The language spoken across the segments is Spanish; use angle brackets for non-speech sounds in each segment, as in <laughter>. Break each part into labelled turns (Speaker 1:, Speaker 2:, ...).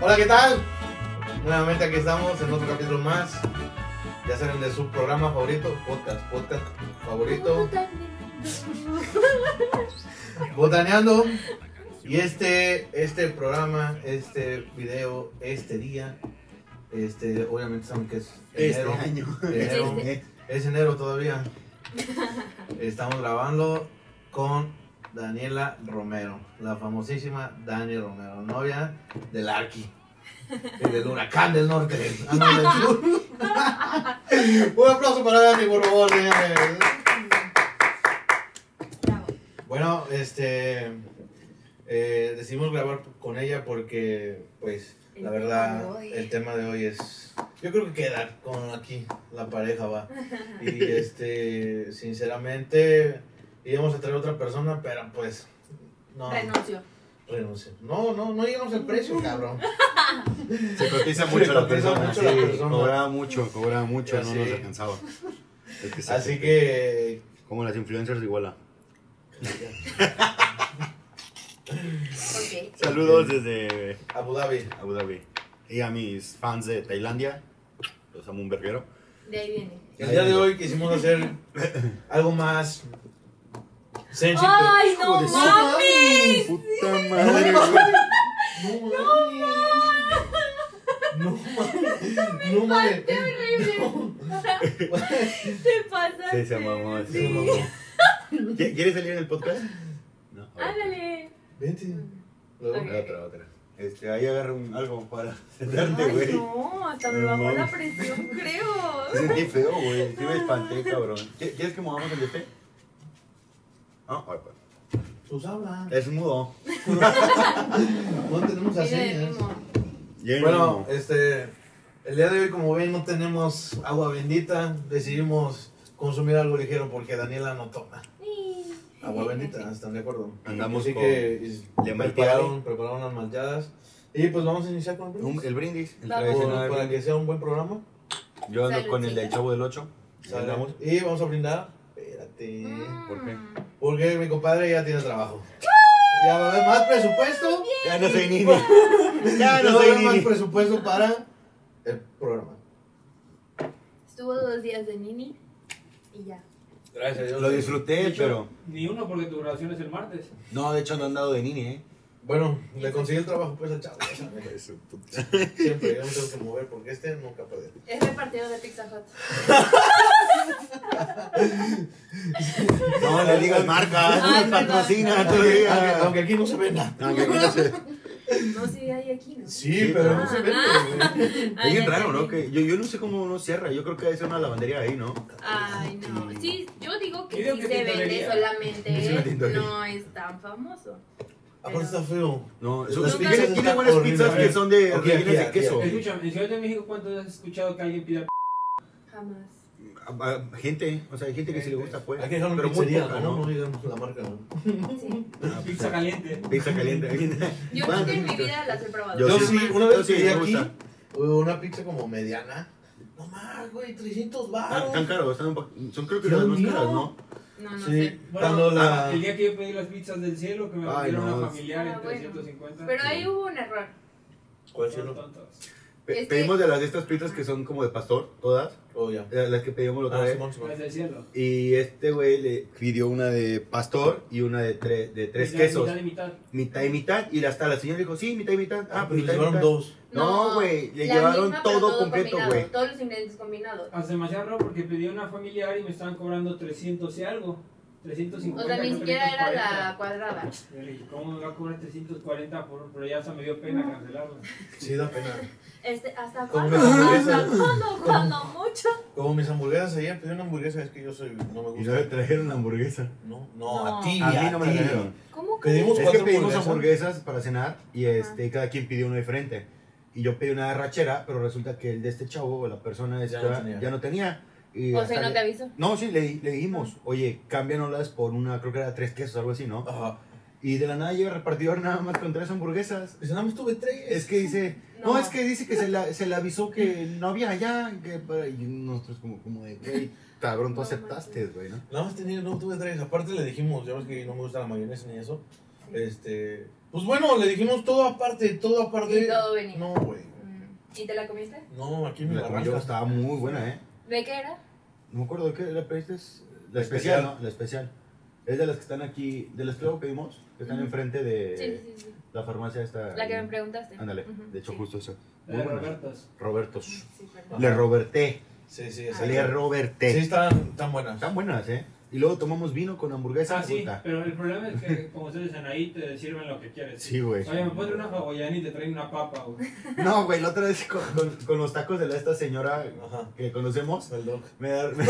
Speaker 1: Hola, ¿qué tal? Nuevamente aquí estamos en otro capítulo más. Ya saben de su programa favorito, podcast, podcast favorito, botaneando. Y este, este programa, este video, este día, este, obviamente saben que es
Speaker 2: Este
Speaker 1: enero.
Speaker 2: año.
Speaker 1: enero. Es enero todavía. Estamos grabando con Daniela Romero, la famosísima Dani Romero, novia del Arqui. y del huracán del norte. Ah, no, del
Speaker 3: <laughs>
Speaker 1: sur. Un aplauso para Dani, por favor, señores. Bueno, este eh, decidimos grabar con ella porque, pues,
Speaker 3: El
Speaker 1: la
Speaker 3: tema de
Speaker 1: verdad,
Speaker 3: hoy.
Speaker 1: el tema de hoy es. Yo creo que queda con aquí, la pareja va. Y este, sinceramente, íbamos a traer otra persona, pero pues. No,
Speaker 3: <laughs> Renuncio.
Speaker 1: renuncia. No, no, no llegamos al precio, cabrón.
Speaker 2: Se cotiza mucho
Speaker 1: Se
Speaker 2: la
Speaker 1: cotiza
Speaker 2: persona.
Speaker 1: mucho la
Speaker 2: sí,
Speaker 1: persona.
Speaker 2: Cobraba mucho, cobraba mucho,
Speaker 1: Ya
Speaker 2: no
Speaker 1: sí.
Speaker 2: nos alcanzaba. Es se-
Speaker 1: Así que.
Speaker 2: Como las influencers de iguala.
Speaker 3: Ok.
Speaker 2: Saludos desde
Speaker 1: Abu Dhabi.
Speaker 2: Abu Dhabi. Y a mis fans de Tailandia. Los amo un verguero.
Speaker 3: De ahí viene.
Speaker 1: El día de hoy quisimos hacer algo más. sensible.
Speaker 3: ¡Ay, no
Speaker 2: Hijo de su-
Speaker 3: mames! <laughs>
Speaker 2: ¡Puta
Speaker 1: No
Speaker 2: madre!
Speaker 1: mames.
Speaker 2: güey.
Speaker 1: No mames. No mames.
Speaker 3: <laughs> Te pasaste.
Speaker 2: Sí, se mamó. se
Speaker 3: sí.
Speaker 2: mamó. ¿Qui- ¿Quieres salir en el podcast? No. a ver.
Speaker 3: Ándale.
Speaker 1: Vente.
Speaker 3: Ok.
Speaker 2: Otra, otra. Este, ahí agarra un- algo para <laughs> sentarte,
Speaker 3: Ay,
Speaker 2: güey.
Speaker 3: no, hasta me
Speaker 2: No
Speaker 3: bajó la
Speaker 2: mames.
Speaker 3: presión, creo.
Speaker 2: Me Sentí feo, güey. Sí me espanté, cabrón. ¿Qui- ¿Quieres que movamos el DP? Ah, ay, pues.
Speaker 1: Pues habla.
Speaker 2: Es mudo.
Speaker 1: No tenemos
Speaker 3: Mira de
Speaker 1: así.
Speaker 3: mimo.
Speaker 1: Bueno, este. El día de hoy, como ven, no tenemos agua bendita. Decidimos consumir algo ligero porque Daniela no toma
Speaker 3: Sí.
Speaker 1: agua bendita. ¿Están de acuerdo?
Speaker 2: Andamos
Speaker 1: Así
Speaker 2: con-
Speaker 1: que y-
Speaker 2: de
Speaker 1: prepararon, prepararon unas malteadas. Y pues vamos a iniciar con el brindis.
Speaker 2: Un- el brindis, el
Speaker 3: Vamos.
Speaker 1: Por-
Speaker 2: tradicional.
Speaker 1: Para que sea un buen programa.
Speaker 2: Yo ando con el del
Speaker 3: Saludcita.
Speaker 2: Chavo del 8.
Speaker 1: Sale. Y vamos a brindar. Espérate.
Speaker 2: ¿por qué?
Speaker 3: Mm.
Speaker 1: Porque mi compadre ya tiene trabajo. Ya va a haber más presupuesto.
Speaker 2: Ya no soy nini. ya
Speaker 1: <laughs> Ya
Speaker 2: no
Speaker 1: va a
Speaker 2: soy
Speaker 1: haber más
Speaker 2: nini.
Speaker 1: presupuesto para el programa.
Speaker 3: Estuvo dos días de Nini y ya.
Speaker 1: Gracias a Dios.
Speaker 2: Lo disfruté, pero.
Speaker 4: Ni uno porque tu grabación es el martes.
Speaker 2: No, de hecho no han dado de nini, eh.
Speaker 1: Bueno, le conseguí el trabajo pues al chavo. ya sabes. Siempre yo me tengo que mover porque este nunca puede.
Speaker 3: Es repartidor de Pizza Hut.
Speaker 2: No le digas marcas,
Speaker 3: Ay,
Speaker 2: no
Speaker 3: perdón.
Speaker 2: patrocina
Speaker 1: Aunque, aunque-
Speaker 2: todavía.
Speaker 1: aunque aquí no se venda.
Speaker 2: Aunque aquí no se-
Speaker 3: No sé si hay aquí, ¿no?
Speaker 1: Sí,
Speaker 2: Sí,
Speaker 1: pero
Speaker 2: pero-
Speaker 1: no se vende. güey.
Speaker 3: Ay,
Speaker 2: Es bien
Speaker 3: ya
Speaker 2: raro, ¿no?
Speaker 3: entendí.
Speaker 2: Que yo, yo no sé cómo uno cierra. Yo creo que es una lavandería ahí, ¿no?
Speaker 3: Ay, no. Sí, yo digo que
Speaker 4: Yo digo
Speaker 3: sí
Speaker 4: que
Speaker 3: se vende
Speaker 4: tintorería.
Speaker 2: Es una
Speaker 3: solamente.
Speaker 2: tintorería.
Speaker 3: No es tan famoso.
Speaker 1: Aparte está feo.
Speaker 2: No,
Speaker 1: Las
Speaker 2: son-
Speaker 3: pizzas
Speaker 2: tiene,
Speaker 3: están
Speaker 2: tiene buenas
Speaker 1: horribles.
Speaker 2: pizzas que son de
Speaker 1: Ok,
Speaker 2: rellenas
Speaker 1: aquí,
Speaker 2: de queso.
Speaker 1: aquí,
Speaker 4: Escúchame, en Ciudad de México, ¿cuánto has escuchado que alguien pida p?
Speaker 2: Ah,
Speaker 3: Jamás.
Speaker 2: A- a- Gente, o sea, hay gente que sí le gusta, pues.
Speaker 1: Hay que dejar una
Speaker 2: Pero muy
Speaker 1: pizzería, ¿no?
Speaker 2: poca,
Speaker 1: No
Speaker 2: ¿no? Ah,
Speaker 1: digamos la marca. ¿no?
Speaker 3: Sí.
Speaker 2: pues
Speaker 4: Pizza caliente.
Speaker 2: Pizza caliente.
Speaker 3: Yo
Speaker 2: Bueno,
Speaker 3: nunca en mi vida las he probado.
Speaker 2: Yo
Speaker 1: Yo,
Speaker 2: sí.
Speaker 1: sí, una vez
Speaker 2: Yo sí,
Speaker 1: pedí
Speaker 2: me
Speaker 1: aquí
Speaker 2: gusta.
Speaker 1: una pizza como mediana. No más, güey, 300
Speaker 2: Ah,
Speaker 1: baros.
Speaker 2: Están caros, están un po- son creo que
Speaker 1: Dios
Speaker 2: las más
Speaker 1: mío.
Speaker 2: caras, ¿no?
Speaker 3: No, no
Speaker 1: Sí,
Speaker 3: sé.
Speaker 1: cuando la...
Speaker 4: El día que yo pedí las pizzas del cielo, que me
Speaker 2: Ah. Ay,
Speaker 4: metieron
Speaker 2: no.
Speaker 4: una familiar
Speaker 3: Ah,
Speaker 4: en
Speaker 3: bueno.
Speaker 4: 350.
Speaker 3: Pero ahí hubo un error.
Speaker 1: ¿Cuál
Speaker 4: Son
Speaker 1: cielo?
Speaker 4: tontos.
Speaker 2: Pe-
Speaker 3: Es que-
Speaker 2: pedimos de las de estas pizzas que son como de pastor, todas,
Speaker 1: Oh, ya.
Speaker 2: eh, las que pedimos la otra
Speaker 1: Ah,
Speaker 2: vez.
Speaker 1: Simón, Simón.
Speaker 4: Las del cielo.
Speaker 2: Y este güey le pidió una de pastor y una de, tre- de tres
Speaker 4: Mitad-
Speaker 2: quesos.
Speaker 4: Mitad y mitad.
Speaker 2: Mitad y mitad. Y hasta la señora dijo, sí, mitad y mitad. Ah,
Speaker 1: Ah,
Speaker 2: pues
Speaker 1: pero
Speaker 2: mitad y
Speaker 1: llevaron
Speaker 2: mitad.
Speaker 1: dos.
Speaker 2: No, güey, le
Speaker 3: la
Speaker 2: llevaron
Speaker 3: misma, pero
Speaker 2: todo completo,
Speaker 3: combinado,
Speaker 2: güey.
Speaker 3: Todos los ingredientes combinados.
Speaker 4: Hace demasiado raro porque pedí una familiar y me estaban cobrando 300 y algo. 350.
Speaker 3: O sea, ni siquiera era la cuadrada.
Speaker 4: Yo le dije, ¿Cómo me va a cobrar 340? Por, pero ya hasta me dio pena cancelarla.
Speaker 1: Sí, da pena.
Speaker 3: Este, ¿Hasta
Speaker 1: Con
Speaker 3: cuándo?
Speaker 1: hamburguesa.
Speaker 3: ¿Hasta cuándo? ¿Cuándo? ¿Mucho?
Speaker 1: Como mis hamburguesas ayer, pedí una hamburguesa, es que yo soy, no me
Speaker 2: Y no le
Speaker 1: gusta.
Speaker 2: trajeron la hamburguesa.
Speaker 1: No, no,
Speaker 3: No.
Speaker 1: a ti,
Speaker 2: A mí no me la
Speaker 1: ti.
Speaker 2: trajeron.
Speaker 3: ¿Cómo que?
Speaker 1: Pedimos
Speaker 2: Es que
Speaker 1: cuatro
Speaker 2: pedimos
Speaker 1: hamburguesas.
Speaker 2: hamburguesas para cenar y este, y cada quien pidió una diferente. Y yo pedí una arrachera, pero resulta que el de este chavo, o la persona esta,
Speaker 1: Ya no tenía.
Speaker 2: ya no tenía. Y
Speaker 3: O
Speaker 2: hasta
Speaker 3: sea, no
Speaker 2: le-
Speaker 3: te aviso.
Speaker 2: No, sí, le, le dijimos, oye, cámbianoslas por una, creo que era tres quesos, algo así, ¿no?
Speaker 1: Ajá.
Speaker 2: Y de la nada llega el repartidor nada más con tres hamburguesas.
Speaker 1: Dice, nada más tuve tres.
Speaker 2: Es que
Speaker 3: <laughs>
Speaker 2: dice, no,
Speaker 3: No.
Speaker 2: es que dice que se le la, se le avisó que no había allá, que para... y nosotros como, como de, güey, Cabrón, tú
Speaker 3: No
Speaker 2: aceptaste, güey, ¿no?
Speaker 1: Nada más tenía, no tuve tres. Aparte le dijimos, ya ves que no me gusta la mayonesa ni eso. Este. Pues bueno, le dijimos todo aparte, todo aparte.
Speaker 3: Y todo venía.
Speaker 1: No, güey.
Speaker 3: Mm. ¿Y te la comiste?
Speaker 1: No, aquí me
Speaker 2: La
Speaker 1: la
Speaker 2: comí yo,
Speaker 1: arrancas.
Speaker 2: estaba muy buena, ¿eh?
Speaker 3: ¿De qué era?
Speaker 2: No me acuerdo de qué la pediste. La
Speaker 1: La
Speaker 2: especial,
Speaker 1: especial.
Speaker 2: ¿no? La especial. Es de las que están aquí, de las que luego pedimos, que están
Speaker 3: Ujú.
Speaker 2: enfrente de
Speaker 3: Sí, sí, sí.
Speaker 2: la farmacia esta.
Speaker 3: La que
Speaker 2: ahí.
Speaker 3: me preguntaste.
Speaker 2: Eh, Ándale,
Speaker 3: Ujú,
Speaker 2: de hecho,
Speaker 3: sí.
Speaker 2: justo esa.
Speaker 4: La
Speaker 2: Muy
Speaker 4: de
Speaker 2: buena.
Speaker 4: Robertos.
Speaker 2: Robertos.
Speaker 3: Sí,
Speaker 1: Ajá.
Speaker 3: perdón.
Speaker 2: Le Roberté.
Speaker 1: Sí,
Speaker 3: Ah.
Speaker 1: sí, exacto.
Speaker 2: Le
Speaker 1: Sí,
Speaker 2: Roberté.
Speaker 1: están tan buenas.
Speaker 2: Están buenas, ¿eh? Y luego tomamos vino con hamburguesa.
Speaker 4: Ah, sí,
Speaker 2: puta.
Speaker 4: pero el problema es que, como ustedes dicen ahí, te sirven lo que quieres.
Speaker 2: Sí, güey.
Speaker 4: Oye, me pones una hawaiana y te traen una papa,
Speaker 2: <laughs>
Speaker 4: güey.
Speaker 2: No, güey, la otra vez con, con- con los tacos de la, esta señora
Speaker 1: Ajá.
Speaker 2: que conocemos,
Speaker 1: El
Speaker 3: <laughs>
Speaker 1: dog.
Speaker 2: me da, me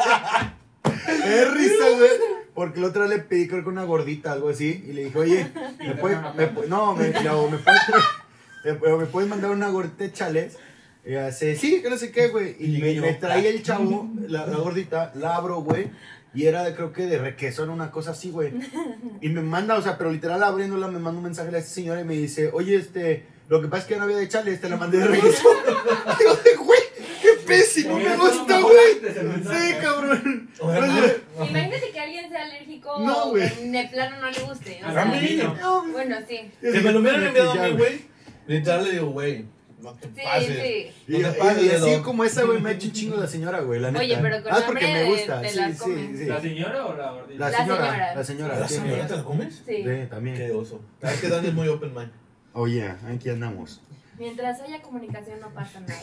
Speaker 4: <laughs>
Speaker 2: me da risa, güey. Porque la otra vez le pedí, creo que una gordita, algo así, y le dije, oye, ¿me puedes, me pu- no, me, no, me puedes, me pu- me puedes mandar una gordita de chales? Y hace, sí, que no sé qué, güey. Y
Speaker 1: Y
Speaker 2: me,
Speaker 1: yo,
Speaker 2: me traía el chavo, la, la gordita, la abro, güey. Y era, de, creo que de requesón, una cosa así, güey. Y me manda, o sea, pero literal abriéndola, me manda un mensaje a esa señora y me dice, oye, este, lo que pasa es que no había de chales, te la mandé de regreso. <laughs> Digo, de, güey, qué pésimo, me gusta, güey. Sí, cabrón.
Speaker 3: Ah,
Speaker 1: Oye,
Speaker 3: Imagínate que alguien sea alérgico
Speaker 2: No,
Speaker 3: o
Speaker 2: güey.
Speaker 3: que de plano no le guste. O
Speaker 1: A
Speaker 3: sea,
Speaker 1: mí.
Speaker 2: No, güey.
Speaker 3: bueno, sí.
Speaker 1: <laughs> Que me lo hubieran enviado a
Speaker 2: pues, Ya,
Speaker 1: mí, güey. Literal le digo, güey, no te
Speaker 3: Sí,
Speaker 1: pases.
Speaker 3: sí.
Speaker 2: Y,
Speaker 1: No te pases,
Speaker 2: y así
Speaker 1: Doc.
Speaker 2: como esa, güey, me ha hecho <laughs> un chingo la señora, güey, la neta.
Speaker 3: Oye, pero con
Speaker 2: Ah, porque
Speaker 3: hambre
Speaker 2: me gusta.
Speaker 3: te
Speaker 2: sí,
Speaker 3: las
Speaker 2: sí,
Speaker 3: comes.
Speaker 2: sí.
Speaker 4: ¿La señora o la gordita?
Speaker 2: La
Speaker 3: La
Speaker 2: señora,
Speaker 3: señora.
Speaker 2: la señora.
Speaker 1: ¿La
Speaker 2: sí,
Speaker 1: señora
Speaker 2: güey.
Speaker 1: te la comes?
Speaker 3: Sí.
Speaker 2: Sí, también.
Speaker 1: Qué oso. Sabes que Dan es muy open mind.
Speaker 2: Oye, aquí andamos.
Speaker 3: Mientras haya comunicación no pasa nada.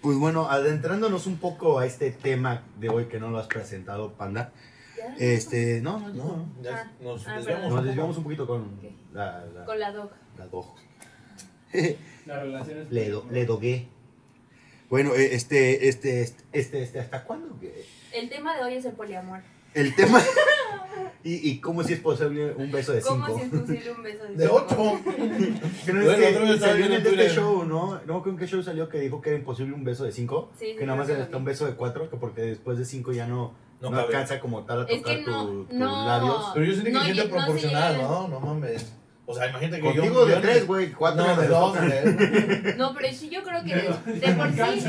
Speaker 2: Pues bueno, adentrándonos un poco a este tema de hoy que no lo has presentado, Panda.
Speaker 3: ¿Ya?
Speaker 2: Este, no, no,
Speaker 1: No,
Speaker 2: no.
Speaker 1: ya
Speaker 3: Ah.
Speaker 1: nos
Speaker 3: Ah,
Speaker 1: desviamos.
Speaker 2: Nos
Speaker 1: un
Speaker 2: desviamos
Speaker 1: poco.
Speaker 2: un poquito con
Speaker 3: Ok.
Speaker 2: la, la,
Speaker 3: Con la dog.
Speaker 2: la dog.
Speaker 4: Las relaciones.
Speaker 2: Le, do- le dogué. Bueno, eh, este, este, este, este, este, ¿hasta cuándo? que-
Speaker 3: El tema de hoy es el poliamor.
Speaker 2: El
Speaker 3: <laughs>
Speaker 2: tema. y, ¿Y cómo si es posible un beso de
Speaker 3: ¿Cómo
Speaker 2: cinco?
Speaker 3: si es posible un beso de
Speaker 1: De
Speaker 3: cinco?
Speaker 1: ocho.
Speaker 2: Que no
Speaker 1: Bueno,
Speaker 2: es que
Speaker 1: otro día estaba
Speaker 2: salió en
Speaker 1: viendo
Speaker 2: el
Speaker 1: en
Speaker 2: de este
Speaker 1: Twitter.
Speaker 2: show, ¿no? No, creo que show salió que dijo que era imposible un beso de cinco.
Speaker 3: Sí, sí,
Speaker 2: que nada más
Speaker 3: creo que
Speaker 2: está
Speaker 3: lo
Speaker 2: un
Speaker 3: vi.
Speaker 2: beso de cuatro, que porque después de cinco ya no,
Speaker 1: <laughs> No
Speaker 2: no,
Speaker 1: cabe.
Speaker 2: alcanza como tal a
Speaker 3: Es
Speaker 2: tocar
Speaker 3: que
Speaker 2: tu-
Speaker 3: no,
Speaker 2: tus
Speaker 3: no.
Speaker 2: labios.
Speaker 1: Pero yo siento que
Speaker 3: No,
Speaker 1: hay gente
Speaker 3: yo- no se
Speaker 1: proporcional,
Speaker 3: llegan.
Speaker 1: ¿no? No mames. O sea, imagínate que yo.
Speaker 2: Contigo de
Speaker 1: yo-
Speaker 2: tres, güey, cuatro
Speaker 1: No,
Speaker 2: me
Speaker 1: de dos.
Speaker 2: tocan. <laughs>
Speaker 1: güey.
Speaker 3: No, pero sí, yo creo que de,
Speaker 4: Pero-
Speaker 3: de por sí.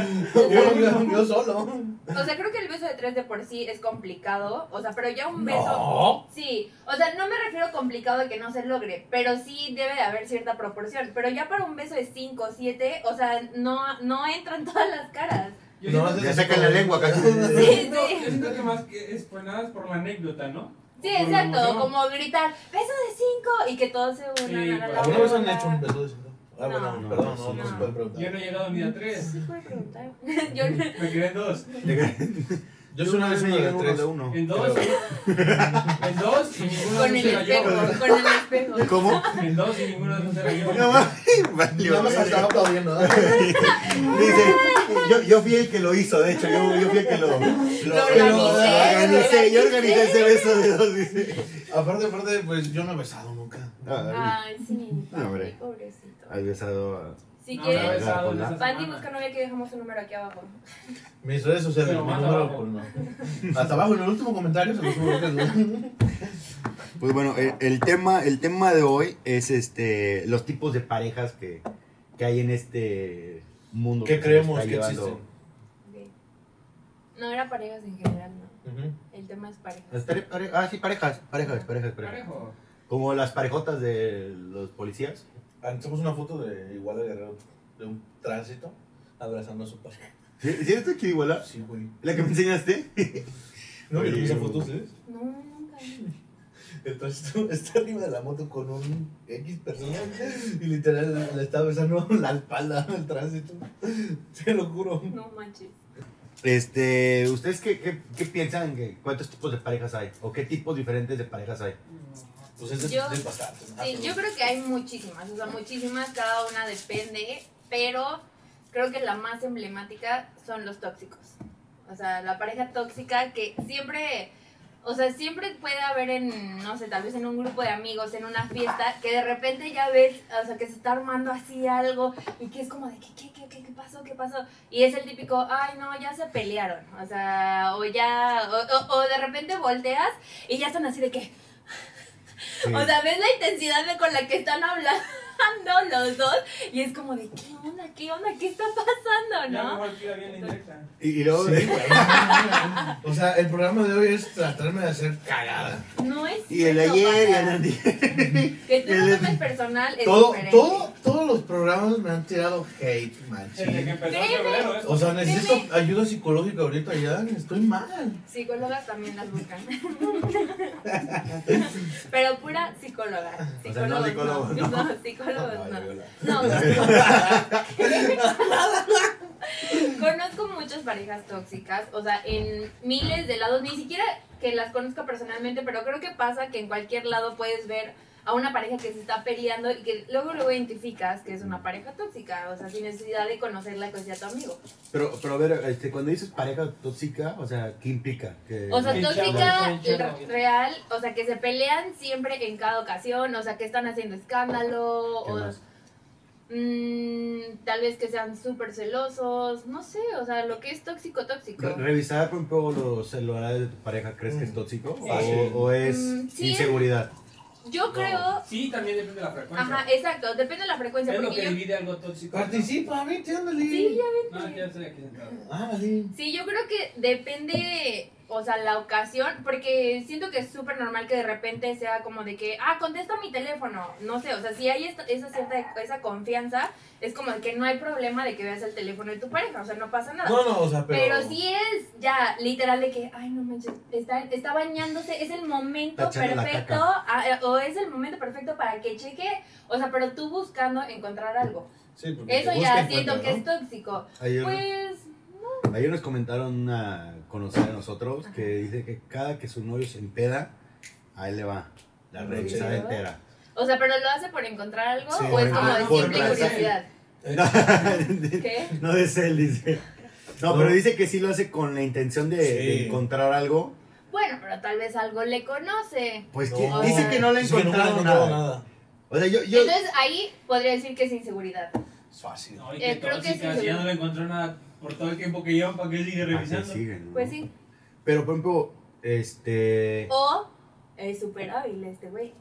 Speaker 3: <laughs>
Speaker 1: Yo, yo- yo solo.
Speaker 3: O sea, creo que el beso de tres de por sí es complicado. O sea, pero ya un beso.
Speaker 1: No.
Speaker 3: Sí, o sea, no me refiero complicado a que no se logre, pero sí debe de haber cierta proporción. Pero ya para un beso de 5, 7, o sea, no, no entran <laughs> todas las caras.
Speaker 4: Yo
Speaker 1: No,
Speaker 4: siento-
Speaker 2: Ya sacan la lengua casi.
Speaker 4: yo
Speaker 3: Sí.
Speaker 4: siento- yo siento que más que es pues nada es por la anécdota, ¿no?
Speaker 3: Sí,
Speaker 4: Por la
Speaker 3: exacto,
Speaker 4: emoción.
Speaker 3: como gritar, beso de 5 y que todos se unan
Speaker 4: Sí,
Speaker 3: a la
Speaker 1: ¿Alguna vez han
Speaker 3: boca.
Speaker 1: hecho un beso de cinco? Ah,
Speaker 3: No.
Speaker 1: bueno,
Speaker 2: No,
Speaker 1: perdón,
Speaker 2: sí,
Speaker 1: no, no se
Speaker 3: no.
Speaker 1: puede
Speaker 4: Yo no
Speaker 1: preguntar.
Speaker 4: he llegado ni a
Speaker 3: Sí,
Speaker 4: tres.
Speaker 3: se puede preguntar. <laughs> Yo no.
Speaker 4: Me quedé en dos.
Speaker 1: <laughs> Yo soy una vez uno de
Speaker 2: uno
Speaker 1: tres.
Speaker 2: de <laughs> uno.
Speaker 4: En dos. <laughs> En dos y ninguno de
Speaker 3: Con el
Speaker 4: los era
Speaker 3: espejo,
Speaker 4: yo.
Speaker 3: con el espejo.
Speaker 2: <laughs> ¿Cómo?
Speaker 4: En dos y ninguno de los era yo.
Speaker 2: No <laughs> mames, valió,
Speaker 1: Nada más
Speaker 2: güey.
Speaker 1: estaba aplaudiendo.
Speaker 2: Dice, yo, yo fui el que lo hizo, de hecho, yo, yo fui el que lo, lo,
Speaker 3: organicé,
Speaker 2: lo organicé, yo
Speaker 3: lo
Speaker 2: organicé ese beso de dos, dice.
Speaker 1: Aparte, aparte, pues yo no he besado nunca.
Speaker 2: Ah,
Speaker 3: Ay, sí,
Speaker 2: No, hombre.
Speaker 3: Pandy, pobrecito.
Speaker 2: Has besado a...
Speaker 3: Si
Speaker 4: No, me he
Speaker 3: quieres,
Speaker 4: besado en esa
Speaker 3: Pandy
Speaker 4: semana.
Speaker 3: busca novia que dejamos un número aquí abajo.
Speaker 1: Mis redes sociales,
Speaker 4: Pero
Speaker 1: mi
Speaker 4: más
Speaker 1: número,
Speaker 4: abajo.
Speaker 1: pues, no. Hasta abajo, en el último comentario se los juro que no.
Speaker 2: Pues bueno, el, el tema, el tema de hoy es este los tipos de parejas que, que hay en este mundo.
Speaker 1: ¿Qué
Speaker 2: que
Speaker 1: creemos
Speaker 2: se
Speaker 1: que
Speaker 2: está
Speaker 1: existe?
Speaker 2: llevando.
Speaker 3: Ok. No era parejas en general, no.
Speaker 1: Ujú.
Speaker 3: El tema es
Speaker 2: Las
Speaker 3: parejas.
Speaker 2: pare- pare- ah, sí, parejas, parejas, parejas, parejas.
Speaker 4: Parejo.
Speaker 2: Como las parejotas de los policías.
Speaker 1: Anotamos Ah, una foto de Iguala Guerrero, de un tránsito, abrazando a su pareja. <laughs>
Speaker 2: ¿Sí, sí eres tú aquí igual?
Speaker 1: Sí, güey.
Speaker 2: ¿La que me enseñaste?
Speaker 1: ¿No vieron
Speaker 2: Oye,
Speaker 1: esa
Speaker 2: güey.
Speaker 1: foto ustedes?
Speaker 3: No, nunca.
Speaker 1: El tránsito <laughs> está arriba de la moto con un X persona y literal le está besando <laughs> la espalda al tránsito. <laughs> Te lo juro.
Speaker 3: No manches.
Speaker 2: Este, ¿ustedes qué, qué, qué piensan? Que, ¿Cuántos tipos de parejas hay? ¿O qué tipos diferentes de parejas hay?
Speaker 1: Pues ese
Speaker 3: Yo-
Speaker 1: es bastante. ¿no? Ah,
Speaker 3: Sí, yo creo que hay muchísimas, o sea, muchísimas, cada una depende, pero creo que la más emblemática son los tóxicos. O sea, la pareja tóxica que siempre, o sea, siempre puede haber en, no sé, tal vez en un grupo de amigos, en una fiesta, que de repente ya ves, o sea, que se está armando así algo y que es como de, ¿qué, qué, qué, qué, qué pasó, qué pasó? Y es el típico, ay, no, ya se pelearon, o sea, o ya, o- o- o de repente volteas y ya están así de que,
Speaker 2: Sí.
Speaker 3: o sea, ¿ves la intensidad de con la que están hablando? pasando los dos. Y es como de, ¿qué onda? ¿Qué onda? ¿Qué está
Speaker 2: Ah,
Speaker 3: pasando?
Speaker 4: Ya
Speaker 3: ¿No?
Speaker 4: mejor tira bien la indirecta.
Speaker 2: Y, y luego.
Speaker 1: Sí, güey. eh, <laughs> O sea, el programa de hoy es tratarme de hacer cagada.
Speaker 3: No es.
Speaker 2: Y el
Speaker 3: cierto,
Speaker 2: ayer y el
Speaker 3: Paca.
Speaker 2: antier.
Speaker 3: Que tú no
Speaker 2: el-
Speaker 3: tomes personal. Es
Speaker 1: Todo,
Speaker 3: diferente.
Speaker 1: todo, todos los programas me han tirado hate,
Speaker 4: Desde que
Speaker 1: machín.
Speaker 4: empezó
Speaker 3: Créeme.
Speaker 4: febrero, ¿eh?
Speaker 1: O sea, necesito ayuda psicológica ahorita ya. Estoy mal.
Speaker 3: Psicólogas también las buscan. <laughs> Pero pura psicóloga.
Speaker 1: O sea, no
Speaker 3: Psicólogos
Speaker 1: psicólogos,
Speaker 3: no.
Speaker 1: no.
Speaker 3: No, psicólogos no.
Speaker 1: Ay, <laughs>
Speaker 3: No, <laughs> conozco muchas parejas tóxicas, o sea, en miles de lados, ni siquiera que las conozco personalmente, pero creo que pasa que en cualquier lado puedes ver a una pareja que se está peleando y que luego luego identificas que es
Speaker 1: Mm.
Speaker 3: una pareja tóxica, o sea, sin necesidad de conocerla que sea tu amigo.
Speaker 2: Pero, pero a ver, este, cuando dices pareja tóxica, o sea, ¿qué implica? Que-
Speaker 3: O sea,
Speaker 4: Sí,
Speaker 3: tóxica
Speaker 4: chavo, sí, chavo.
Speaker 3: re- real, o sea, que se pelean siempre en cada ocasión, o sea, que están haciendo escándalo,
Speaker 2: ¿qué
Speaker 3: o
Speaker 2: más?
Speaker 3: mm, tal vez que sean súper celosos, no sé, o sea, lo que es tóxico, tóxico.
Speaker 2: Re- Revisar, por ejemplo, los celulares de tu pareja, ¿crees que es tóxico?
Speaker 4: Sí.
Speaker 2: O, o es
Speaker 3: Mm, sí.
Speaker 2: inseguridad?
Speaker 3: Yo creo,
Speaker 4: Sí, también depende de la frecuencia.
Speaker 3: ajá, exacto, depende de la frecuencia,
Speaker 4: es lo
Speaker 3: porque
Speaker 4: que
Speaker 3: yo,
Speaker 4: divide algo tóxico.
Speaker 2: Ah,
Speaker 1: Participa, vete, ándale.
Speaker 3: sí, ya-
Speaker 4: No, ya estoy aquí sentado.
Speaker 1: Ándale.
Speaker 3: sí, yo creo que depende, o sea, la ocasión, porque siento que es súper normal que de repente sea como de que, ah, contesta mi teléfono, no sé, o sea, si hay esta- esa cierta, esa confianza, es como de que no hay problema de que veas el teléfono de tu pareja, o sea, no pasa nada.
Speaker 1: No, no, o sea, pero.
Speaker 3: Pero sí es ya literal de que, ay, no manches, está, está bañándose, es el momento
Speaker 2: Está echando la
Speaker 3: perfecto, ah, eh, o es el momento perfecto para que cheque, o sea, pero tú buscando encontrar algo.
Speaker 1: Sí, porque
Speaker 3: Eso
Speaker 1: te
Speaker 3: ya
Speaker 1: busca y
Speaker 3: siento que
Speaker 1: encuentra,
Speaker 3: es tóxico.
Speaker 2: Ayer,
Speaker 3: Pues,
Speaker 2: ayer nos comentaron una conocida de nosotros que dice que cada que su novio se empeda, a él le va la
Speaker 1: ¿En
Speaker 2: revisa
Speaker 3: serio?
Speaker 2: entera.
Speaker 3: o sea, pero lo hace por encontrar algo,
Speaker 2: Sí,
Speaker 3: o es como
Speaker 4: ah,
Speaker 3: de
Speaker 4: por
Speaker 3: simple
Speaker 4: placer.
Speaker 3: curiosidad.
Speaker 1: ¿no? Eh, <laughs>
Speaker 3: ¿Qué?
Speaker 2: No de él, dice. No,
Speaker 1: No.
Speaker 2: pero dice que sí lo hace con la intención de, de
Speaker 1: Sí.
Speaker 2: encontrar algo.
Speaker 3: Bueno, pero tal vez algo le conoce.
Speaker 2: Pues
Speaker 1: no.
Speaker 2: que dice que no le ha
Speaker 1: Es que nunca
Speaker 2: encontrado
Speaker 1: he
Speaker 2: nada.
Speaker 1: encontrado nada.
Speaker 2: O sea, yo, yo
Speaker 3: Entonces ahí podría decir que es inseguridad.
Speaker 1: Es fácil.
Speaker 4: No, y
Speaker 3: Eh,
Speaker 4: que
Speaker 3: creo que
Speaker 4: tóxica,
Speaker 3: sí,
Speaker 4: si ya
Speaker 3: sí.
Speaker 4: no le encontró nada por todo el tiempo que llevan, ¿para qué sigue
Speaker 2: Ah, que
Speaker 4: revisando?
Speaker 2: sigue, ¿no?
Speaker 3: Pues sí.
Speaker 2: Pero por ejemplo, este
Speaker 3: O es súper hábil este güey.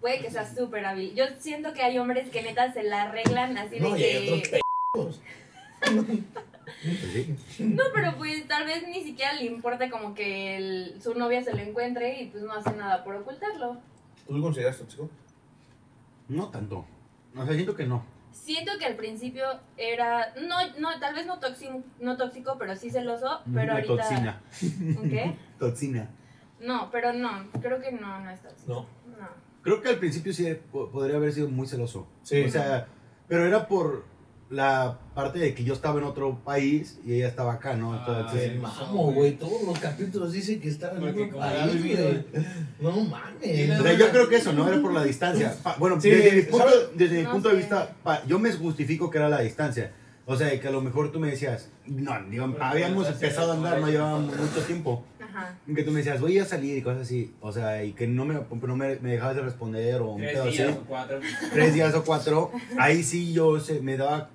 Speaker 3: Puede que sea súper hábil. Yo siento que hay hombres que neta se la arreglan así
Speaker 1: No,
Speaker 3: de
Speaker 1: y hay otros
Speaker 3: que.
Speaker 1: p***os.
Speaker 2: pues sí.
Speaker 3: No, pero pues tal vez ni siquiera le importa como que el- su novia se lo encuentre y pues no hace nada por ocultarlo.
Speaker 1: ¿Tú lo consideras tóxico?
Speaker 2: no tanto. O sea, siento que no.
Speaker 3: Siento que al principio era. No, no, tal vez no tóxico, no tóxico pero sí celoso. Pero
Speaker 2: La
Speaker 3: ahorita.
Speaker 2: toxina.
Speaker 3: <laughs> ¿Qué?
Speaker 2: Toxina.
Speaker 3: No, pero no. Creo que no, no es tóxico.
Speaker 1: No.
Speaker 3: No.
Speaker 2: Creo que al principio sí eh, po- podría haber sido muy celoso.
Speaker 1: Sí.
Speaker 2: O sea, pero era por la parte de que yo estaba en otro país y ella estaba acá, ¿no? Entonces,
Speaker 1: Te mamo, güey. Todos los capítulos dicen que estaba en
Speaker 4: Porque
Speaker 1: otro
Speaker 4: como la
Speaker 1: país,
Speaker 4: vida.
Speaker 1: güey. No mames.
Speaker 2: o sea, yo creo que eso, ¿no? Era por la distancia. Pa- bueno,
Speaker 1: Sí,
Speaker 2: desde mi punto,
Speaker 1: ¿sabes?
Speaker 2: desde mi
Speaker 3: No
Speaker 2: punto
Speaker 3: sé.
Speaker 2: de vista, pa- yo me justifico que era la distancia. O sea, que a lo mejor tú me decías, no, digo,
Speaker 4: Pero
Speaker 2: habíamos
Speaker 4: pues, así
Speaker 2: empezado a
Speaker 4: era,
Speaker 2: andar, no
Speaker 4: ahí.
Speaker 2: llevábamos mucho tiempo.
Speaker 3: Ajá.
Speaker 2: Que tú me decías, voy a salir y cosas así. O sea, y que no me, no me, me dejabas de responder o un
Speaker 4: Tres
Speaker 2: pedo así.
Speaker 4: días o cuatro.
Speaker 2: Tres días o cuatro. Ahí sí yo se, me daba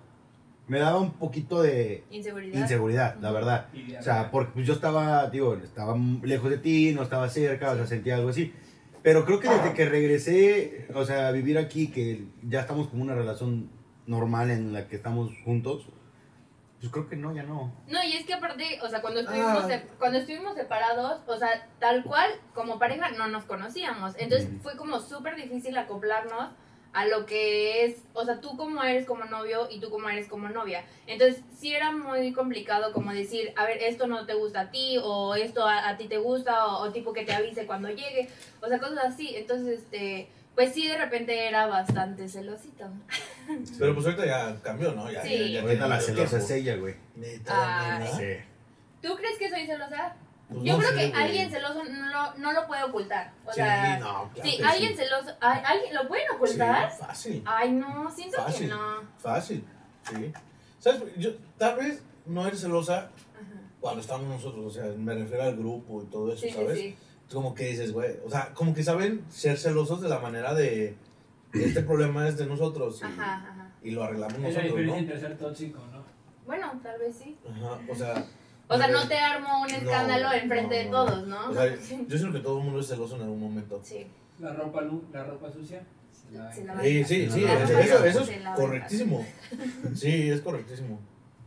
Speaker 2: me daba un poquito de
Speaker 3: Inseguridad.
Speaker 2: inseguridad, la verdad.
Speaker 4: Y ya,
Speaker 2: O sea, porque pues, yo estaba, digo, estaba lejos de ti, no estaba cerca, o sea, sentía algo así. Pero creo que desde que regresé, o sea, a vivir aquí, que ya estamos como una relación normal en la que estamos juntos, pues creo que no, ya no.
Speaker 3: No, y es que aparte, o sea, cuando estuvimos,
Speaker 1: Ah.
Speaker 3: se- cuando estuvimos separados, o sea, tal cual, como pareja, no nos conocíamos. Entonces
Speaker 2: Ujú.
Speaker 3: fue como súper difícil acoplarnos a lo que es, o sea, tú como eres como novio y tú como eres como novia. Entonces sí era muy complicado como decir, a ver, esto no te gusta a ti, o esto a, a ti te gusta, o, o tipo que te avise cuando llegue, o sea, cosas así. Entonces, este, pues sí, de repente era bastante celosito.
Speaker 1: Pero pues ahorita ya cambió, ¿no? Ya,
Speaker 3: Sí.
Speaker 1: ya- ya
Speaker 2: Ahorita
Speaker 1: tiene
Speaker 2: la
Speaker 1: mucho
Speaker 2: celosa
Speaker 1: tiempo. ¿Ah?
Speaker 2: es ella, güey.
Speaker 1: Neta,
Speaker 3: Ay.
Speaker 1: nena.
Speaker 2: Sí.
Speaker 3: ¿Tú crees que soy celosa?
Speaker 1: Pues
Speaker 3: Yo
Speaker 1: no
Speaker 3: creo
Speaker 1: sé,
Speaker 3: que
Speaker 1: güey.
Speaker 3: alguien celoso no, no lo puede ocultar. O
Speaker 1: Sí,
Speaker 3: sea,
Speaker 1: no, claro
Speaker 3: Sí,
Speaker 1: que
Speaker 3: alguien celoso. ¿al- ¿Alguien lo pueden
Speaker 1: Sí,
Speaker 3: ocultar?
Speaker 1: fácil,
Speaker 3: Ay, no, siento que
Speaker 1: Fácil.
Speaker 3: no.
Speaker 1: fácil. Sí. ¿Sabes? Yo, tal vez no eres celosa
Speaker 3: Ajá.
Speaker 1: cuando estamos nosotros, o sea, me refiero al grupo y todo eso,
Speaker 3: Sí, sí,
Speaker 1: ¿sabes?
Speaker 3: sí.
Speaker 1: Como que dices, güey, o sea, como que saben ser celosos de la manera de este problema es de nosotros y,
Speaker 3: Ajá, ajá.
Speaker 1: y lo arreglamos
Speaker 4: Es la
Speaker 1: nosotros,
Speaker 4: diferencia
Speaker 1: ¿no?
Speaker 4: entre ser tóxico, ¿no?
Speaker 3: Bueno, tal vez sí.
Speaker 1: Ajá, o sea,
Speaker 3: O sea,
Speaker 1: eh,
Speaker 3: no te armo un escándalo
Speaker 1: no,
Speaker 3: enfrente
Speaker 2: no, no.
Speaker 3: de todos, ¿no?
Speaker 1: o sea,
Speaker 3: sí.
Speaker 1: yo siento que todo el mundo es celoso en algún momento.
Speaker 3: Sí.
Speaker 4: La ropa, nu- la ropa sucia.
Speaker 1: Sí,
Speaker 3: Se la
Speaker 1: Sí,
Speaker 3: banca.
Speaker 1: sí, sí,
Speaker 2: Se la
Speaker 1: es-
Speaker 2: banca.
Speaker 1: eso, eso
Speaker 3: Se la
Speaker 1: es
Speaker 3: banca.
Speaker 1: correctísimo. Sí, es correctísimo.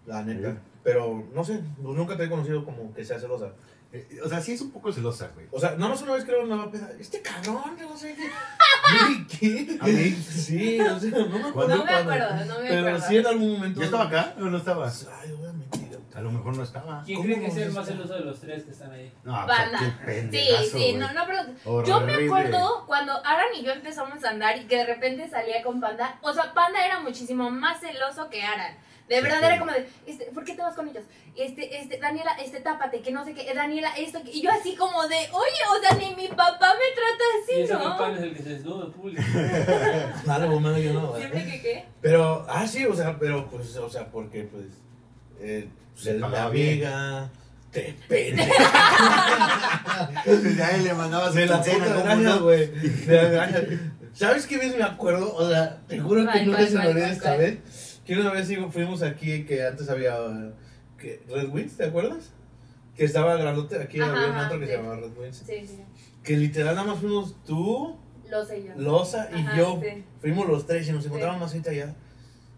Speaker 1: La neta. Pero no sé, no- nunca te he conocido como que sea celosa.
Speaker 2: Eh, O sea, sí es un poco celosa, güey.
Speaker 1: O sea, nada más una vez creo en la peda. Este cabrón, que no sé qué. Güey, ¿Qué?
Speaker 2: <laughs> ¿A mí?
Speaker 1: Sí, o sea, no me acuerdo.
Speaker 3: No me
Speaker 1: cuándo.
Speaker 3: acuerdo, no me
Speaker 1: Pero
Speaker 3: acuerdo.
Speaker 1: sí en algún momento. "Pues,
Speaker 2: ¿Ya estaba acá o no estaba?
Speaker 1: Ay, obviamente.
Speaker 2: A lo mejor no estaba.
Speaker 4: ¿Quién
Speaker 1: ¿Cómo
Speaker 4: cree que es
Speaker 1: no
Speaker 4: el
Speaker 1: se
Speaker 4: más
Speaker 1: está?
Speaker 4: celoso de los tres que están ahí?
Speaker 2: No, pues,
Speaker 3: Banda.
Speaker 2: qué
Speaker 3: Sí,
Speaker 2: pendejazo,
Speaker 3: sí,
Speaker 2: güey.
Speaker 3: no, no, pero yo me
Speaker 2: Horrible. <laughs>
Speaker 3: acuerdo cuando Aran y yo empezamos a andar y que de repente salía con Panda. O sea, Panda era muchísimo más celoso que Aran. De
Speaker 2: Sí,
Speaker 3: verdad
Speaker 2: sí.
Speaker 3: era como de, este, ¿por qué te vas con ellos? Este, este, Daniela, este, tápate, que no sé qué, eh, Daniela, esto. que-". Y yo así como de, oye, o sea, ni mi papá
Speaker 4: y
Speaker 3: me
Speaker 4: ese
Speaker 3: trata así,
Speaker 4: pan es el que se desnuda
Speaker 2: <laughs>
Speaker 4: en público.
Speaker 1: <laughs> Claro, man, yo no.
Speaker 3: ¿no? Siempre que
Speaker 4: "Eh".
Speaker 3: qué.
Speaker 1: Pero, ah, sí, o sea, pero, pues, o sea, porque, pues, eh, pues,
Speaker 2: Se
Speaker 1: la
Speaker 2: pagaba bien.
Speaker 1: amiga, te <laughs> pende.
Speaker 2: Desde ahí le mandabas
Speaker 1: De la
Speaker 2: quincena,
Speaker 1: puta
Speaker 2: ¿cómo
Speaker 1: araña,
Speaker 2: <laughs> no?
Speaker 1: güey. De la araña. ¿Sabes qué vez me acuerdo? O sea, te juro que
Speaker 3: ¿Cuál,
Speaker 1: nunca
Speaker 3: cuál,
Speaker 1: se me
Speaker 3: cuál,
Speaker 1: olvida
Speaker 3: cuál,
Speaker 1: esta
Speaker 3: cuál?
Speaker 1: vez. Que una vez digo, fuimos aquí, que antes había eh, que- Red Wings, ¿te acuerdas? Que estaba grandote, aquí
Speaker 3: Ajá,
Speaker 1: había un
Speaker 3: ajá,
Speaker 1: antro que
Speaker 3: sí.
Speaker 1: se llamaba Red Wings.
Speaker 3: Sí, sí,
Speaker 1: Que literal nada más fuimos tú,
Speaker 3: lo sé yo.
Speaker 1: Loza y
Speaker 3: Ajá,
Speaker 1: yo.
Speaker 3: sí.
Speaker 1: Fuimos los tres y nos encontramos más gente allá.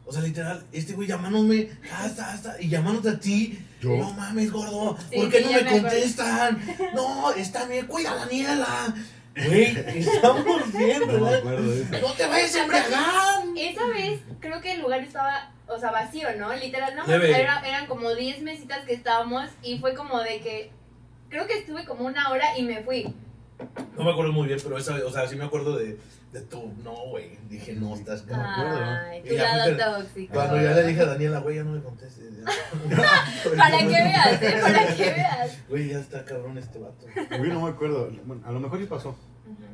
Speaker 1: O sea, literal, este güey llamándome, hasta, hasta, y llamándote a ti. No
Speaker 2: Yo.
Speaker 1: mames, gordo,
Speaker 3: Sí,
Speaker 1: ¿por qué
Speaker 3: sí,
Speaker 1: no
Speaker 3: ya
Speaker 1: me,
Speaker 3: me acuerdo.
Speaker 1: contestan? No, está bien, cuida a Daniela. Güey, estamos bien,
Speaker 2: No me
Speaker 1: ¿verdad?
Speaker 2: acuerdo de eso.
Speaker 1: No te vayas a embriagar.
Speaker 3: Esa vez creo que el lugar estaba, o sea, vacío, ¿no? Literal, no,
Speaker 1: Leve.
Speaker 3: era- eran como 10 mesitas que estábamos y fue como de que, creo que estuve como una hora y me fui.
Speaker 1: No me acuerdo muy bien, pero esa, o sea, sí me acuerdo de, de tú. No, güey, dije, no, estás
Speaker 2: No me
Speaker 1: cabrón.
Speaker 2: Ah. acuerdo.
Speaker 3: Ay, tu
Speaker 1: Y ya fue
Speaker 3: lado
Speaker 1: que-
Speaker 3: tóxico.
Speaker 1: Cuando ya le dije a Daniela, güey, ya no me contestes. ya.
Speaker 3: <laughs> Para que veas, ¿eh? Para que veas.
Speaker 1: Güey, ya está cabrón este vato.
Speaker 2: Uy, no me acuerdo. Bueno, a lo mejor sí pasó.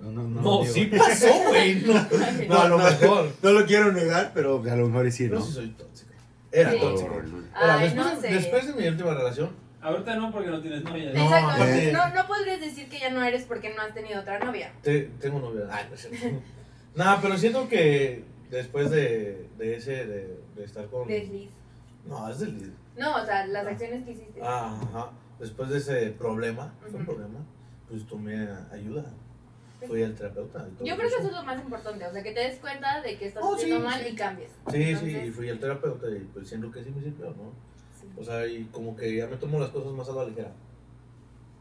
Speaker 2: No, no, no.
Speaker 1: No,
Speaker 2: lo
Speaker 1: <laughs>
Speaker 2: niego.
Speaker 1: sí pasó, güey. No, no, a lo
Speaker 2: <laughs> No, no.
Speaker 1: mejor.
Speaker 2: No lo quiero negar, pero a lo mejor sí,
Speaker 1: Yo
Speaker 2: ¿no?
Speaker 1: sí soy tóxico. Era
Speaker 3: Sí.
Speaker 1: tóxico. Era,
Speaker 3: Ay,
Speaker 1: después,
Speaker 3: no sé.
Speaker 1: después de mi última relación,
Speaker 4: Ahorita no, porque no tienes novia.
Speaker 1: No,
Speaker 3: Exacto,
Speaker 1: aparte-
Speaker 3: no, no podrías decir que ya no eres porque no has tenido otra novia.
Speaker 1: Te- tengo novia. Ay, no es cierto. <laughs> Nada, pero siento que después de, de ese, de, de estar con.
Speaker 3: Desliz.
Speaker 1: No, es del.
Speaker 3: No, o sea, las acciones que hiciste.
Speaker 1: Ah, ajá. Después de ese problema, fue un
Speaker 3: Ujú.
Speaker 1: problema, pues tomé ayuda. Fui al terapeuta. y todo
Speaker 3: Yo creo que
Speaker 1: eso.
Speaker 3: eso es lo más importante, o sea, que te des cuenta de que estás
Speaker 1: Oh, sí,
Speaker 3: haciendo mal
Speaker 1: sí.
Speaker 3: y cambies.
Speaker 1: Sí, sí, y
Speaker 3: Entonces,
Speaker 1: fui al terapeuta y pues siento que sí me sirvió, ¿no?
Speaker 3: sí.
Speaker 1: O sea, y como que ya me tomo las cosas más a la ligera.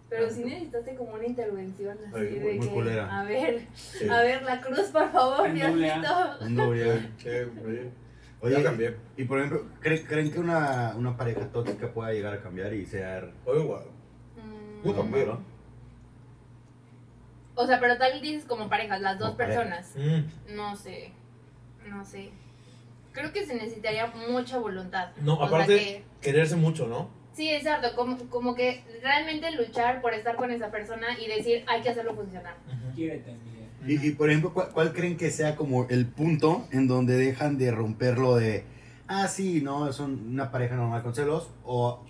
Speaker 3: Pero sí necesitaste como una intervención así
Speaker 1: Ay,
Speaker 3: de
Speaker 2: muy
Speaker 3: que,
Speaker 2: culera.
Speaker 3: a ver,
Speaker 1: Sí.
Speaker 3: a ver la cruz, por favor,
Speaker 4: En doble A.
Speaker 3: Diosito.
Speaker 2: Un doble.
Speaker 1: Sí, sí. ya
Speaker 2: Oye,
Speaker 1: cambié.
Speaker 2: y por ejemplo, ¿creen, creen que una, una pareja tóxica pueda llegar a cambiar y ser
Speaker 1: Oye, guau.
Speaker 3: Mm,
Speaker 1: Yo cambié.
Speaker 2: normal?
Speaker 3: O sea, pero tal dices como parejas, las dos
Speaker 2: Como pareja.
Speaker 3: personas.
Speaker 1: Mm.
Speaker 3: No sé, no sé. Creo que se necesitaría mucha voluntad.
Speaker 1: No,
Speaker 3: O sea
Speaker 1: aparte,
Speaker 3: que-
Speaker 1: quererse mucho, ¿no?
Speaker 3: sí, exacto, como, como que realmente luchar por estar con esa persona y decir, hay que hacerlo funcionar.
Speaker 4: Quiérete, Miguel.
Speaker 2: Y, y, por ejemplo, ¿cuál, cuál creen que sea como el punto en donde dejan de romperlo de, ah, sí, no, son una pareja normal con celos? O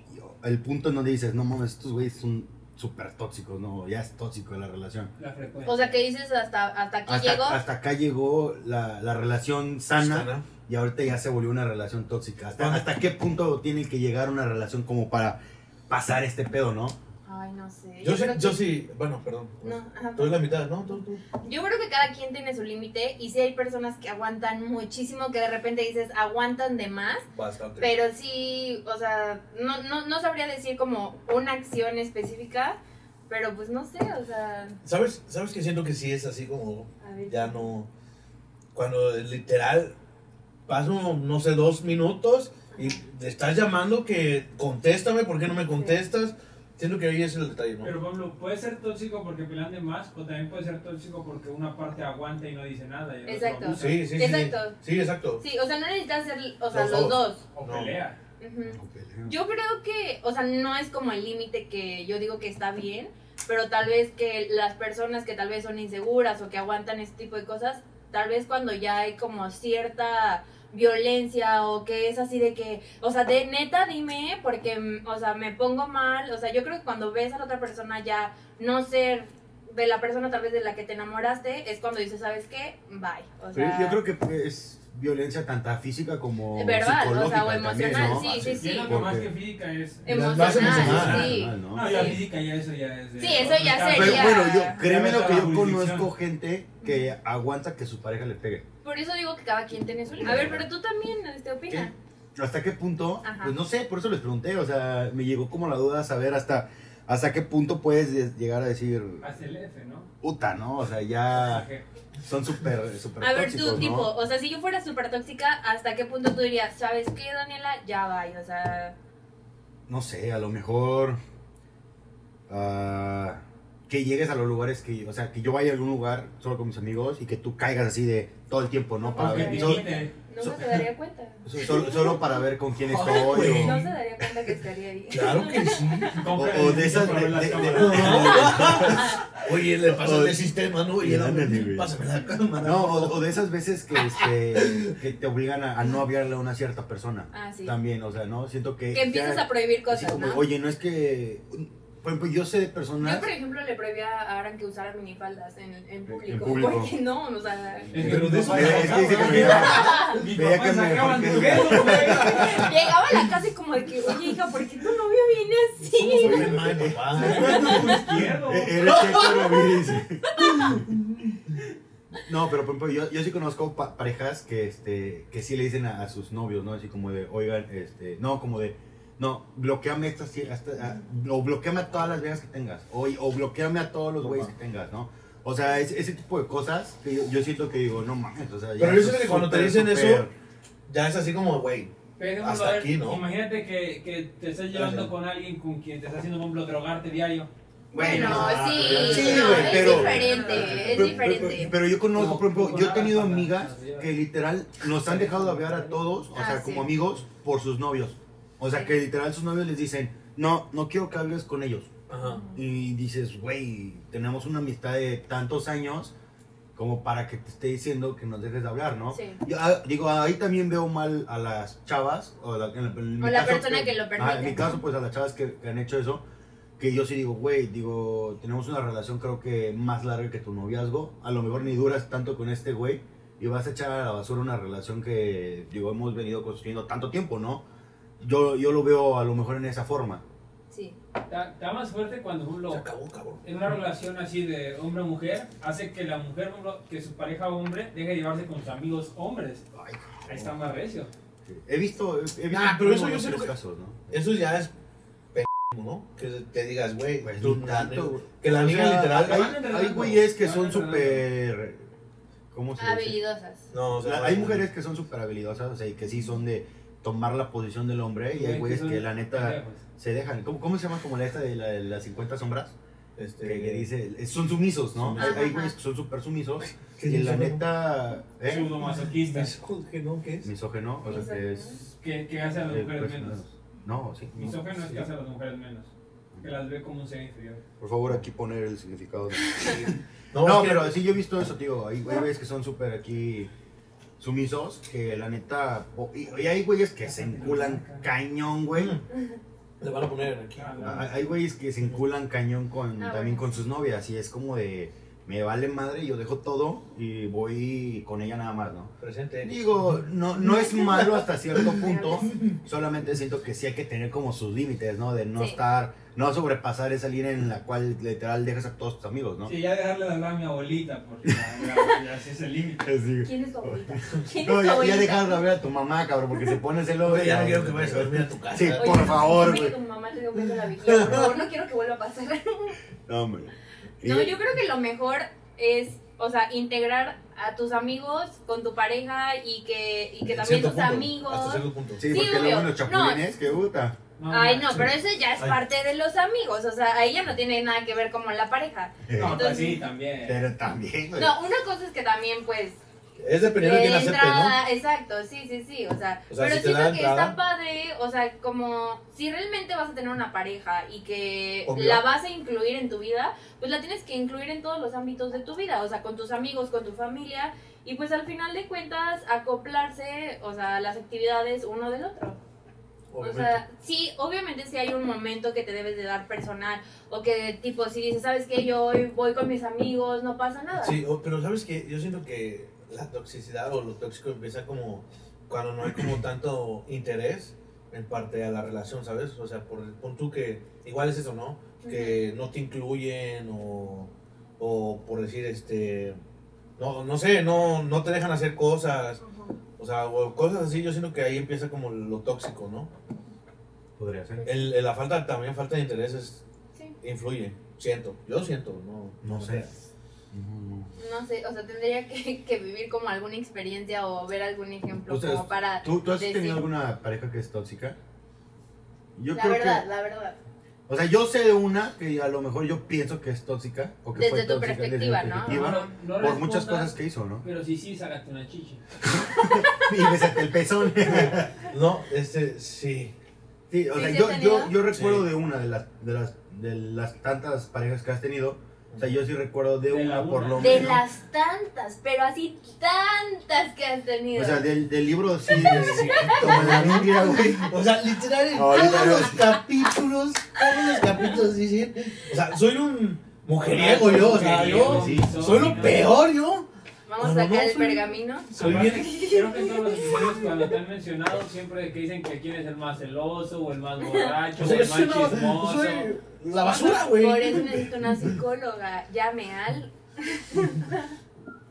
Speaker 2: el punto en donde dices, no mames, estos güeyes son súper tóxicos, no, ya es tóxico la relación.
Speaker 4: La frecuencia.
Speaker 3: O sea, que dices, hasta, hasta aquí llegó.
Speaker 2: Hasta, hasta acá llegó la, la relación sana
Speaker 1: Sana.
Speaker 2: y ahorita ya se volvió una relación tóxica. ¿Hasta,
Speaker 1: Ah.
Speaker 2: hasta qué punto tiene que llegar una relación como para pasar este pedo, no?
Speaker 3: Ay, no sé.
Speaker 1: Yo, sí,
Speaker 3: creo
Speaker 1: yo
Speaker 3: que-
Speaker 1: sí, bueno, perdón.
Speaker 3: No, ajá.
Speaker 1: Tú en la mitad, no, tú, tú.
Speaker 3: Yo creo que cada quien tiene su límite y sí hay personas que aguantan muchísimo, que de repente dices aguantan de más,
Speaker 1: Bastante.
Speaker 3: pero sí, o sea, no, no, no sabría decir como una acción específica, pero pues no sé, o sea,
Speaker 1: ¿Sabes, ¿Sabes que siento que sí es así como
Speaker 3: a ver.
Speaker 1: ya no. Cuando literal paso, no sé, dos minutos y le estás llamando que contéstame, ¿por qué no me contestas? Siento que ahí es el detalle, ¿no?
Speaker 4: Pero Pablo, puede ser tóxico porque pelean de más, o también puede ser tóxico porque una parte aguanta y no dice nada. Y el otro
Speaker 3: Exacto.
Speaker 4: abusa,
Speaker 1: sí, sí, sí.
Speaker 3: Exacto.
Speaker 1: Sí, exacto.
Speaker 3: Sí, o sea, no necesitas ser, o sea,
Speaker 1: Los dos.
Speaker 3: los, dos.
Speaker 4: O
Speaker 1: No.
Speaker 4: pelea.
Speaker 3: Ujú. Yo creo que, o sea, no es como el límite que yo digo que está bien, pero tal vez que las personas que tal vez son inseguras o que aguantan este tipo de cosas, tal vez cuando ya hay como cierta violencia o que es así de que, o sea, de neta dime porque, mm, o sea, me pongo mal, o sea, yo creo que cuando ves a la otra persona ya no ser de la persona tal vez de la que te enamoraste es cuando dices, ¿sabes qué? Bye. O
Speaker 2: Pero
Speaker 3: sea,
Speaker 2: yo creo que es violencia tanta física como
Speaker 3: Verbal, o sea, o
Speaker 2: psicológica también,
Speaker 3: emocional,
Speaker 2: ¿no? Ah,
Speaker 3: sí, sí,
Speaker 2: Así.
Speaker 4: Yo creo que
Speaker 2: Porque-
Speaker 4: más que física es.
Speaker 1: Em-
Speaker 3: emocional,
Speaker 1: Más emocional,
Speaker 3: sí.
Speaker 2: Ah, ¿no?
Speaker 4: No, ya
Speaker 3: sí.
Speaker 4: física ya eso ya es. de-
Speaker 3: Sí, eso ya
Speaker 4: otro
Speaker 2: Pero
Speaker 3: sería-
Speaker 2: bueno, yo
Speaker 3: Ya
Speaker 2: créeme lo
Speaker 4: está
Speaker 2: que
Speaker 4: la
Speaker 2: yo
Speaker 4: jurisdicción.
Speaker 2: conozco gente que aguanta que su pareja le pegue.
Speaker 3: Por eso digo que cada quien tiene su... A ver, pero tú también, este, ¿te opinas?
Speaker 2: ¿Hasta qué punto?
Speaker 3: Ajá.
Speaker 2: Pues no sé, por eso les pregunté, o sea, me llegó como la duda saber hasta hasta qué punto puedes de- llegar a decir,
Speaker 4: Hasta el F, ¿no?
Speaker 2: puta, ¿no? O sea, ya
Speaker 4: Ajá.
Speaker 2: son súper súper
Speaker 3: A ver,
Speaker 2: tóxicos,
Speaker 3: tú,
Speaker 2: ¿no?
Speaker 3: tipo, o sea, si yo fuera súper tóxica, ¿hasta qué punto tú dirías, ¿sabes qué, Daniela? Ya bye, o sea...
Speaker 2: No sé, a lo mejor ah, que llegues a los lugares que, o sea, que yo vaya a algún lugar solo con mis amigos y que tú caigas así de todo el tiempo, ¿no? Para
Speaker 4: Aunque
Speaker 2: ver,
Speaker 4: ni
Speaker 2: sol-
Speaker 4: quite.
Speaker 3: Nunca se daría cuenta.
Speaker 2: so- solo, solo para ver con quién estoy.
Speaker 1: güey.
Speaker 2: o-
Speaker 3: No se daría cuenta que estaría ahí.
Speaker 1: Claro que sí.
Speaker 2: O,
Speaker 4: Compra
Speaker 2: o
Speaker 4: el
Speaker 2: de esas
Speaker 4: para
Speaker 2: de,
Speaker 4: ver las
Speaker 2: de-
Speaker 4: cámaras.
Speaker 2: de-
Speaker 1: Oye, le pasas
Speaker 2: Oye.
Speaker 1: el sistema, ¿no? Y
Speaker 2: Sí,
Speaker 1: el hombre,
Speaker 2: ándale, güey.
Speaker 1: pásame la cámara.
Speaker 2: no, o, o de esas veces que, este, que te obligan a, a no hablarle a una cierta persona.
Speaker 3: <laughs> Ah, sí.
Speaker 2: También, o sea, ¿no? Siento que...
Speaker 3: Que empiezas
Speaker 2: ya-
Speaker 3: a prohibir
Speaker 2: así
Speaker 3: cosas,
Speaker 2: como,
Speaker 3: ¿no?
Speaker 2: Oye, no es que... Por ejemplo, yo sé de personas...
Speaker 3: Yo, por ejemplo, le prohibí a Aran que usara minifaldas en, en público.
Speaker 2: En público.
Speaker 3: Porque no, o
Speaker 2: <laughs>
Speaker 3: sea.
Speaker 4: Es que
Speaker 1: Pero
Speaker 4: mi
Speaker 1: de eso-
Speaker 4: papá
Speaker 1: Pero
Speaker 2: es que dice que
Speaker 4: sacaba-
Speaker 2: me da-
Speaker 4: mi
Speaker 2: veía
Speaker 4: papá
Speaker 2: que me
Speaker 4: sacaba
Speaker 2: dejó
Speaker 4: tus
Speaker 2: que- <laughs>
Speaker 4: dedos, güey.
Speaker 3: Llegaba a la casa y como de que, oye, hija, ¿por qué tu novio viene así?
Speaker 1: Somos bien mal, papá.
Speaker 4: Izquierdo.
Speaker 2: E- Eres Checo Ramírez. <laughs> No, pero por ejemplo, yo, yo sí conozco pa- parejas que, este, que sí le dicen a, a sus novios, ¿no? Así como de, oigan, este, no, como de, no, bloqueame estas, sí, hasta, a- o bloqueame a todas las viejas que tengas, o, o bloqueame a todos los güeyes que tengas, ¿no? O sea, es- ese tipo de cosas que yo, yo siento que digo, no mames, o sea, ya
Speaker 1: Pero yo
Speaker 2: eso
Speaker 1: siento
Speaker 2: es
Speaker 1: que cuando te
Speaker 2: súper,
Speaker 1: dicen
Speaker 2: súper-
Speaker 1: eso, Ya es así como, güey.
Speaker 4: Pero déjame
Speaker 1: Hasta
Speaker 4: saber,
Speaker 1: aquí, ¿no?
Speaker 4: Imagínate que, que te estás llevando
Speaker 1: Ajá.
Speaker 4: con alguien con quien te está haciendo, por ejemplo, drogarte diario.
Speaker 3: Bueno, sí,
Speaker 1: sí,
Speaker 3: no,
Speaker 1: güey,
Speaker 3: es
Speaker 1: pero-
Speaker 3: diferente, es
Speaker 2: Pero-
Speaker 3: diferente.
Speaker 2: Pero, pero yo conozco, por ejemplo,
Speaker 4: Como-
Speaker 2: yo he tenido
Speaker 4: como nada,
Speaker 2: amigas
Speaker 4: así es.
Speaker 2: que literal nos han dejado de hablar a todos, o
Speaker 3: Ah,
Speaker 2: sea,
Speaker 3: sí.
Speaker 2: como amigos, por sus novios. O sea,
Speaker 3: Sí.
Speaker 2: que literal sus novios les dicen, no, no quiero que hables con ellos.
Speaker 1: Ajá.
Speaker 2: Y dices, güey, tenemos una amistad de tantos años como para que te esté diciendo que nos dejes de hablar, ¿no?
Speaker 3: Sí.
Speaker 2: Yo, ah, digo, ahí también veo mal a las chavas, o, la, en- en mi
Speaker 3: O la
Speaker 2: caso,
Speaker 3: persona que lo
Speaker 2: Ah, en mi
Speaker 3: permite.
Speaker 2: caso, pues a las chavas que, que han hecho eso, que yo sí digo, güey, digo, tenemos una relación creo que más larga que tu noviazgo, a lo mejor ni duras tanto con este güey, y vas a echar a la basura una relación que, digo, hemos venido construyendo tanto tiempo, ¿no? Yo, yo lo veo a lo mejor en esa forma.
Speaker 3: Sí.
Speaker 4: Está, está más fuerte cuando
Speaker 1: Se
Speaker 4: uno
Speaker 1: acabó, cabrón.
Speaker 4: en una relación así de hombre-mujer hace que la mujer, por ejemplo, que su pareja hombre deje de llevarse con sus amigos hombres.
Speaker 2: Ay,
Speaker 4: Ahí está más recio.
Speaker 2: He visto, he, he visto
Speaker 1: Nah, Ah, pero eso
Speaker 2: como
Speaker 1: yo
Speaker 2: dos,
Speaker 1: siento
Speaker 2: tres
Speaker 1: que-
Speaker 2: casos, ¿no?
Speaker 1: Eso ya es pendejo, ¿no? Que te digas, güey,
Speaker 2: Pues,
Speaker 1: tú
Speaker 2: ni
Speaker 1: tan-
Speaker 2: tanto, güey.
Speaker 1: Que la
Speaker 2: O
Speaker 1: amiga
Speaker 2: sea,
Speaker 1: literal.
Speaker 4: van
Speaker 2: Hay,
Speaker 4: entrenando,
Speaker 2: hay güeyes que
Speaker 4: van
Speaker 2: son
Speaker 4: entrenando.
Speaker 2: súper. ¿Cómo se dice?
Speaker 3: Habilidosas.
Speaker 1: No, o
Speaker 2: O
Speaker 1: sea,
Speaker 2: sea,
Speaker 1: no,
Speaker 2: hay
Speaker 1: no.
Speaker 2: mujeres que son súper habilidosas, o sea, y que sí son de tomar la posición del hombre, y hay güeyes
Speaker 4: son
Speaker 2: que la neta ¿eh?
Speaker 4: pendejos.
Speaker 2: se dejan. ¿Cómo, cómo se llama como la esta de la- de las 50 sombras?
Speaker 1: Este,
Speaker 2: Que, que dice, eh, son sumisos, ¿no?
Speaker 1: Ajá,
Speaker 2: Hay- Hay
Speaker 3: ajá.
Speaker 2: güeyes que son súper sumisos,
Speaker 1: ¿Qué
Speaker 2: y
Speaker 1: dice,
Speaker 2: la
Speaker 1: no?
Speaker 2: neta. ¿Eh?
Speaker 4: pues, Pseudomasoquistas
Speaker 1: ¿Qué no? ¿Qué es?
Speaker 2: Misógeno, o sea, que es.
Speaker 4: que, que hace a las
Speaker 2: eh,
Speaker 4: mujeres
Speaker 2: pues,
Speaker 4: menos.
Speaker 2: No, sí. no,
Speaker 4: Misógeno es
Speaker 2: sí.
Speaker 4: que hace a las mujeres menos. Que las ve como un ser inferior.
Speaker 2: Por favor, aquí poner el significado. de-
Speaker 1: <laughs> No,
Speaker 2: No,
Speaker 1: es que-
Speaker 2: pero sí yo he visto eso, tío. Hay güeyes que son súper aquí sumisos, que la neta... po- Y, y hay güeyes que se enculan cañón, güey.
Speaker 1: Le van a poner aquí.
Speaker 4: Ah,
Speaker 2: Hay hay güeyes que se enculan cañón con,
Speaker 3: Ah,
Speaker 2: también
Speaker 3: bueno.
Speaker 2: con sus novias. Y es como de, me vale madre, yo dejo todo y voy con ella nada más, ¿no?
Speaker 1: Presente.
Speaker 2: Digo, no, no es malo hasta cierto punto, solamente siento que sí hay que tener como sus límites, ¿no? De no
Speaker 3: Sí.
Speaker 2: estar, no sobrepasar esa línea en la cual literal dejas a todos tus amigos, ¿no? <laughs>
Speaker 4: Sí, ya dejarle de hablar a mi abuelita porque ya, ya- ya es el límite.
Speaker 2: Así.
Speaker 3: ¿Quién es tu abuelita? ¿Quién
Speaker 2: No,
Speaker 3: es tu
Speaker 2: ya, ya
Speaker 3: abuelita?
Speaker 2: dejas de hablar a tu mamá, cabrón, porque se pone celoso.
Speaker 1: Güey, <laughs> ya no quiero que vayas a dormir a tu casa.
Speaker 2: Sí.
Speaker 3: Oye,
Speaker 2: por
Speaker 3: no,
Speaker 2: favor,
Speaker 3: dime que Tu mamá te dio un beso en la vigilia, por favor, no quiero que vuelva a pasar.
Speaker 2: No, hombre. <laughs> Y-
Speaker 3: No, yo creo que lo mejor es, o sea, integrar a tus amigos con tu pareja y que, y que
Speaker 1: En
Speaker 3: también
Speaker 1: cierto
Speaker 3: tus
Speaker 1: punto, Hasta
Speaker 3: amigos.
Speaker 1: cierto punto.
Speaker 3: Sí,
Speaker 2: Sí, porque luego
Speaker 3: obvio.
Speaker 2: los chapulines, que puta.
Speaker 3: Ay, no, pero eso ya es
Speaker 1: Ay.
Speaker 3: parte de los amigos, o sea, ahí ya no tiene nada que ver como la pareja.
Speaker 4: No,
Speaker 2: Eh,
Speaker 4: pues sí, también.
Speaker 2: Pero también, güey.
Speaker 3: No, una cosa es que también, pues,
Speaker 1: Es dependiendo de quién
Speaker 3: de
Speaker 1: acepte, ¿no?
Speaker 3: entrada, exacto, sí, sí, sí, o sea,
Speaker 1: O sea,
Speaker 3: pero
Speaker 1: si te
Speaker 3: siento
Speaker 1: da
Speaker 3: que
Speaker 1: entrada-
Speaker 3: está padre, o sea, como si realmente vas a tener una pareja y que
Speaker 1: Obvio.
Speaker 3: la vas a incluir en tu vida, pues la tienes que incluir en todos los ámbitos de tu vida, o sea, con tus amigos, con tu familia y pues al final de cuentas acoplarse, o sea, las actividades uno del otro. O sea, sí, obviamente sí hay un momento que te debes de dar personal o que tipo si dices, sabes que yo hoy voy con mis amigos, no pasa nada.
Speaker 1: Sí, o- pero sabes que yo siento que la toxicidad o lo tóxico empieza como cuando no hay
Speaker 3: <clears throat>
Speaker 1: como tanto interés en parte a la relación, ¿sabes? O sea, por el punto que igual es eso, ¿no? Que no te incluyen o, o por decir, este, no, no sé, no, no te dejan hacer cosas,
Speaker 3: Ujú.
Speaker 1: o sea, o cosas así, yo siento que ahí empieza como lo tóxico, ¿no?
Speaker 5: Podría ser.
Speaker 1: El, el- la falta, también falta de interés es-
Speaker 3: Sí.
Speaker 1: influye, siento, yo siento, no,
Speaker 5: No sé.
Speaker 3: No sé, o sea, tendría que, <laughs> que vivir como alguna experiencia o ver algún ejemplo
Speaker 2: O sea,
Speaker 3: como para...
Speaker 5: ¿Tú, tú has
Speaker 3: decir-
Speaker 5: tenido alguna pareja que es tóxica?
Speaker 2: Yo
Speaker 3: la
Speaker 2: creo
Speaker 3: verdad,
Speaker 2: que.
Speaker 3: la verdad.
Speaker 2: O sea, yo sé de una que a lo mejor yo pienso que es tóxica. O que
Speaker 3: Desde
Speaker 2: fue
Speaker 3: tu
Speaker 2: tóxica,
Speaker 3: perspectiva, ¿no?
Speaker 2: perspectiva,
Speaker 4: No, no
Speaker 2: por muchas
Speaker 4: respondas,
Speaker 2: cosas que hizo, ¿no? <laughs>
Speaker 4: Pero sí, sí, sácate una chichi.
Speaker 2: y me saqué el pezón. <laughs>
Speaker 1: No, este, sí.
Speaker 2: Sí, o
Speaker 3: ¿Sí
Speaker 2: sea,
Speaker 3: te
Speaker 2: yo,
Speaker 3: has tenido?
Speaker 2: yo, yo recuerdo
Speaker 1: Sí.
Speaker 2: de una de las, de, las, de las tantas parejas que has tenido. O sea, yo sí recuerdo de,
Speaker 4: De la
Speaker 2: una por
Speaker 4: una.
Speaker 2: lo
Speaker 3: De
Speaker 2: menos.
Speaker 3: las tantas, pero así tantas que has tenido.
Speaker 2: O sea, del, del libro sí, de, como la Biblia, güey.
Speaker 1: O sea, literal, en
Speaker 2: Ahorita
Speaker 1: todos
Speaker 2: veo.
Speaker 1: los capítulos, todos los capítulos dicen, o sea, soy un mujeriego yo, o sea, yo
Speaker 2: sí.
Speaker 1: soy lo peor yo.
Speaker 3: Vamos a
Speaker 1: no, no,
Speaker 3: sacar el
Speaker 1: soy-
Speaker 3: pergamino.
Speaker 1: Soy
Speaker 4: Aparte,
Speaker 1: bien
Speaker 4: Creo que en todos los episodios cuando te han mencionado siempre que dicen que quién es el más celoso o el más
Speaker 1: <laughs>
Speaker 4: borracho
Speaker 1: o
Speaker 4: o,
Speaker 1: sea, yo
Speaker 4: el más
Speaker 1: soy, la-
Speaker 4: chismoso.
Speaker 1: soy la basura, güey.
Speaker 3: Por eso necesito una psicóloga. Llame al.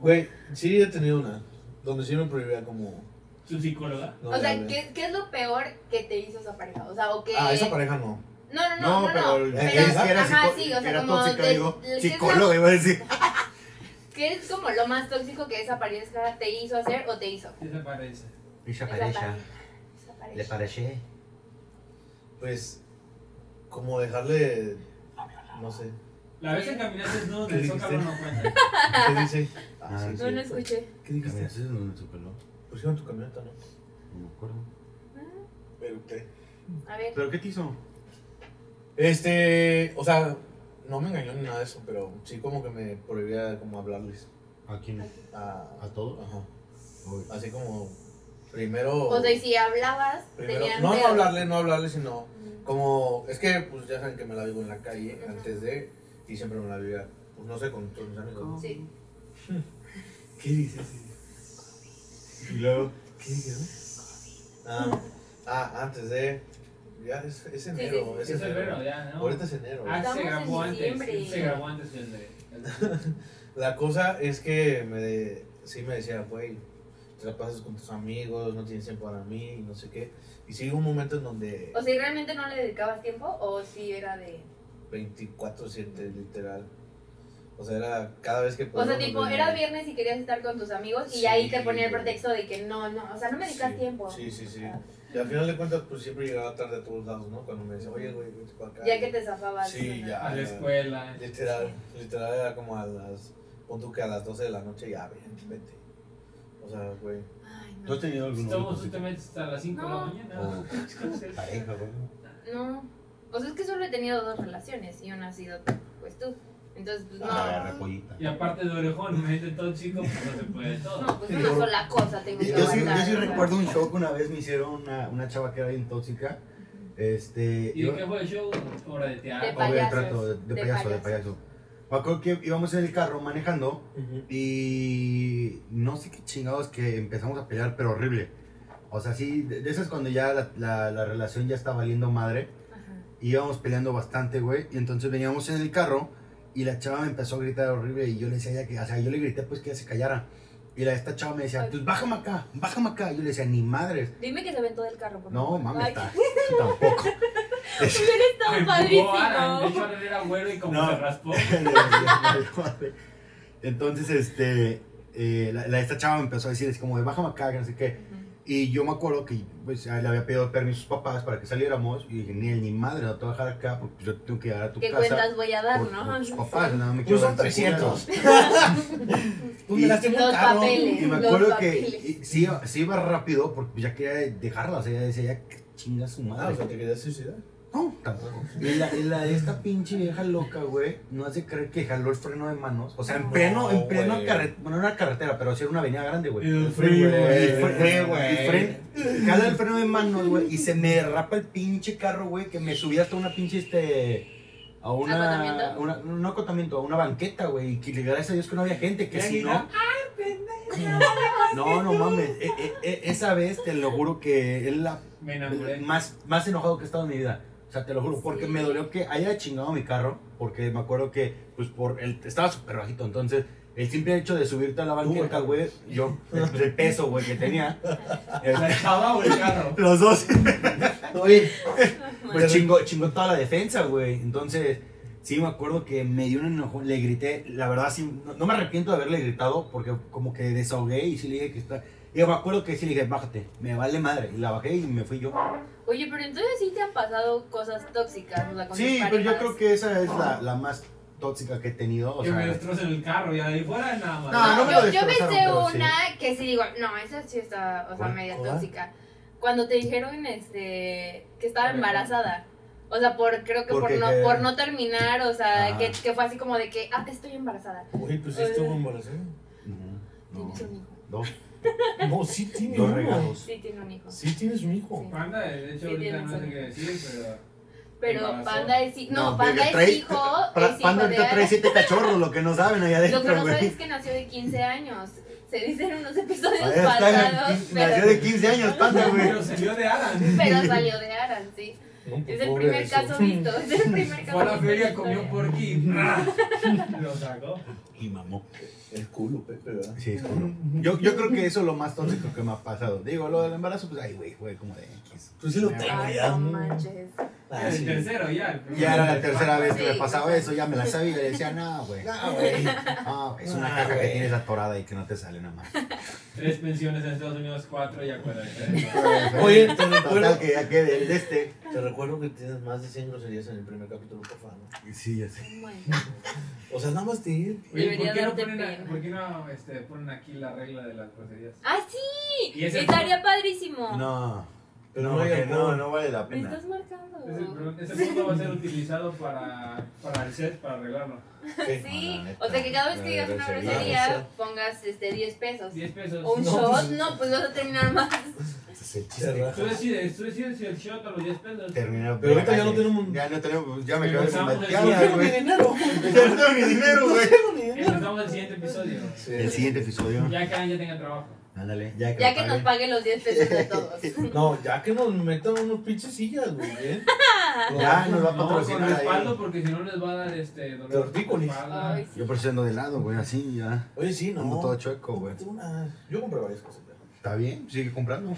Speaker 1: Güey, sí he tenido una donde sí me prohibía como
Speaker 4: Su psicóloga.
Speaker 1: no
Speaker 3: o
Speaker 1: le
Speaker 3: sea,
Speaker 1: hable.
Speaker 3: ¿qué, ¿qué es lo peor que te hizo esa pareja? O sea, o que.
Speaker 1: Ah, esa pareja no.
Speaker 3: No, no, no, no,
Speaker 2: No,
Speaker 3: no,
Speaker 2: pero-
Speaker 1: es que
Speaker 2: era
Speaker 3: ajá,
Speaker 2: psico-
Speaker 3: sí, o sea,
Speaker 2: era
Speaker 3: como
Speaker 2: tóxica,
Speaker 3: de-
Speaker 2: digo,
Speaker 3: ¿qué es la-
Speaker 2: Psicólogo, iba a decir.
Speaker 3: ¿Qué es como lo más tóxico que esa pareja te hizo hacer o te hizo?
Speaker 4: Esa parece.
Speaker 5: Esa
Speaker 3: Esa
Speaker 5: pareja.
Speaker 3: pareja, esa pareja.
Speaker 5: ¿Le parece?
Speaker 1: Pues como dejarle no sé.
Speaker 4: La vez que caminaste desnudo
Speaker 1: ¿Qué
Speaker 4: en el zócalo
Speaker 1: dijiste?
Speaker 4: no cuenta.
Speaker 1: <laughs> ¿Qué
Speaker 3: <laughs>
Speaker 1: dice?
Speaker 5: Ah,
Speaker 1: sí,
Speaker 3: No,
Speaker 1: sí.
Speaker 3: no escuché.
Speaker 1: ¿Qué dijiste?
Speaker 5: ¿Caminaste en su pelo?
Speaker 1: Pusieron tu camioneta, ¿no?
Speaker 5: No me acuerdo.
Speaker 1: Pero qué.
Speaker 3: A ver.
Speaker 2: ¿Pero qué te hizo?
Speaker 1: Este, o sea, no me engañó ni nada de eso, pero sí como que me prohibía como hablarles
Speaker 5: ¿A quién?
Speaker 1: a,
Speaker 5: ¿A todos?
Speaker 1: ajá,
Speaker 5: Uy.
Speaker 1: así como primero,
Speaker 3: O sea, y si hablabas,
Speaker 1: primero
Speaker 3: tenían.
Speaker 1: no,
Speaker 3: de-
Speaker 1: no hablarle, no hablarle, sino
Speaker 3: Mm.
Speaker 1: como es que pues ya saben que me la vivo en la calle
Speaker 3: Ujú.
Speaker 1: antes de y siempre me la vivía, pues no sé con todos mis amigos. ¿no?
Speaker 3: Sí.
Speaker 1: ¿Qué dices?
Speaker 2: Y luego.
Speaker 1: ¿Qué dices? Ah, ah, antes de ya es, es enero,
Speaker 3: sí,
Speaker 1: es
Speaker 4: Eso es
Speaker 1: enero.
Speaker 4: bueno, ya, ¿no?
Speaker 1: Ahorita es enero.
Speaker 4: Ah,
Speaker 3: Estamos
Speaker 4: se grabó
Speaker 3: en diciembre.
Speaker 4: antes. Se grabó antes del de.
Speaker 1: La cosa es que me de- sí me decía, güey, te la pasas con tus amigos, no tienes tiempo para mí, y no sé qué. Y sí hubo un momento en donde
Speaker 3: O sea, ¿y realmente no le dedicabas tiempo o si era de.
Speaker 1: 24-7, literal. O sea, era cada vez que
Speaker 3: O sea,
Speaker 1: podíamos,
Speaker 3: tipo,
Speaker 1: nos
Speaker 3: era
Speaker 1: veíamos.
Speaker 3: viernes y querías estar con tus amigos y
Speaker 1: Sí,
Speaker 3: ahí te ponía el
Speaker 1: güey.
Speaker 3: pretexto de que no, no, o sea, no me dedicas
Speaker 1: Sí,
Speaker 3: tiempo.
Speaker 1: Sí, sí, sí.
Speaker 3: Ah.
Speaker 1: Y al final de cuentas, pues siempre llegaba tarde a todos lados, ¿no? Cuando me decía, oye, güey, vete para acá.
Speaker 3: Ya que te zafabas.
Speaker 1: Sí,
Speaker 3: ¿no?
Speaker 1: Ah, ya.
Speaker 4: A la escuela.
Speaker 1: Literal, literal era como a las. Pon tú que a las 12 de la noche ya, ven, vete. O sea, güey.
Speaker 3: Ay,
Speaker 2: ¿Tú has
Speaker 3: no.
Speaker 2: tenido algún
Speaker 4: Estamos
Speaker 2: momento tóxico?
Speaker 4: justamente hasta las 5 de la
Speaker 3: No.
Speaker 4: mañana. Entonces,
Speaker 1: Oh.
Speaker 5: Pareja, güey.
Speaker 3: No. O sea, es que solo he tenido dos relaciones y una ha sido, pues tú. Entonces, pues no.
Speaker 5: Ah, repollita.
Speaker 4: Y aparte de orejón, me mete tóxico, pues no se puede todo.
Speaker 3: No, pues
Speaker 1: Sí,
Speaker 3: una
Speaker 1: yo-
Speaker 3: sola cosa tengo que
Speaker 2: Yo sí, yo
Speaker 3: aguantar.
Speaker 2: sí
Speaker 3: o sea.
Speaker 2: recuerdo un show que una vez me hicieron una, una chava que era bien tóxica. Este.
Speaker 4: ¿Y de qué fue el show? Obra de
Speaker 3: De
Speaker 4: teatro.
Speaker 2: Obra de
Speaker 3: payasos,
Speaker 2: trato, de, de
Speaker 3: de
Speaker 2: payaso, de payaso. Me acuerdo que íbamos en el carro manejando y no sé qué chingados que empezamos a pelear, pero horrible. O sea, sí, de de esas cuando ya la, la- la relación ya está valiendo madre.
Speaker 3: Ajá.
Speaker 2: y Íbamos peleando bastante, güey. Y entonces veníamos en el carro y la chava me empezó a gritar horrible y yo le decía a ella que, o sea, yo le grité pues que ella se callara. Y la, esta chava me decía, pues bájame acá, bájame acá. Y yo le decía, ni madres.
Speaker 3: Dime que se aventó del carro, por
Speaker 2: No,
Speaker 3: favor.
Speaker 2: mames,
Speaker 3: Ay, <laughs>
Speaker 2: está, tampoco.
Speaker 3: Hubiera
Speaker 4: pues,
Speaker 3: estado
Speaker 4: Aran, de hecho,
Speaker 3: padrísimo.
Speaker 4: Aran era güero y como
Speaker 2: No.
Speaker 4: se raspó.
Speaker 2: <laughs> Entonces, este, eh, la, la- esta chava me empezó a decir, es como, de, bájame acá, que no sé qué. Y yo me acuerdo que pues, a- le había pedido permiso a sus papás para que saliéramos. Y dije, ni, ni madre, no te voy a dejar acá porque yo tengo que llegar a tu
Speaker 3: ¿Qué
Speaker 2: casa.
Speaker 3: cuentas voy a dar,
Speaker 2: por- por tus
Speaker 3: no?
Speaker 2: papás, no me
Speaker 1: Pues
Speaker 2: quiero
Speaker 1: son
Speaker 2: dar ese culo.
Speaker 1: 300. Tú
Speaker 2: Y-
Speaker 1: me lastimó un
Speaker 3: Los
Speaker 1: carro.
Speaker 3: papeles.
Speaker 2: Y me
Speaker 3: Los
Speaker 2: acuerdo que
Speaker 3: papeles.
Speaker 2: y- sí, iba- sí iba rápido porque ya quería dejarla. O sea, ella decía, ya que chinga su
Speaker 1: Ah, o
Speaker 2: madre.
Speaker 1: sea, te querías suicidar.
Speaker 2: No, tampoco. Y la, y la de esta pinche vieja loca, güey, no hace creer que jaló el freno de manos. O sea, en pleno, en pleno
Speaker 5: güey.
Speaker 2: carre- bueno, no era carretera, pero sí era una avenida grande, güey.
Speaker 1: El
Speaker 4: Eh,
Speaker 2: El
Speaker 1: freeway.
Speaker 2: fre-
Speaker 5: freeway.
Speaker 2: el fren- Jala el freno de manos, güey, y se me derrapa el pinche carro, güey, que me subí hasta una pinche, este... A una,
Speaker 3: ¿Acotamiento?
Speaker 2: una, no acotamiento, a una banqueta, güey. Y que le gracias a Dios que no había gente, que
Speaker 4: Ya
Speaker 2: si
Speaker 4: ni
Speaker 2: no.
Speaker 4: la-
Speaker 2: <laughs> No, no mames. e- e- e- esa vez te lo juro que es la
Speaker 4: Me enamoré.
Speaker 2: más, más enojado que he estado en mi vida. O sea, te lo juro, porque
Speaker 3: Sí.
Speaker 2: me dolió que haya chingado mi carro, porque me acuerdo que, pues, por el, estaba súper bajito, entonces, el simple hecho de subirte a la banqueta, güey, yo, el, el peso, güey, que tenía,
Speaker 4: La
Speaker 2: este,
Speaker 4: chava o el carro.
Speaker 2: los dos, <laughs>
Speaker 1: Oye,
Speaker 2: pues, chingó, chingó toda la defensa, güey, entonces, sí, me acuerdo que me dio un enojo, le grité, la verdad, sí, no, no me arrepiento de haberle gritado, porque como que desahogué y sí le dije que está, y me acuerdo que sí le dije, bájate, me vale madre, y la bajé y me fui yo.
Speaker 3: Oye, pero entonces sí te han pasado cosas tóxicas. O sea, con tus
Speaker 2: Sí, pero yo
Speaker 3: parejas.
Speaker 2: creo que esa es la, la más tóxica que he tenido. O
Speaker 4: <laughs> que me
Speaker 2: sea,
Speaker 4: destrocen el carro y ahí fuera nada más.
Speaker 2: No, no me lo
Speaker 3: yo, yo me
Speaker 2: destrozaron,
Speaker 3: sé
Speaker 2: pero sí.
Speaker 3: una que sí digo, no, esa sí está, o sea,
Speaker 2: ¿Cuál?
Speaker 3: media
Speaker 1: ¿Cuál?
Speaker 3: tóxica. Cuando te dijeron este que estaba
Speaker 4: A ver,
Speaker 3: embarazada. O sea, por creo que
Speaker 2: ¿Por
Speaker 3: por,
Speaker 2: qué?
Speaker 3: no
Speaker 2: ¿Qué?
Speaker 3: por no terminar, o sea,
Speaker 2: Ah.
Speaker 3: que, que fue así como de que, ah, estoy embarazada.
Speaker 1: Uy, pues sí estuvo embarazada.
Speaker 2: no,
Speaker 3: Tienes un hijo.
Speaker 2: dos,
Speaker 1: No, sí tiene
Speaker 2: dos
Speaker 1: uno.
Speaker 2: regalos.
Speaker 3: Sí, tiene un hijo.
Speaker 1: Sí tienes un hijo.
Speaker 4: Panda, de
Speaker 3: Sí,
Speaker 4: hecho, ahorita
Speaker 3: tienes
Speaker 4: no sé
Speaker 3: razón.
Speaker 4: qué decir, pero.
Speaker 3: Pero
Speaker 4: ¿Embarazó?
Speaker 3: Panda es hijo. No,
Speaker 2: No,
Speaker 3: Panda
Speaker 2: porque
Speaker 3: es
Speaker 2: trae-
Speaker 3: hijo.
Speaker 2: Para-
Speaker 3: es hijo
Speaker 2: Panda
Speaker 3: de
Speaker 2: ahorita trae
Speaker 3: Ana.
Speaker 2: <laughs> siete cachorros, lo que no saben allá
Speaker 3: Lo que
Speaker 2: adentro,
Speaker 3: no sabes es
Speaker 2: <laughs> güey.
Speaker 3: que nació de 15 años. Se dice en unos episodios
Speaker 2: Ahí está,
Speaker 3: pasados,
Speaker 2: nació
Speaker 3: pero,
Speaker 2: de 15 años, Panda, güey.
Speaker 4: Pero salió de Alan.
Speaker 3: pero salió de Aran, sí.
Speaker 1: No, pues,
Speaker 3: Es el
Speaker 1: pobre de
Speaker 3: primer
Speaker 1: su-
Speaker 3: caso visto, es el primer caso
Speaker 4: Fue a la
Speaker 3: visto en
Speaker 4: feria,
Speaker 3: la
Speaker 4: comió
Speaker 3: historia.
Speaker 4: porky y <laughs> lo sacó.
Speaker 5: Y mamó.
Speaker 1: El culo, Pepe, ¿verdad?
Speaker 2: Sí, es duro. yo, yo creo que eso es lo más tóxico que me ha pasado. Digo, lo del embarazo, pues ay, güey, güey, como de. X.
Speaker 1: Pues sí lo
Speaker 2: Ya.
Speaker 1: tengo
Speaker 3: Ay,
Speaker 1: ya.
Speaker 3: no manches.
Speaker 1: Ah,
Speaker 4: el
Speaker 1: sí.
Speaker 4: tercero ya. el primero.
Speaker 2: Ya era la tercera vez que me
Speaker 3: Sí.
Speaker 2: pasaba eso, ya me la sabía y le decía, no, güey.
Speaker 1: Ah, güey.
Speaker 2: Ah, es una
Speaker 1: Ah,
Speaker 2: caja que
Speaker 1: güey.
Speaker 2: tienes atorada y que no te sale nada más.
Speaker 4: Tres pensiones en Estados Unidos, cuatro y acuérdate.
Speaker 1: Oye, te
Speaker 2: total
Speaker 1: recuerdo-
Speaker 2: que ya quede el de este.
Speaker 1: Te recuerdo que tienes más de 100 groserías en el primer capítulo, por favor.
Speaker 2: Sí, ya sé.
Speaker 1: O sea, nada más te ir.
Speaker 4: Oye, ¿por
Speaker 3: Debería
Speaker 4: qué no
Speaker 3: darte
Speaker 4: ponen, a-
Speaker 3: pena.
Speaker 4: ¿por qué no, este, ponen aquí la regla de las groserías?
Speaker 3: ¡Ah, sí!
Speaker 4: Y ese-
Speaker 3: Estaría padrísimo.
Speaker 2: No.
Speaker 1: Pero
Speaker 2: no,
Speaker 1: no,
Speaker 2: porque
Speaker 1: hay
Speaker 2: no,
Speaker 1: no,
Speaker 2: no vale la
Speaker 3: Me
Speaker 2: pena.
Speaker 3: estás marcando.
Speaker 4: Ese, pero ese punto va a ser utilizado para, para el set, para arreglarlo.
Speaker 2: No,
Speaker 3: Sí,
Speaker 2: la neta.
Speaker 3: o sea que cada vez que digas una
Speaker 2: Grosería.
Speaker 3: grosería pongas este 10 pesos.
Speaker 4: 10 pesos.
Speaker 3: O un
Speaker 1: No,
Speaker 3: shot,
Speaker 1: pues-
Speaker 3: no, pues vas a terminar más.
Speaker 2: <laughs> Ese es el
Speaker 1: Se
Speaker 2: chiste.
Speaker 1: raja.
Speaker 4: Tú decides, tú decides si el shot o los 10 pesos.
Speaker 2: Terminar
Speaker 1: Pero
Speaker 2: por
Speaker 1: ahorita
Speaker 2: la
Speaker 1: ya no
Speaker 2: calle.
Speaker 1: tenemos-
Speaker 2: Ya no tenemos. Ya me
Speaker 4: Pero
Speaker 2: quedo sin
Speaker 4: estamos
Speaker 2: bateada,
Speaker 1: <laughs>
Speaker 4: haciendo-
Speaker 2: güey. <laughs>
Speaker 1: dinero.
Speaker 2: Ya no tengo ni dinero, güey.
Speaker 4: Empezamos el siguiente episodio.
Speaker 2: El siguiente episodio.
Speaker 4: Ya cada ya tenga trabajo.
Speaker 2: Ándale. Ya que,
Speaker 3: Ya
Speaker 2: lo
Speaker 3: que nos
Speaker 2: paguen.
Speaker 3: pague los 10 pesos de
Speaker 2: <laughs>
Speaker 3: todos.
Speaker 1: No, ya que nos metan unos pinches sillas, güey.
Speaker 3: <laughs>
Speaker 1: ¿eh?
Speaker 2: Ya nos va a
Speaker 4: No, con
Speaker 2: patrocinar
Speaker 4: respaldo
Speaker 2: ahí.
Speaker 4: porque si no les va a dar este dolor. de
Speaker 1: Tortícolis.
Speaker 4: espalda.
Speaker 3: Ay, sí.
Speaker 2: Yo por eso ando de lado, güey, así ya.
Speaker 1: Oye, sí, no.
Speaker 2: Ando todo chueco, güey.
Speaker 1: Una- Yo compré varias cosas. ya.
Speaker 2: Está bien, sigue comprando.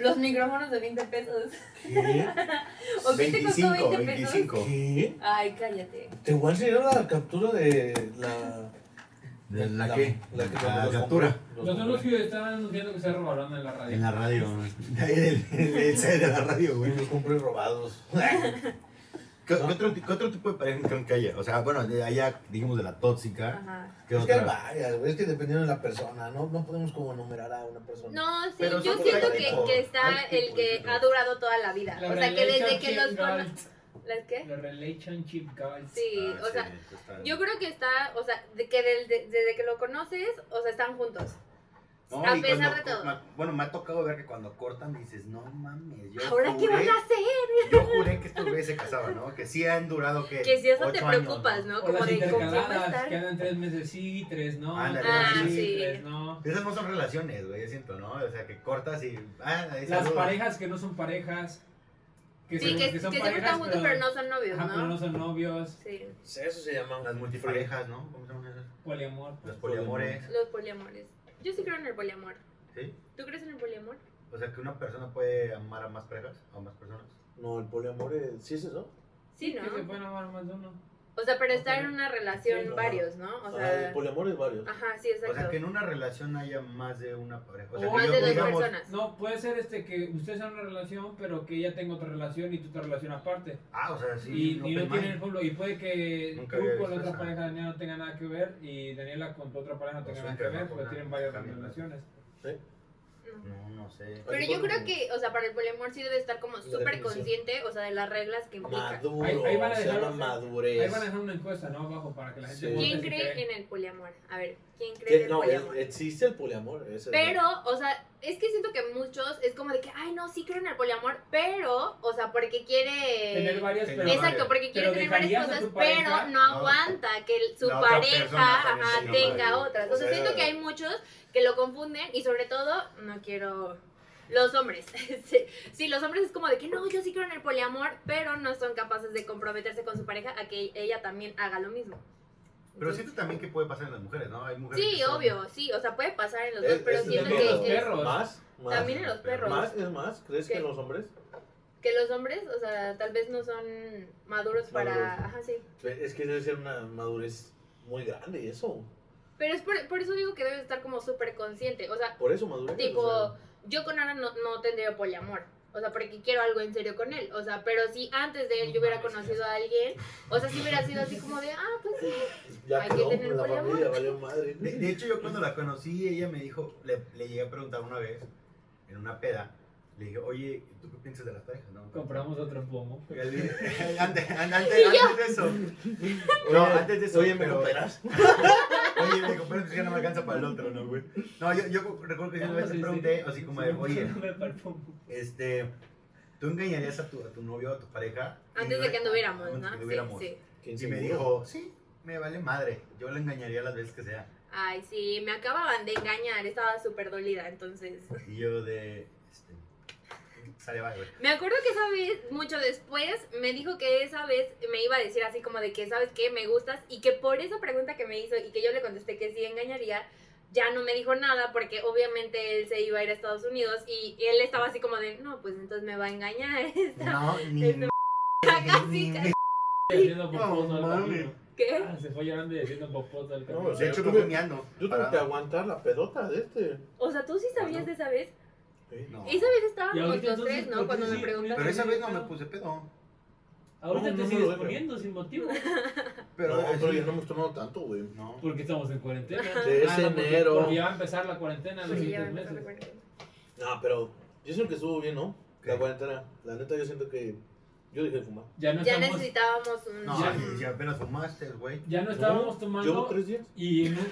Speaker 3: Los micrófonos de 20 pesos.
Speaker 1: ¿Qué?
Speaker 3: ¿O qué te costó 20 pesos?
Speaker 2: 25.
Speaker 1: ¿Qué?
Speaker 3: Ay, cállate.
Speaker 1: Te voy a enseñar la captura de la.
Speaker 2: ¿De ¿La, qué?
Speaker 1: La, que
Speaker 2: La
Speaker 1: los
Speaker 2: captura.
Speaker 1: compré. Los
Speaker 4: Los otros
Speaker 1: compré.
Speaker 4: que están anunciando que se robaron en la radio.
Speaker 2: En la radio. ¿no? <laughs> De ahí del, del set de la radio, güey.
Speaker 1: Güey, los compré robados.
Speaker 2: ¿Qué, qué otro, qué otro tipo de pareja creen que haya? O sea, bueno, de allá dijimos de la tóxica.
Speaker 3: Ajá.
Speaker 2: <laughs> ¿Qué
Speaker 1: es que hay
Speaker 2: otra?
Speaker 1: varias, güey. Es que dependiendo de la persona, ¿no? No podemos como enumerar a una persona.
Speaker 3: No, sí,
Speaker 1: Pero
Speaker 3: yo
Speaker 1: son
Speaker 3: siento
Speaker 1: como
Speaker 3: que,
Speaker 1: tipo-
Speaker 3: que está
Speaker 1: hay tipo
Speaker 3: el que
Speaker 1: de-
Speaker 3: ha durado toda la vida.
Speaker 4: La
Speaker 3: o sea, que desde que los
Speaker 4: relationship
Speaker 3: conoces.
Speaker 4: goals.
Speaker 3: ¿Las qué?
Speaker 4: Los relationship goals.
Speaker 3: Sí,
Speaker 2: Ah,
Speaker 3: o sea,
Speaker 2: eso está-
Speaker 3: yo creo que está, o sea, de que del- de- desde que lo conoces, o sea, están juntos.
Speaker 2: No,
Speaker 3: a
Speaker 2: y
Speaker 3: pesar
Speaker 2: cuando
Speaker 3: de todo.
Speaker 2: co- me- bueno, me ha tocado ver que cuando cortan dices, no mames, yo
Speaker 3: ¿Ahora qué
Speaker 2: juré,
Speaker 3: van a hacer?
Speaker 2: yo juré que estos güeyes se casaban, ¿no? Que sí han durado, que
Speaker 3: Que si eso te
Speaker 2: ocho años,
Speaker 3: preocupas,
Speaker 2: ¿no?
Speaker 3: ¿no?
Speaker 4: O
Speaker 3: Como
Speaker 4: las
Speaker 3: de con quién va a
Speaker 4: intercaladas, que
Speaker 3: estar.
Speaker 4: andan tres meses sí, tres no.
Speaker 2: Ándale,
Speaker 4: tres
Speaker 2: Ah,
Speaker 3: sí.
Speaker 4: tres no.
Speaker 2: Esas no son relaciones, güey, yo siento, ¿no? O sea, que cortas y... Ah, ahí
Speaker 4: Las
Speaker 2: saludos.
Speaker 4: parejas que no son parejas. Que,
Speaker 3: Sí,
Speaker 4: son-
Speaker 3: que,
Speaker 4: que
Speaker 3: que
Speaker 4: son
Speaker 3: siempre
Speaker 4: parejas,
Speaker 3: están juntos, pero no son novios,
Speaker 4: ajá, pero no
Speaker 3: ¿no?
Speaker 4: son novios.
Speaker 3: Sí,
Speaker 1: Eso se llama.
Speaker 2: Las multiparejas, ¿no? ¿Cómo se llaman esas?
Speaker 4: Poliamor. pues,
Speaker 2: Los poliamores,
Speaker 3: los poliamores. Yo sí creo en el poliamor.
Speaker 2: ¿sí?
Speaker 3: ¿Tú crees en el poliamor?
Speaker 2: O sea, que una persona puede amar a más parejas, a más personas.
Speaker 1: No, el poliamor es. ¿Sí es eso?
Speaker 3: Sí, ¿no?
Speaker 4: Que se pueden amar más de uno.
Speaker 3: O sea, pero estar en una relación
Speaker 1: Sí, ajá.
Speaker 3: varios, ¿no? O
Speaker 1: Ah,
Speaker 3: sea,
Speaker 1: el poliamor es varios.
Speaker 3: ajá, sí,
Speaker 2: O sea, que en
Speaker 3: exacto.
Speaker 2: una relación haya más de una pareja. O sea,
Speaker 4: O
Speaker 2: que
Speaker 4: más
Speaker 2: yo-
Speaker 3: de dos
Speaker 2: digamos,
Speaker 3: personas.
Speaker 4: No, puede ser este que ustedes sean una relación, pero que ella tenga otra relación y tú otra relación aparte.
Speaker 2: Ah, o sea, sí.
Speaker 4: y, y no
Speaker 2: open
Speaker 4: tienen
Speaker 2: mind.
Speaker 4: pueblo. Y puede que
Speaker 2: Nunca
Speaker 4: tú
Speaker 2: había
Speaker 4: con la
Speaker 2: visto
Speaker 4: otra
Speaker 2: esa.
Speaker 4: pareja de Daniela no tenga nada que ver y Daniela con tu otra pareja no
Speaker 2: O
Speaker 4: tenga
Speaker 2: sea,
Speaker 4: nada que
Speaker 2: que no
Speaker 4: ver,
Speaker 2: Pues con
Speaker 4: pero
Speaker 2: nada,
Speaker 4: tienen varias
Speaker 2: también, ¿no?
Speaker 4: relaciones.
Speaker 1: Sí.
Speaker 3: Mm. No.
Speaker 6: No, no sé.
Speaker 3: Pero yo creo que, o sea, para el poliamor sí debe estar como
Speaker 1: La
Speaker 3: súper
Speaker 1: definición.
Speaker 3: consciente, o sea, de las reglas que implica.
Speaker 1: Maduro,
Speaker 4: Ahí- ahí van a
Speaker 1: se
Speaker 4: dejar-
Speaker 1: llama
Speaker 4: Ahí
Speaker 1: madurez.
Speaker 4: van a dejar una encuesta, ¿no? Abajo para que la gente
Speaker 1: Sí.
Speaker 4: vote
Speaker 3: ¿Quién
Speaker 4: si
Speaker 3: cree en el poliamor? A ver, ¿quién cree en
Speaker 1: Que-
Speaker 3: el
Speaker 1: No,
Speaker 3: poliamor?
Speaker 1: es- existe el poliamor. ese es el-
Speaker 3: Pero, o sea, es que siento que muchos es como de que, ay, no, sí creo en el poliamor, pero, o sea, porque quiere...
Speaker 4: Tener varias, pero.
Speaker 3: Exacto, porque quiere
Speaker 4: Pero
Speaker 3: tener varias
Speaker 4: ¿dejarías a
Speaker 3: cosas,
Speaker 4: tu pareja?
Speaker 3: pero no aguanta que el- su
Speaker 2: La otra persona
Speaker 3: pareja
Speaker 2: también
Speaker 3: ajá,
Speaker 2: tenga
Speaker 3: tenga
Speaker 2: varias.
Speaker 3: otras.
Speaker 1: O
Speaker 3: O sea,
Speaker 1: sea,
Speaker 3: siento que hay muchos que lo confunden y sobre todo, no quiero... Los hombres. <laughs> Sí, sí, los hombres es como de que no, yo sí creo en el poliamor, pero no son capaces de comprometerse con su pareja a que ella también haga lo mismo.
Speaker 2: Pero
Speaker 3: Entonces-
Speaker 2: siento también que puede pasar en las mujeres, ¿no? Hay mujeres
Speaker 3: Sí,
Speaker 2: que son-
Speaker 3: obvio, sí, o sea, puede pasar en los
Speaker 1: Es-
Speaker 3: dos, pero
Speaker 1: es
Speaker 3: siento
Speaker 1: de
Speaker 3: que
Speaker 1: los
Speaker 3: es-
Speaker 4: perros.
Speaker 1: Más, más.
Speaker 3: también en los perros,
Speaker 1: Más es más. ¿Crees que
Speaker 3: ¿Qué?
Speaker 1: en los hombres?
Speaker 3: que los hombres, o sea, tal vez no son maduros para,
Speaker 1: Maduros.
Speaker 3: ajá, sí.
Speaker 1: Es que debe ser una madurez muy grande y eso.
Speaker 3: Pero es por, por eso digo que debes estar como súper consciente, o sea,
Speaker 1: Por eso madurez.
Speaker 3: Tipo,
Speaker 1: o sea.
Speaker 3: yo con Ana no, no tendría poliamor, o sea, porque quiero algo en serio con él, o sea, pero si antes de él yo hubiera conocido a alguien, o sea, si hubiera sido así como de, ah, pues
Speaker 2: <laughs>
Speaker 3: sí,
Speaker 1: Ya
Speaker 3: Hay que
Speaker 1: quedó
Speaker 3: tener
Speaker 1: la
Speaker 3: poliamor.
Speaker 1: familia, valió madre.
Speaker 2: De, de hecho, yo cuando la conocí, ella me dijo, le, le llegué a preguntar una vez, en una peda, le dije, oye, ¿tú qué piensas de las parejas? No?
Speaker 4: Compramos otro pomo.
Speaker 2: Y él dice, <laughs> Antes, an-
Speaker 3: <laughs>
Speaker 2: antes,
Speaker 3: Y yo.
Speaker 2: antes de eso. No, antes de eso.
Speaker 1: Oye, ¿me
Speaker 2: pero-
Speaker 1: cooperas?
Speaker 2: Oye, me cooperas que ya no me alcanza para el otro, ¿no, güey? No, yo, yo recuerdo que yo
Speaker 4: Ah,
Speaker 2: una vez le pregunté, así como de,
Speaker 4: <laughs>
Speaker 2: oye, este, ¿tú engañarías a tu, a tu novio o a tu pareja?
Speaker 3: antes de que anduviéramos,
Speaker 2: Antes de
Speaker 3: ¿no?
Speaker 2: que anduviéramos.
Speaker 3: Sí, sí.
Speaker 1: ¿Quién
Speaker 2: Y me dijo, sí, me vale madre, yo le engañaría las veces que sea.
Speaker 3: Ay, sí, me acababan de engañar, estaba súper dolida, entonces...
Speaker 2: Y yo de, este, sale, vale, güey.
Speaker 3: Me acuerdo que esa vez, mucho después, me dijo que esa vez me iba a decir así como de que, ¿sabes qué? Me gustas y que por esa pregunta que me hizo y que yo le contesté que sí engañaría, ya no me dijo nada porque obviamente él se iba a ir a Estados Unidos y él estaba así como de, no, pues entonces me va a engañar. <laughs> esta".
Speaker 2: No, ni...
Speaker 3: Este- <laughs> Casi, casi. ¿Qué?
Speaker 4: Ah, Se fue llorando y diciendo popote al
Speaker 1: No, o
Speaker 4: camino.
Speaker 2: De
Speaker 1: sea,
Speaker 2: hecho,
Speaker 1: yo
Speaker 2: no
Speaker 1: tuve-
Speaker 2: fue miando.
Speaker 1: Yo tengo que aguantar la pedota de este.
Speaker 3: O sea, tú sí sabías de esa vez.
Speaker 1: Sí.
Speaker 2: No.
Speaker 3: Esa vez estábamos
Speaker 4: ahorita
Speaker 3: los
Speaker 4: entonces,
Speaker 3: tres,
Speaker 4: ¿por
Speaker 3: ¿no?
Speaker 4: qué
Speaker 3: Cuando me
Speaker 4: sí?
Speaker 3: preguntaste.
Speaker 2: Pero esa vez no me puse pedo.
Speaker 1: No,
Speaker 4: Ahorita te
Speaker 1: no me lo
Speaker 4: sigues
Speaker 1: dejo.
Speaker 4: poniendo sin motivo.
Speaker 2: Pero,
Speaker 1: no, pero
Speaker 2: así-
Speaker 1: ya no hemos tomado tanto, güey.
Speaker 2: No.
Speaker 4: Porque estamos en cuarentena.
Speaker 1: De
Speaker 4: Ah, no, porque-
Speaker 1: enero.
Speaker 4: Porque ya va a empezar la cuarentena en los
Speaker 3: Sí, ya me
Speaker 4: siguientes
Speaker 3: empezó a
Speaker 4: meses.
Speaker 3: recordar.
Speaker 1: No, pero yo siento que estuvo bien, ¿no? La
Speaker 2: ¿Qué?
Speaker 1: cuarentena. La neta, yo siento que. Yo dejé de fumar.
Speaker 4: Ya no
Speaker 3: Ya
Speaker 4: estamos-
Speaker 3: necesitábamos un...
Speaker 2: No,
Speaker 4: Ya.
Speaker 2: si- si apenas fumaste, güey.
Speaker 4: Ya no estábamos
Speaker 1: Llevo
Speaker 4: tomando
Speaker 1: tres días.
Speaker 3: <laughs>
Speaker 4: y en un-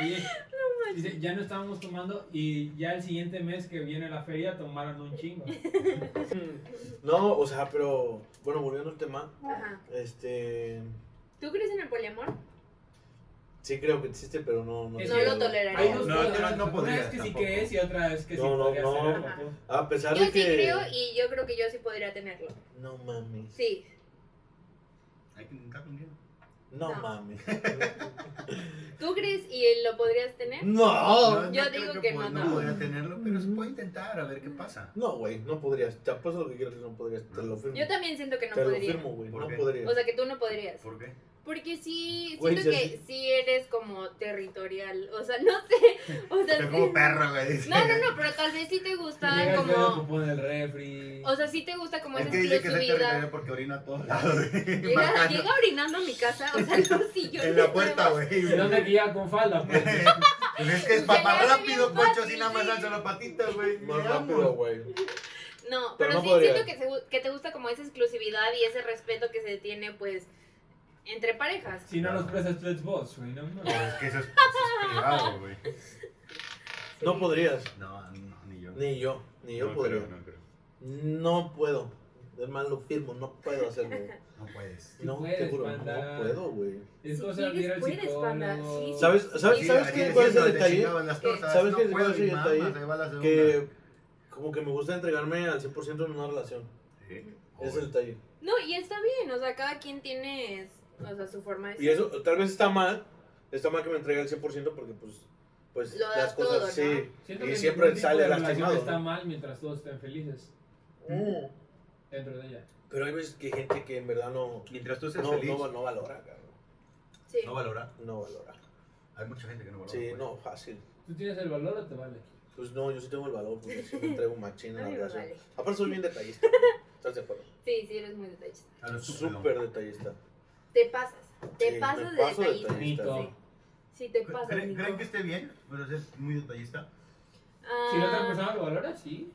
Speaker 4: Oye, dice, ya no estábamos tomando y ya el siguiente mes que viene la feria tomaron un chingo.
Speaker 1: Mm. No, o sea, pero. Bueno, volviendo al tema.
Speaker 3: Ajá.
Speaker 1: Este.
Speaker 3: ¿Tú crees en el poliamor?
Speaker 1: Sí, creo que existe, pero no. No,
Speaker 4: Es
Speaker 1: sé,
Speaker 3: No lo
Speaker 1: güey.
Speaker 3: toleraría.
Speaker 4: Hay dos
Speaker 2: No,
Speaker 4: cosas,
Speaker 2: yo no- no
Speaker 4: Una
Speaker 2: podría
Speaker 4: es que sí
Speaker 2: tampoco.
Speaker 4: que es y otra es que sí
Speaker 1: No, no,
Speaker 4: podría
Speaker 1: no.
Speaker 4: ser.
Speaker 3: Ajá.
Speaker 4: papá.
Speaker 1: A pesar
Speaker 3: Yo
Speaker 1: de
Speaker 3: sí
Speaker 1: que.
Speaker 3: creo y yo creo que yo sí podría tenerlo.
Speaker 1: No mames.
Speaker 3: Sí,
Speaker 2: Hay que intentarlo un día.
Speaker 1: No,
Speaker 3: No. ¿Eh?
Speaker 1: mames.
Speaker 3: ¿Tú crees y lo podrías tener?
Speaker 1: no.
Speaker 3: Oh, yo
Speaker 2: creo
Speaker 3: digo que no,
Speaker 2: pod- No
Speaker 3: no.
Speaker 2: podría tenerlo, pero se puede intentar a ver qué pasa.
Speaker 1: No, güey, no podrías. Te apuesto lo que quieras que no podrías. Te lo firmo.
Speaker 3: Yo también siento que no
Speaker 1: Te lo
Speaker 3: podría.
Speaker 1: firmo, güey.
Speaker 2: ¿Por
Speaker 1: No
Speaker 2: qué?
Speaker 1: podrías.
Speaker 3: O sea, que tú no podrías.
Speaker 2: ¿Por qué?
Speaker 3: Porque sí,
Speaker 1: Güey,
Speaker 3: siento
Speaker 1: si
Speaker 3: que
Speaker 1: así-
Speaker 3: sí eres como territorial. O sea, no sé. O sea,
Speaker 2: Soy como
Speaker 3: sí-
Speaker 2: perro, güey. dice.
Speaker 3: No, no, no, pero tal vez sí te gusta
Speaker 4: Llegas, ves el
Speaker 3: como...
Speaker 4: popó en el refri.
Speaker 3: O sea, sí te gusta como
Speaker 2: Es
Speaker 3: esa
Speaker 2: que dice que soy territorial
Speaker 3: exclusividad.
Speaker 2: porque orina a todos lados, güey.
Speaker 3: Llega,
Speaker 2: Marcando.
Speaker 3: llega orinando a mi casa, o sea, no, si yo
Speaker 2: <laughs> En
Speaker 3: no
Speaker 2: la puerta,
Speaker 3: puedo.
Speaker 2: güey.
Speaker 4: ¿De dónde que llega con falda? pues?
Speaker 1: <laughs>
Speaker 2: Pues es que es
Speaker 3: Se
Speaker 2: para
Speaker 3: le hace
Speaker 2: rápido,
Speaker 3: bien
Speaker 2: Poncho,
Speaker 3: fácil,
Speaker 2: así nada más
Speaker 3: sí.
Speaker 2: alza la patita, güey.
Speaker 1: Más
Speaker 2: Vamos.
Speaker 1: rápido, güey. Pero
Speaker 3: No, pero,
Speaker 1: no
Speaker 3: sí
Speaker 1: podría.
Speaker 3: siento que, se gu- que te gusta como esa exclusividad y ese respeto que se tiene, pues, entre parejas.
Speaker 4: Si no nos prestas tú es vos, güey. No, no.
Speaker 3: <laughs>
Speaker 2: Pero es pues, que eso es, eso es privado, güey.
Speaker 1: No podrías.
Speaker 2: No, no, ni yo.
Speaker 1: Ni yo. Ni yo
Speaker 2: no
Speaker 1: podría.
Speaker 2: creo, no creo.
Speaker 1: No puedo. Es más, lo firmo, no puedo hacerlo.
Speaker 3: <laughs>
Speaker 1: güey.
Speaker 2: No puedes.
Speaker 4: Sí
Speaker 1: No, te
Speaker 4: puedes,
Speaker 1: juro,
Speaker 4: panda.
Speaker 1: no puedo, güey.
Speaker 4: Es
Speaker 3: Si
Speaker 4: cosa de ir al
Speaker 3: quieres, puedes, banda,
Speaker 4: psicólogo.
Speaker 3: sí.
Speaker 1: ¿Sabes, sabes,
Speaker 3: Sí,
Speaker 1: ¿sabes
Speaker 2: así
Speaker 1: qué,
Speaker 2: es,
Speaker 1: cuál es el
Speaker 2: donde
Speaker 1: detalle?
Speaker 2: chingaban las
Speaker 3: Eh,
Speaker 2: tortas,
Speaker 1: ¿sabes
Speaker 2: no
Speaker 1: qué es- cuál
Speaker 2: puedo,
Speaker 1: es el
Speaker 2: ni mamas,
Speaker 1: detalle?
Speaker 2: ahí va la segunda.
Speaker 1: Que como que me gusta entregarme al 100% en una relación.
Speaker 2: Sí.
Speaker 1: Ese es el detalle.
Speaker 3: No, y está bien, o sea, cada quien tiene, o sea, su forma de ser.
Speaker 1: Y eso tal vez está mal. Está mal que me entregue al 100% porque pues, pues
Speaker 3: Lo das
Speaker 1: las cosas
Speaker 3: todo, ¿no?
Speaker 1: sí.
Speaker 4: Siento
Speaker 1: Y
Speaker 4: que
Speaker 1: siempre
Speaker 4: ningún tipo
Speaker 1: sale
Speaker 4: de relación
Speaker 1: lastimado.
Speaker 4: Está
Speaker 1: ¿no?
Speaker 4: mal mientras todos estén felices
Speaker 1: Mm.
Speaker 4: dentro de ella.
Speaker 1: Pero hay veces que hay gente que en verdad no,
Speaker 2: Mientras tú seas
Speaker 1: no,
Speaker 2: feliz,
Speaker 1: no,
Speaker 2: no,
Speaker 1: no valora, cabrón.
Speaker 3: Sí.
Speaker 2: valora.
Speaker 1: No valora.
Speaker 2: Hay mucha gente que no valora. pues.
Speaker 1: Sí,
Speaker 2: güey.
Speaker 1: no, fácil.
Speaker 4: ¿Tú tienes el valor o te vale?
Speaker 1: Pues no, yo sí tengo el valor porque sí me entrego machín en
Speaker 3: A <laughs>
Speaker 1: la
Speaker 3: mí me
Speaker 1: relación.
Speaker 3: vale.
Speaker 1: Aparte soy bien
Speaker 3: <laughs>
Speaker 1: detallista. ¿Estás de acuerdo?
Speaker 3: sí, sí, eres muy detallista.
Speaker 2: A lo estúpido.
Speaker 1: Súper detallista.
Speaker 3: Te pasas, te
Speaker 1: Sí, me
Speaker 3: pasas de
Speaker 1: paso de
Speaker 3: detallista.
Speaker 1: detallista.
Speaker 3: Sí, sí, te pasas.
Speaker 2: ¿Creen,
Speaker 3: Nico.
Speaker 2: creen que esté bien? Bueno, es muy detallista.
Speaker 3: Ah,
Speaker 4: Si la otra persona lo valora, sí.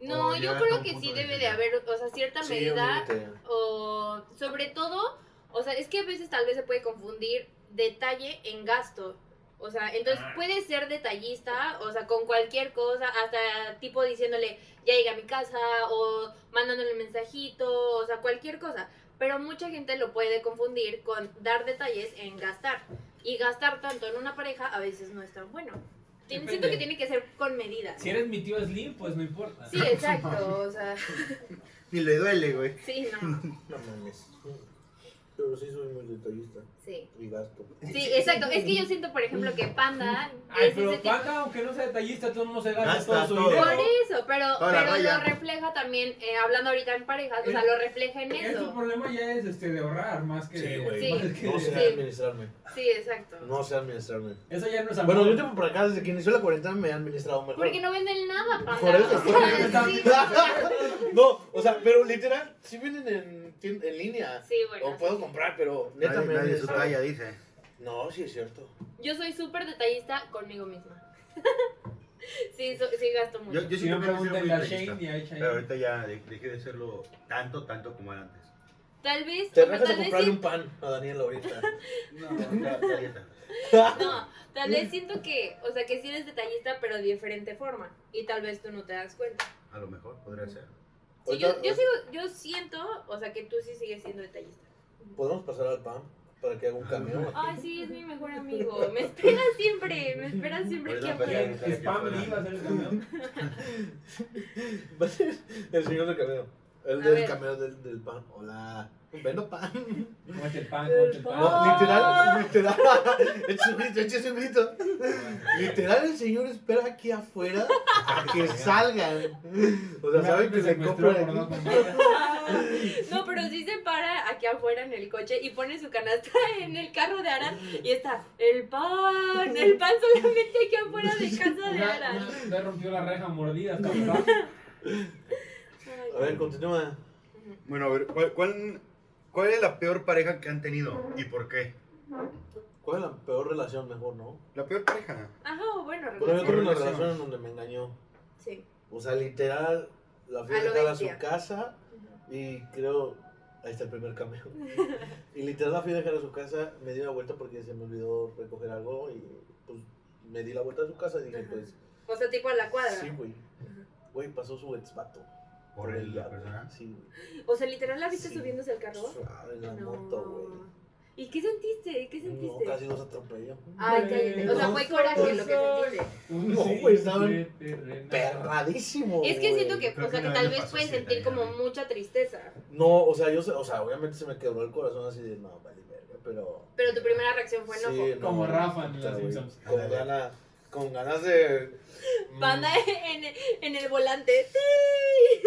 Speaker 3: No,
Speaker 1: Oh,
Speaker 7: O
Speaker 3: yo
Speaker 7: llegar hasta
Speaker 3: creo
Speaker 7: un
Speaker 3: que
Speaker 7: punto
Speaker 3: sí
Speaker 7: de
Speaker 3: debe de
Speaker 7: equilibrio.
Speaker 3: haber, o sea, cierta
Speaker 1: Sí,
Speaker 3: medida
Speaker 1: obviamente.
Speaker 3: o sobre todo, o sea, es que a veces tal vez se puede confundir detalle en gasto. O sea, entonces
Speaker 4: Ah.
Speaker 3: puede ser detallista, o sea, con cualquier cosa, hasta tipo diciéndole, ya llegué a mi casa, o mandándole un mensajito, o sea, cualquier cosa. Pero mucha gente lo puede confundir con dar detalles en gastar. Y gastar tanto en una pareja a veces no es tan bueno. Tien- Siento
Speaker 4: Depende.
Speaker 3: que tiene que ser con medida.
Speaker 4: Si eres mi tío Slim, pues no importa.
Speaker 3: Sí, exacto, o sea,
Speaker 7: Ni le duele, güey.
Speaker 3: sí, no,
Speaker 1: No mames. Pero sí soy muy detallista
Speaker 3: sí.
Speaker 1: y gasto.
Speaker 3: Sí, exacto. Es que yo siento, por ejemplo, que Panda
Speaker 4: <laughs> Ay,
Speaker 3: es ese
Speaker 4: pero
Speaker 3: tipo.
Speaker 4: Panda, aunque no sea detallista, todo el mundo se gasta
Speaker 7: Gasta
Speaker 4: todo su
Speaker 7: todo.
Speaker 4: dinero.
Speaker 3: Por eso, pero,
Speaker 7: Toda la
Speaker 3: pero
Speaker 7: raya.
Speaker 3: lo refleja también, eh, hablando ahorita en parejas, o sea, lo refleja en
Speaker 4: Es tu
Speaker 3: eso.
Speaker 4: problema ya es este, de ahorrar más que.
Speaker 1: Sí, güey.
Speaker 4: más
Speaker 3: Sí.
Speaker 4: que-
Speaker 1: No sé
Speaker 3: Sí.
Speaker 1: administrarme.
Speaker 3: Sí, exacto.
Speaker 1: No sé administrarme.
Speaker 4: Eso ya Ah, no es amor.
Speaker 1: Bueno, yo tengo por acá, desde que inició la cuarentena me he administrado mejor.
Speaker 3: Porque no venden nada, Panda.
Speaker 1: Por eso,
Speaker 3: O
Speaker 1: por
Speaker 3: sea,
Speaker 1: eso.
Speaker 3: <laughs> sí,
Speaker 1: no, o sea, pero literal, sí vienen en, tien- en línea.
Speaker 3: sí, bueno.
Speaker 1: O puedo comprar, pero neta
Speaker 7: Nadie,
Speaker 1: me
Speaker 7: nadie su
Speaker 1: administro.
Speaker 7: talla dice.
Speaker 1: No, sí es cierto.
Speaker 3: Yo soy súper detallista conmigo misma. <laughs> sí, so- sí gasto mucho.
Speaker 7: Yo, yo
Speaker 4: Si
Speaker 7: sí
Speaker 4: no
Speaker 7: creo que soy
Speaker 4: pregunten
Speaker 7: muy
Speaker 4: a Shane
Speaker 7: detallista.
Speaker 4: ni a Shane.
Speaker 7: Pero ahorita ya de- dejé de serlo tanto, tanto como era antes.
Speaker 3: Tal vez,
Speaker 1: Te
Speaker 3: o sea,
Speaker 1: rajas de
Speaker 3: tal vez
Speaker 1: comprarle
Speaker 3: sí.
Speaker 1: un pan a Daniel
Speaker 3: <laughs>
Speaker 1: ahorita.
Speaker 7: No, <laughs> ya, ya, ya.
Speaker 1: <laughs>
Speaker 3: No, tal vez siento que, o sea, que sí eres detallista, pero de diferente forma. Y tal vez tú no te das cuenta.
Speaker 7: A lo mejor podría ser.
Speaker 1: Pues
Speaker 3: Sí, yo, yo sigo, yo siento, o sea, que tú sí sigues siendo detallista.
Speaker 1: ¿Podemos pasar al pan para que haga un camión?
Speaker 3: Ay, sí, es mi mejor <laughs> amigo. Me espera siempre, me espera siempre
Speaker 7: Ahorita
Speaker 3: que
Speaker 4: Ya,
Speaker 3: afuera.
Speaker 7: peleamos.
Speaker 4: Spam y IVA, ¿sabes cómo?
Speaker 1: Va a ser <laughs> el señor del cameo. El
Speaker 3: A
Speaker 1: del
Speaker 3: ver.
Speaker 1: cameo del, del pan. Hola. Vendo
Speaker 3: <laughs>
Speaker 1: pan.
Speaker 4: Cómete el pan, cómete el pan.
Speaker 1: No,
Speaker 3: Oh.
Speaker 1: literal, literal. <laughs> Eches un grito, eches un grito. Literal, el señor espera aquí afuera a que salgan. O sea,
Speaker 4: Una
Speaker 1: saben
Speaker 4: vez
Speaker 1: que
Speaker 4: me
Speaker 1: se
Speaker 4: secuestró
Speaker 1: compran
Speaker 4: por no
Speaker 1: aquí.
Speaker 4: comprar.
Speaker 3: <laughs> No, pero sí se para aquí afuera en el coche y pone su canasta <laughs> en el carro de Aran y está el pan, el pan solamente aquí afuera de casa de <laughs>
Speaker 4: Una-
Speaker 3: Aran.
Speaker 4: una- una rompió la reja mordida. hasta atrás.
Speaker 3: Ay,
Speaker 1: A ver, continúa.
Speaker 7: Bueno, a ver, ¿cuál, cuál, cuál es la peor pareja que han tenido y por qué?
Speaker 1: ¿Cuál es la peor relación mejor, no?
Speaker 7: La peor pareja.
Speaker 3: Ajá, bueno,
Speaker 1: Bueno, yo
Speaker 3: relación.
Speaker 1: tuve una
Speaker 7: Relación.
Speaker 1: relación en donde me engañó.
Speaker 3: Sí.
Speaker 1: O sea, literal, la fui
Speaker 3: A
Speaker 1: a
Speaker 3: lo
Speaker 1: dejar a su
Speaker 3: bestia.
Speaker 1: casa y creo. Ahí está el primer
Speaker 3: <laughs>
Speaker 1: cameo. Y literal la fui a dejar a su casa, me di una vuelta porque se me olvidó recoger algo y pues me di la vuelta a su casa y dije,
Speaker 3: Ajá.
Speaker 1: pues.
Speaker 3: O sea, tipo a la cuadra.
Speaker 1: Sí, güey. Güey, pasó su ex vato.
Speaker 7: Por el- la
Speaker 1: lado.
Speaker 7: persona.
Speaker 1: Sí, güey.
Speaker 3: O sea, literal la viste
Speaker 1: Sí.
Speaker 3: subiéndose al carro.
Speaker 1: Suave en la
Speaker 3: No.
Speaker 1: moto, güey.
Speaker 3: ¿Y qué sentiste? ¿Qué
Speaker 1: No,
Speaker 3: sentiste? Ah.
Speaker 1: casi los atropelló.
Speaker 3: Ay, cállate. O sea, fue coraje lo que sentiste.
Speaker 4: Un
Speaker 1: No, güey, estaba
Speaker 4: simple terrenal.
Speaker 1: Perradísimo.
Speaker 3: Es que
Speaker 1: güey.
Speaker 3: siento que,
Speaker 7: Creo
Speaker 3: o sea,
Speaker 7: que
Speaker 3: que
Speaker 7: una
Speaker 3: tal
Speaker 7: vez me
Speaker 3: vez
Speaker 7: pasó
Speaker 3: puedes
Speaker 7: así,
Speaker 3: sentir como
Speaker 7: Daniela.
Speaker 3: mucha tristeza.
Speaker 1: No, o sea, yo, o sea, obviamente se me quebró el corazón así de, no, vale, verga, pero.
Speaker 3: Pero tu primera reacción fue enojo.
Speaker 1: Sí, no,
Speaker 4: Como Rafa en
Speaker 1: puta,
Speaker 4: Los
Speaker 1: güey.
Speaker 4: Simpsons.
Speaker 1: Con ganas, con ganas de. mm,
Speaker 3: <laughs> Panda en, en el volante. <laughs>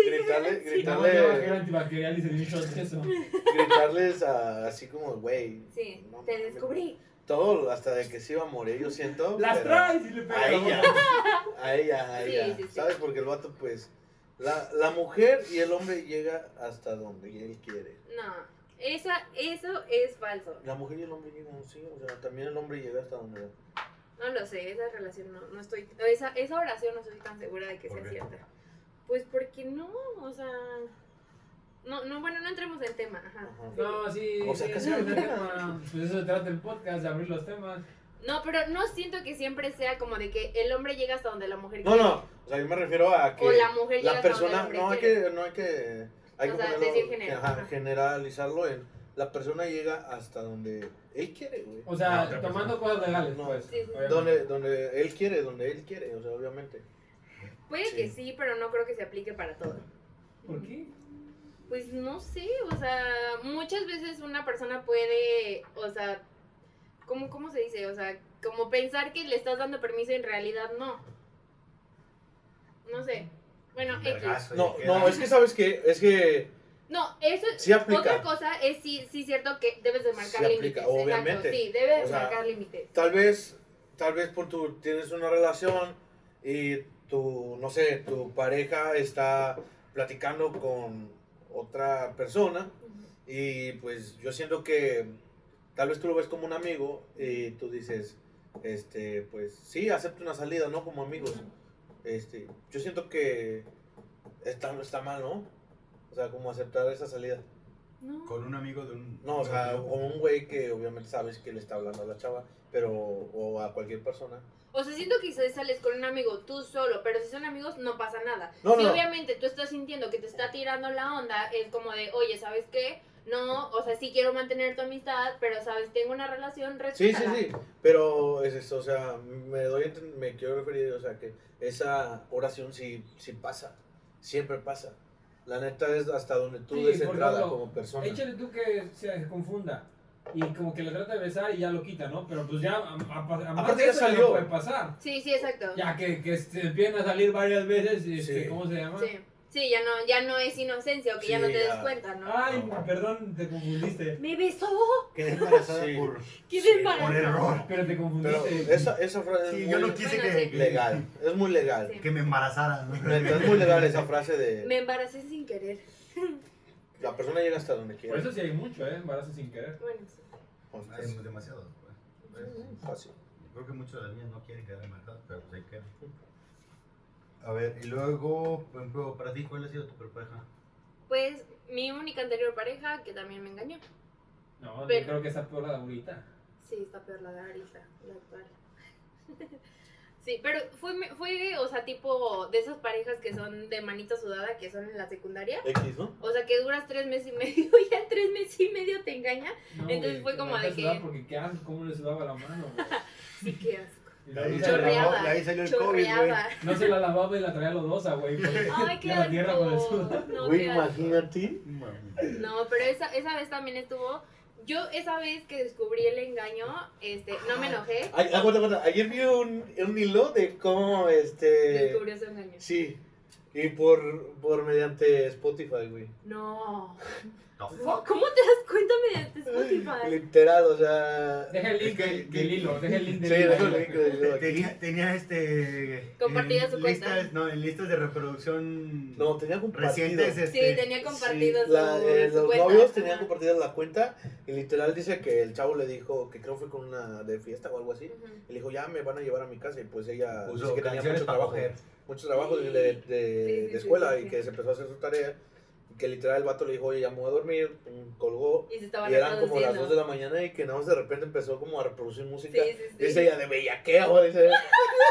Speaker 1: Gritarle,
Speaker 4: Nada más lleva gel
Speaker 1: gritarle,
Speaker 4: antibacterial y se dio un shot de eso.
Speaker 1: gritarles a, así como, güey.
Speaker 3: Sí,
Speaker 1: no
Speaker 3: te
Speaker 1: mames.
Speaker 3: descubrí.
Speaker 1: Todo, hasta de que se iba a morir, yo siento.
Speaker 4: Las
Speaker 1: pero-
Speaker 4: traes y le pega.
Speaker 1: A
Speaker 4: la
Speaker 1: ella,
Speaker 4: boca.
Speaker 1: <laughs> a ella, a
Speaker 3: Sí,
Speaker 1: ella.
Speaker 3: sí, sí.
Speaker 1: ¿Sabes? Porque el vato, pues. La, la mujer y el hombre llega hasta donde él quiere.
Speaker 3: No, esa, eso es falso.
Speaker 1: La mujer y el hombre llegan, sí. O sea, también el hombre llega hasta donde.
Speaker 3: No lo sé, esa relación no, no estoy. Esa, esa oración no estoy tan segura de que
Speaker 7: ¿Por
Speaker 3: sea
Speaker 7: qué?
Speaker 3: cierta. Pues porque no, o sea. No, no, bueno, no entremos en tema. Ajá.
Speaker 1: Ajá.
Speaker 4: No, sí.
Speaker 1: O sea,
Speaker 4: sí,
Speaker 1: casi
Speaker 4: no,
Speaker 1: me
Speaker 4: no,
Speaker 1: pega.
Speaker 4: no. Pues eso se trata el podcast, de abrir los temas.
Speaker 3: No, pero no siento que siempre sea como de que el hombre llega hasta donde la mujer
Speaker 1: No, no. O sea, yo me refiero a que.
Speaker 3: O la mujer llega
Speaker 1: la
Speaker 3: hasta
Speaker 1: persona
Speaker 3: donde el hombre
Speaker 1: no hay
Speaker 3: quiere.
Speaker 1: que no hay que hay que
Speaker 3: O sea,
Speaker 1: ponerlo-
Speaker 3: decir general,
Speaker 1: ajá,
Speaker 3: ajá.
Speaker 1: generalizarlo en la persona llega hasta donde él quiere güey
Speaker 4: O
Speaker 7: La
Speaker 4: sea,
Speaker 7: otra
Speaker 4: tomando cosas legales,
Speaker 1: No.
Speaker 4: pues.
Speaker 3: Sí, sí, sí.
Speaker 4: obviamente.
Speaker 1: donde donde él quiere donde él quiere o sea obviamente
Speaker 3: Puede
Speaker 1: Sí.
Speaker 3: que sí, pero no creo que se aplique para todo.
Speaker 4: ¿Por qué?
Speaker 3: Pues no sé, o sea, muchas veces una persona puede, o sea, ¿cómo, cómo se dice? O sea, como pensar que le estás dando permiso y en realidad no. No sé. Bueno,
Speaker 7: Un
Speaker 3: X.
Speaker 7: vergazo y
Speaker 1: no
Speaker 7: queda-
Speaker 1: no es que sabes que es que
Speaker 3: No, eso
Speaker 1: Sí aplica.
Speaker 3: Otra cosa es sí, sí cierto que debes de marcar
Speaker 1: Sí aplica,
Speaker 3: límites.
Speaker 1: obviamente.
Speaker 3: Exacto, sí, debes
Speaker 1: O sea,
Speaker 3: marcar límites.
Speaker 1: tal vez tal vez por tu tienes una relación y tu no sé tu pareja está platicando con otra persona Y pues yo siento que tal vez tú lo ves como un amigo y tú dices, este, pues sí, acepto una salida, ¿no? Como amigos. Este, yo siento que está, está mal, ¿no? O sea, como aceptar esa salida.
Speaker 3: No.
Speaker 7: Con un amigo de un.
Speaker 1: No, o sea,
Speaker 7: de un-
Speaker 1: como un güey que obviamente sabes que le está hablando a la chava, pero, o a cualquier persona.
Speaker 3: O sea, siento que quizás sales con un amigo tú solo, pero si son amigos no pasa nada.
Speaker 1: No, no,
Speaker 3: si
Speaker 1: no.
Speaker 3: obviamente tú estás sintiendo que te está tirando la onda, es como de, oye, ¿sabes qué? No, o sea, sí quiero mantener tu amistad, pero sabes, tengo una relación,
Speaker 1: Sí, sí,
Speaker 3: respétala.
Speaker 1: sí, pero es eso, o sea, me doy, a enten- me quiero referir, o sea, que esa oración sí, sí pasa, siempre pasa. La neta es hasta donde tú
Speaker 4: Sí,
Speaker 1: des
Speaker 4: por
Speaker 1: entrada
Speaker 4: ejemplo,
Speaker 1: como persona.
Speaker 4: Échale tú que se confunda. Y como que la trata de besar y ya lo quita, ¿no? Pero pues ya, a, a- a- a más
Speaker 1: Aparte
Speaker 4: de
Speaker 1: ya
Speaker 4: eso
Speaker 1: salió.
Speaker 4: no puede pasar.
Speaker 3: Sí, sí, exacto.
Speaker 4: Ya que, que se empiezan a salir varias veces, este,
Speaker 1: Sí.
Speaker 4: ¿cómo se llama?
Speaker 3: Sí, sí ya, no, ya no es inocencia o que ya
Speaker 1: Sí,
Speaker 3: no te
Speaker 1: ya.
Speaker 3: des cuenta, ¿no?
Speaker 4: Ay, perdón, te confundiste.
Speaker 3: Me besó,
Speaker 4: <laughs>
Speaker 2: Quedé embarazada
Speaker 1: Sí.
Speaker 2: por,
Speaker 3: qué
Speaker 1: Sí,
Speaker 7: Por
Speaker 3: desembarazo.
Speaker 7: error.
Speaker 4: Pero te
Speaker 1: Pero
Speaker 4: confundiste.
Speaker 1: esa, esa frase
Speaker 7: Sí,
Speaker 1: es
Speaker 7: yo
Speaker 1: muy
Speaker 7: no quise
Speaker 3: Bueno,
Speaker 7: que,
Speaker 3: sí.
Speaker 1: legal, es muy legal.
Speaker 3: Sí.
Speaker 7: que me embarazara. ¿no? <laughs>
Speaker 1: Neta, Es muy legal esa frase
Speaker 3: Me
Speaker 1: de
Speaker 3: embaracé sin querer.
Speaker 1: la persona llega hasta donde
Speaker 4: Por
Speaker 1: quiera.
Speaker 4: eso sí hay mucho, ¿eh? Embarazo sin querer.
Speaker 3: Bueno, sí.
Speaker 1: O sea,
Speaker 7: Hay
Speaker 1: es
Speaker 7: demasiados, güey. pues.
Speaker 1: fácil.
Speaker 7: Creo que muchas de las niñas no quieren quedar embarazadas, pero pues ahí queda. A ver, y luego, por ejemplo, para ti, ¿cuál ha sido tu peor pareja?
Speaker 3: Pues mi única anterior pareja que también me engañó.
Speaker 4: No,
Speaker 3: Pero-
Speaker 4: yo creo que está peor la de ahorita.
Speaker 3: Sí, está peor la de ahorita, la actual. <laughs> sí, pero fue, me- fue, o sea, tipo de esas parejas que son de manita sudada, que son en la secundaria.
Speaker 1: X, ¿no?
Speaker 3: O sea, que duras tres meses y medio, <laughs> ya en tres meses y medio te engaña.
Speaker 4: No,
Speaker 3: Entonces
Speaker 4: güey,
Speaker 3: fue
Speaker 4: te
Speaker 3: como
Speaker 4: mandé
Speaker 3: de
Speaker 4: a sudar
Speaker 3: que-
Speaker 4: Porque qué asco, cómo le sudaba la mano, güey.
Speaker 3: Sí, qué asco.
Speaker 4: Y la
Speaker 7: Ahí
Speaker 4: otra-
Speaker 7: se
Speaker 3: Chorreaba,
Speaker 7: grabó, ahí salió el COVID, güey.
Speaker 3: chorreaba.
Speaker 4: No se la lavaba y la traía lodosa, güey. porque <laughs>
Speaker 3: Ay, qué
Speaker 4: ya la tierra con el
Speaker 3: asco.
Speaker 4: sudor.
Speaker 3: No,
Speaker 1: Güey,
Speaker 3: qué asco.
Speaker 1: imagínate.
Speaker 3: No, pero esa, esa vez también estuvo. Yo esa vez que descubrí el engaño, este, no me enojé,
Speaker 1: Ay, aguanta, aguanta. Ayer vi un, un hilo de cómo este.
Speaker 3: descubrí ese engaño.
Speaker 1: Sí. Y por, por mediante Spotify, güey.
Speaker 3: No.
Speaker 7: No.
Speaker 3: ¿Cómo te das cuenta mediante Spotify?
Speaker 1: Literal, o sea.
Speaker 4: Deja el link
Speaker 7: Es que-
Speaker 4: del- del hilo, deja el link
Speaker 1: Sí,
Speaker 4: del hilo.
Speaker 1: dejo el link del hilo aquí.
Speaker 7: Tenía, tenía este.
Speaker 3: Compartida
Speaker 7: en
Speaker 3: su cuenta.
Speaker 7: listas- No, en listas de reproducción
Speaker 1: No, tenía compartido.
Speaker 7: recientes.
Speaker 3: Sí,
Speaker 7: Este,
Speaker 3: tenía compartido
Speaker 1: Sí,
Speaker 3: su,
Speaker 1: la- eh,
Speaker 3: su
Speaker 1: los
Speaker 3: cuenta.
Speaker 1: novios
Speaker 3: Ajá.
Speaker 1: tenían compartida la cuenta y literal dice que el chavo le dijo que creo fue con una de fiesta o algo así.
Speaker 3: Ujú.
Speaker 1: Y le dijo, ya me van a llevar a mi casa. Y pues ella
Speaker 7: puso
Speaker 1: dice que tenía
Speaker 7: canciones
Speaker 1: mucho
Speaker 7: para
Speaker 1: trabajo.
Speaker 7: coger.
Speaker 3: <laughs>
Speaker 1: Mucho trabajo de, de- de-
Speaker 3: Sí, sí,
Speaker 1: de
Speaker 3: sí,
Speaker 1: escuela
Speaker 3: sí,
Speaker 1: y
Speaker 3: sí.
Speaker 1: que se empezó a hacer su tarea. Y que literal el vato le dijo, oye, ya me voy a dormir. mm, Colgó.
Speaker 3: Y se estaban
Speaker 1: Y eran como las 2 de
Speaker 3: reproduciendo.
Speaker 1: la mañana y que nada más de repente empezó como a reproducir música.
Speaker 3: Sí, sí, sí.
Speaker 1: Dice ella de bellaqueo, dice.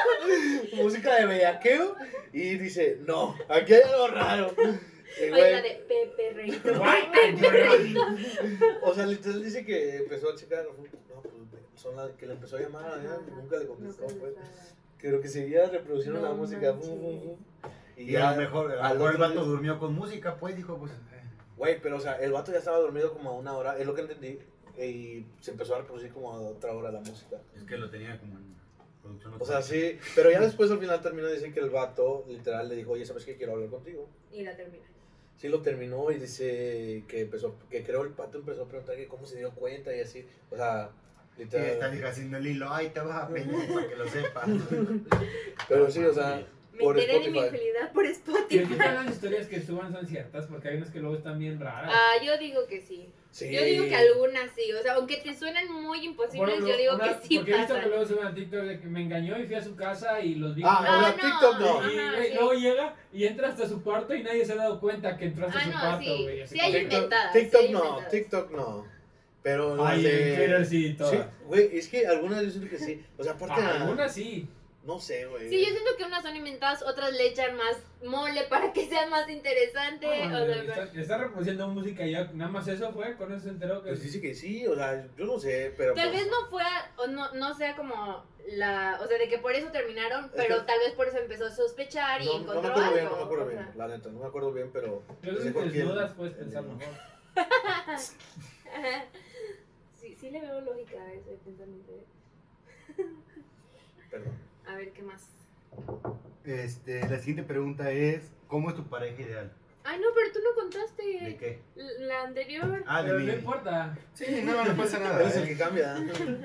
Speaker 1: <laughs> música de bellaqueo. Y dice, no, aquí hay algo raro. Y,
Speaker 3: Oye, la
Speaker 1: güey,
Speaker 3: de Pepe
Speaker 1: <laughs>
Speaker 3: Rey.
Speaker 1: o sea, literal dice que empezó a checar. No, pues son las que le empezó a llamar,
Speaker 3: Ajá.
Speaker 1: ¿eh? nunca le
Speaker 3: No
Speaker 1: contestó.
Speaker 3: creo que
Speaker 1: pues.
Speaker 3: sea.
Speaker 1: Creo que seguía reproduciendo
Speaker 3: No
Speaker 1: la música.
Speaker 3: manches.
Speaker 1: fum, fum, fum.
Speaker 7: Y a lo mejor, a
Speaker 1: al
Speaker 7: lo mejor el
Speaker 1: otro
Speaker 7: vato
Speaker 1: día-
Speaker 7: durmió con música, pues dijo, pues. eh,
Speaker 1: Güey, pero o sea, el vato ya estaba dormido como a una hora, es lo que entendí. Y se empezó a reproducir como a otra hora la música.
Speaker 7: Es que lo tenía como en producción.
Speaker 1: O sea, sí, pero ya después al final terminó de decir que el vato literal le dijo, oye, ¿sabes qué? Quiero hablar contigo.
Speaker 3: Y la termina.
Speaker 1: Sí lo terminó y dice que empezó, que creo el pato empezó a preguntar que cómo se dio cuenta y así. O sea,
Speaker 7: Y está
Speaker 1: literal.
Speaker 7: hija haciendo el hilo, ay, te vas a <laughs> peinar para que lo sepas.
Speaker 1: Pero sí, o sea,
Speaker 3: Me
Speaker 1: Por
Speaker 3: enteré de mi
Speaker 1: Spotify.
Speaker 3: infidelidad por
Speaker 4: Y aquí
Speaker 1: <laughs>
Speaker 3: Spotify.
Speaker 4: todas las historias que suban son ciertas, porque hay unas que luego están bien raras.
Speaker 3: Ah, yo digo que sí.
Speaker 1: sí.
Speaker 3: Yo digo que algunas sí. O sea, aunque te suenan muy imposibles,
Speaker 4: Por
Speaker 3: yo
Speaker 4: ejemplo,
Speaker 3: digo
Speaker 4: una-
Speaker 3: que sí
Speaker 4: Porque he visto que
Speaker 3: pasan.
Speaker 4: luego suben a TikTok de que me engañó y fui a su casa y los vi.
Speaker 1: Ah,
Speaker 4: con-
Speaker 1: o sea,
Speaker 3: no,
Speaker 1: TikTok no.
Speaker 3: ajá,
Speaker 4: y güey,
Speaker 3: sí.
Speaker 4: luego llega y entra hasta su cuarto y nadie se ha dado cuenta que entró hasta
Speaker 3: Ah,
Speaker 4: su
Speaker 3: no,
Speaker 4: cuarto,
Speaker 3: sí.
Speaker 4: güey. así
Speaker 3: Sí hay
Speaker 4: como-
Speaker 1: TikTok,
Speaker 3: inventadas,
Speaker 1: TikTok
Speaker 3: sí hay
Speaker 1: no,
Speaker 3: inventadas.
Speaker 1: TikTok no. Pero las
Speaker 4: Ay,
Speaker 1: de-
Speaker 4: en Twitter sí, todas.
Speaker 1: eh, Sí, güey, es que algunas yo siento que sí. O sea, aparte.
Speaker 4: Ah, algunas sí.
Speaker 1: No sé, güey.
Speaker 3: Sí, yo siento que unas son inventadas, otras le echan más mole para que sea más interesante.
Speaker 4: Ah,
Speaker 3: o sea,
Speaker 4: está, está reproduciendo música y ya, nada más eso fue, con eso se enteró que...
Speaker 1: Pues dice que sí, o sea, yo no sé, pero.
Speaker 3: Tal
Speaker 1: pues,
Speaker 3: vez no fue, o no, no sea como la, o sea, de que por eso terminaron,
Speaker 1: que-
Speaker 3: pero tal vez por eso empezó a sospechar y
Speaker 1: no, no
Speaker 3: encontró
Speaker 1: me acuerdo
Speaker 3: algo.
Speaker 1: bien, no me acuerdo
Speaker 3: o
Speaker 1: bien,
Speaker 3: sea.
Speaker 1: la neta, no me acuerdo bien, pero.
Speaker 4: Yo
Speaker 1: sé
Speaker 4: creo que
Speaker 1: por quién.
Speaker 4: desnudas puedes pensar mejor.
Speaker 3: <laughs> sí, sí le veo lógica a ese pensamiento. ¿eh?
Speaker 1: Perdón.
Speaker 3: A ver, ¿qué más?
Speaker 7: Este, la siguiente pregunta es: ¿Cómo es tu pareja ideal?
Speaker 3: Ay, no, pero tú no
Speaker 7: ¿De
Speaker 3: contaste
Speaker 7: qué?
Speaker 3: la anterior.
Speaker 7: Ah, de
Speaker 4: Pero
Speaker 7: mí.
Speaker 4: no importa.
Speaker 7: Sí, no, <laughs> no pasa nada.
Speaker 1: Eres el que cambia.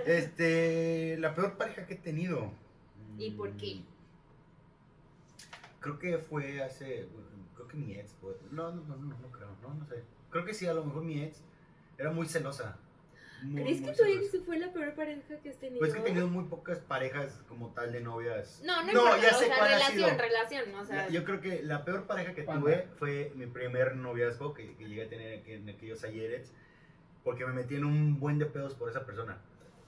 Speaker 7: Este, la peor pareja que he tenido.
Speaker 3: ¿Y por qué?
Speaker 7: Creo que fue hace, bueno, creo que mi ex, pues, güey. No, no, no, no, no creo, no, no sé. Creo que sí, a lo mejor mi ex era muy celosa.
Speaker 2: Muy,
Speaker 8: ¿Crees que
Speaker 2: muy
Speaker 8: tu
Speaker 2: sabroso.
Speaker 8: ex fue la peor pareja que has tenido?
Speaker 2: Pues que he tenido muy pocas parejas como tal de novias.
Speaker 3: No, no,
Speaker 2: No,
Speaker 3: importa,
Speaker 2: ya
Speaker 3: o
Speaker 2: sé
Speaker 3: sea,
Speaker 2: cuál ha
Speaker 3: relación,
Speaker 2: sido.
Speaker 3: relación, o sea,
Speaker 2: La- yo creo que la peor pareja que
Speaker 4: ¿Cuándo?
Speaker 2: tuve fue mi primer noviazgo que, que llegué a tener aquí en aquellos ayeres, porque me metí en un buen de pedos por esa persona,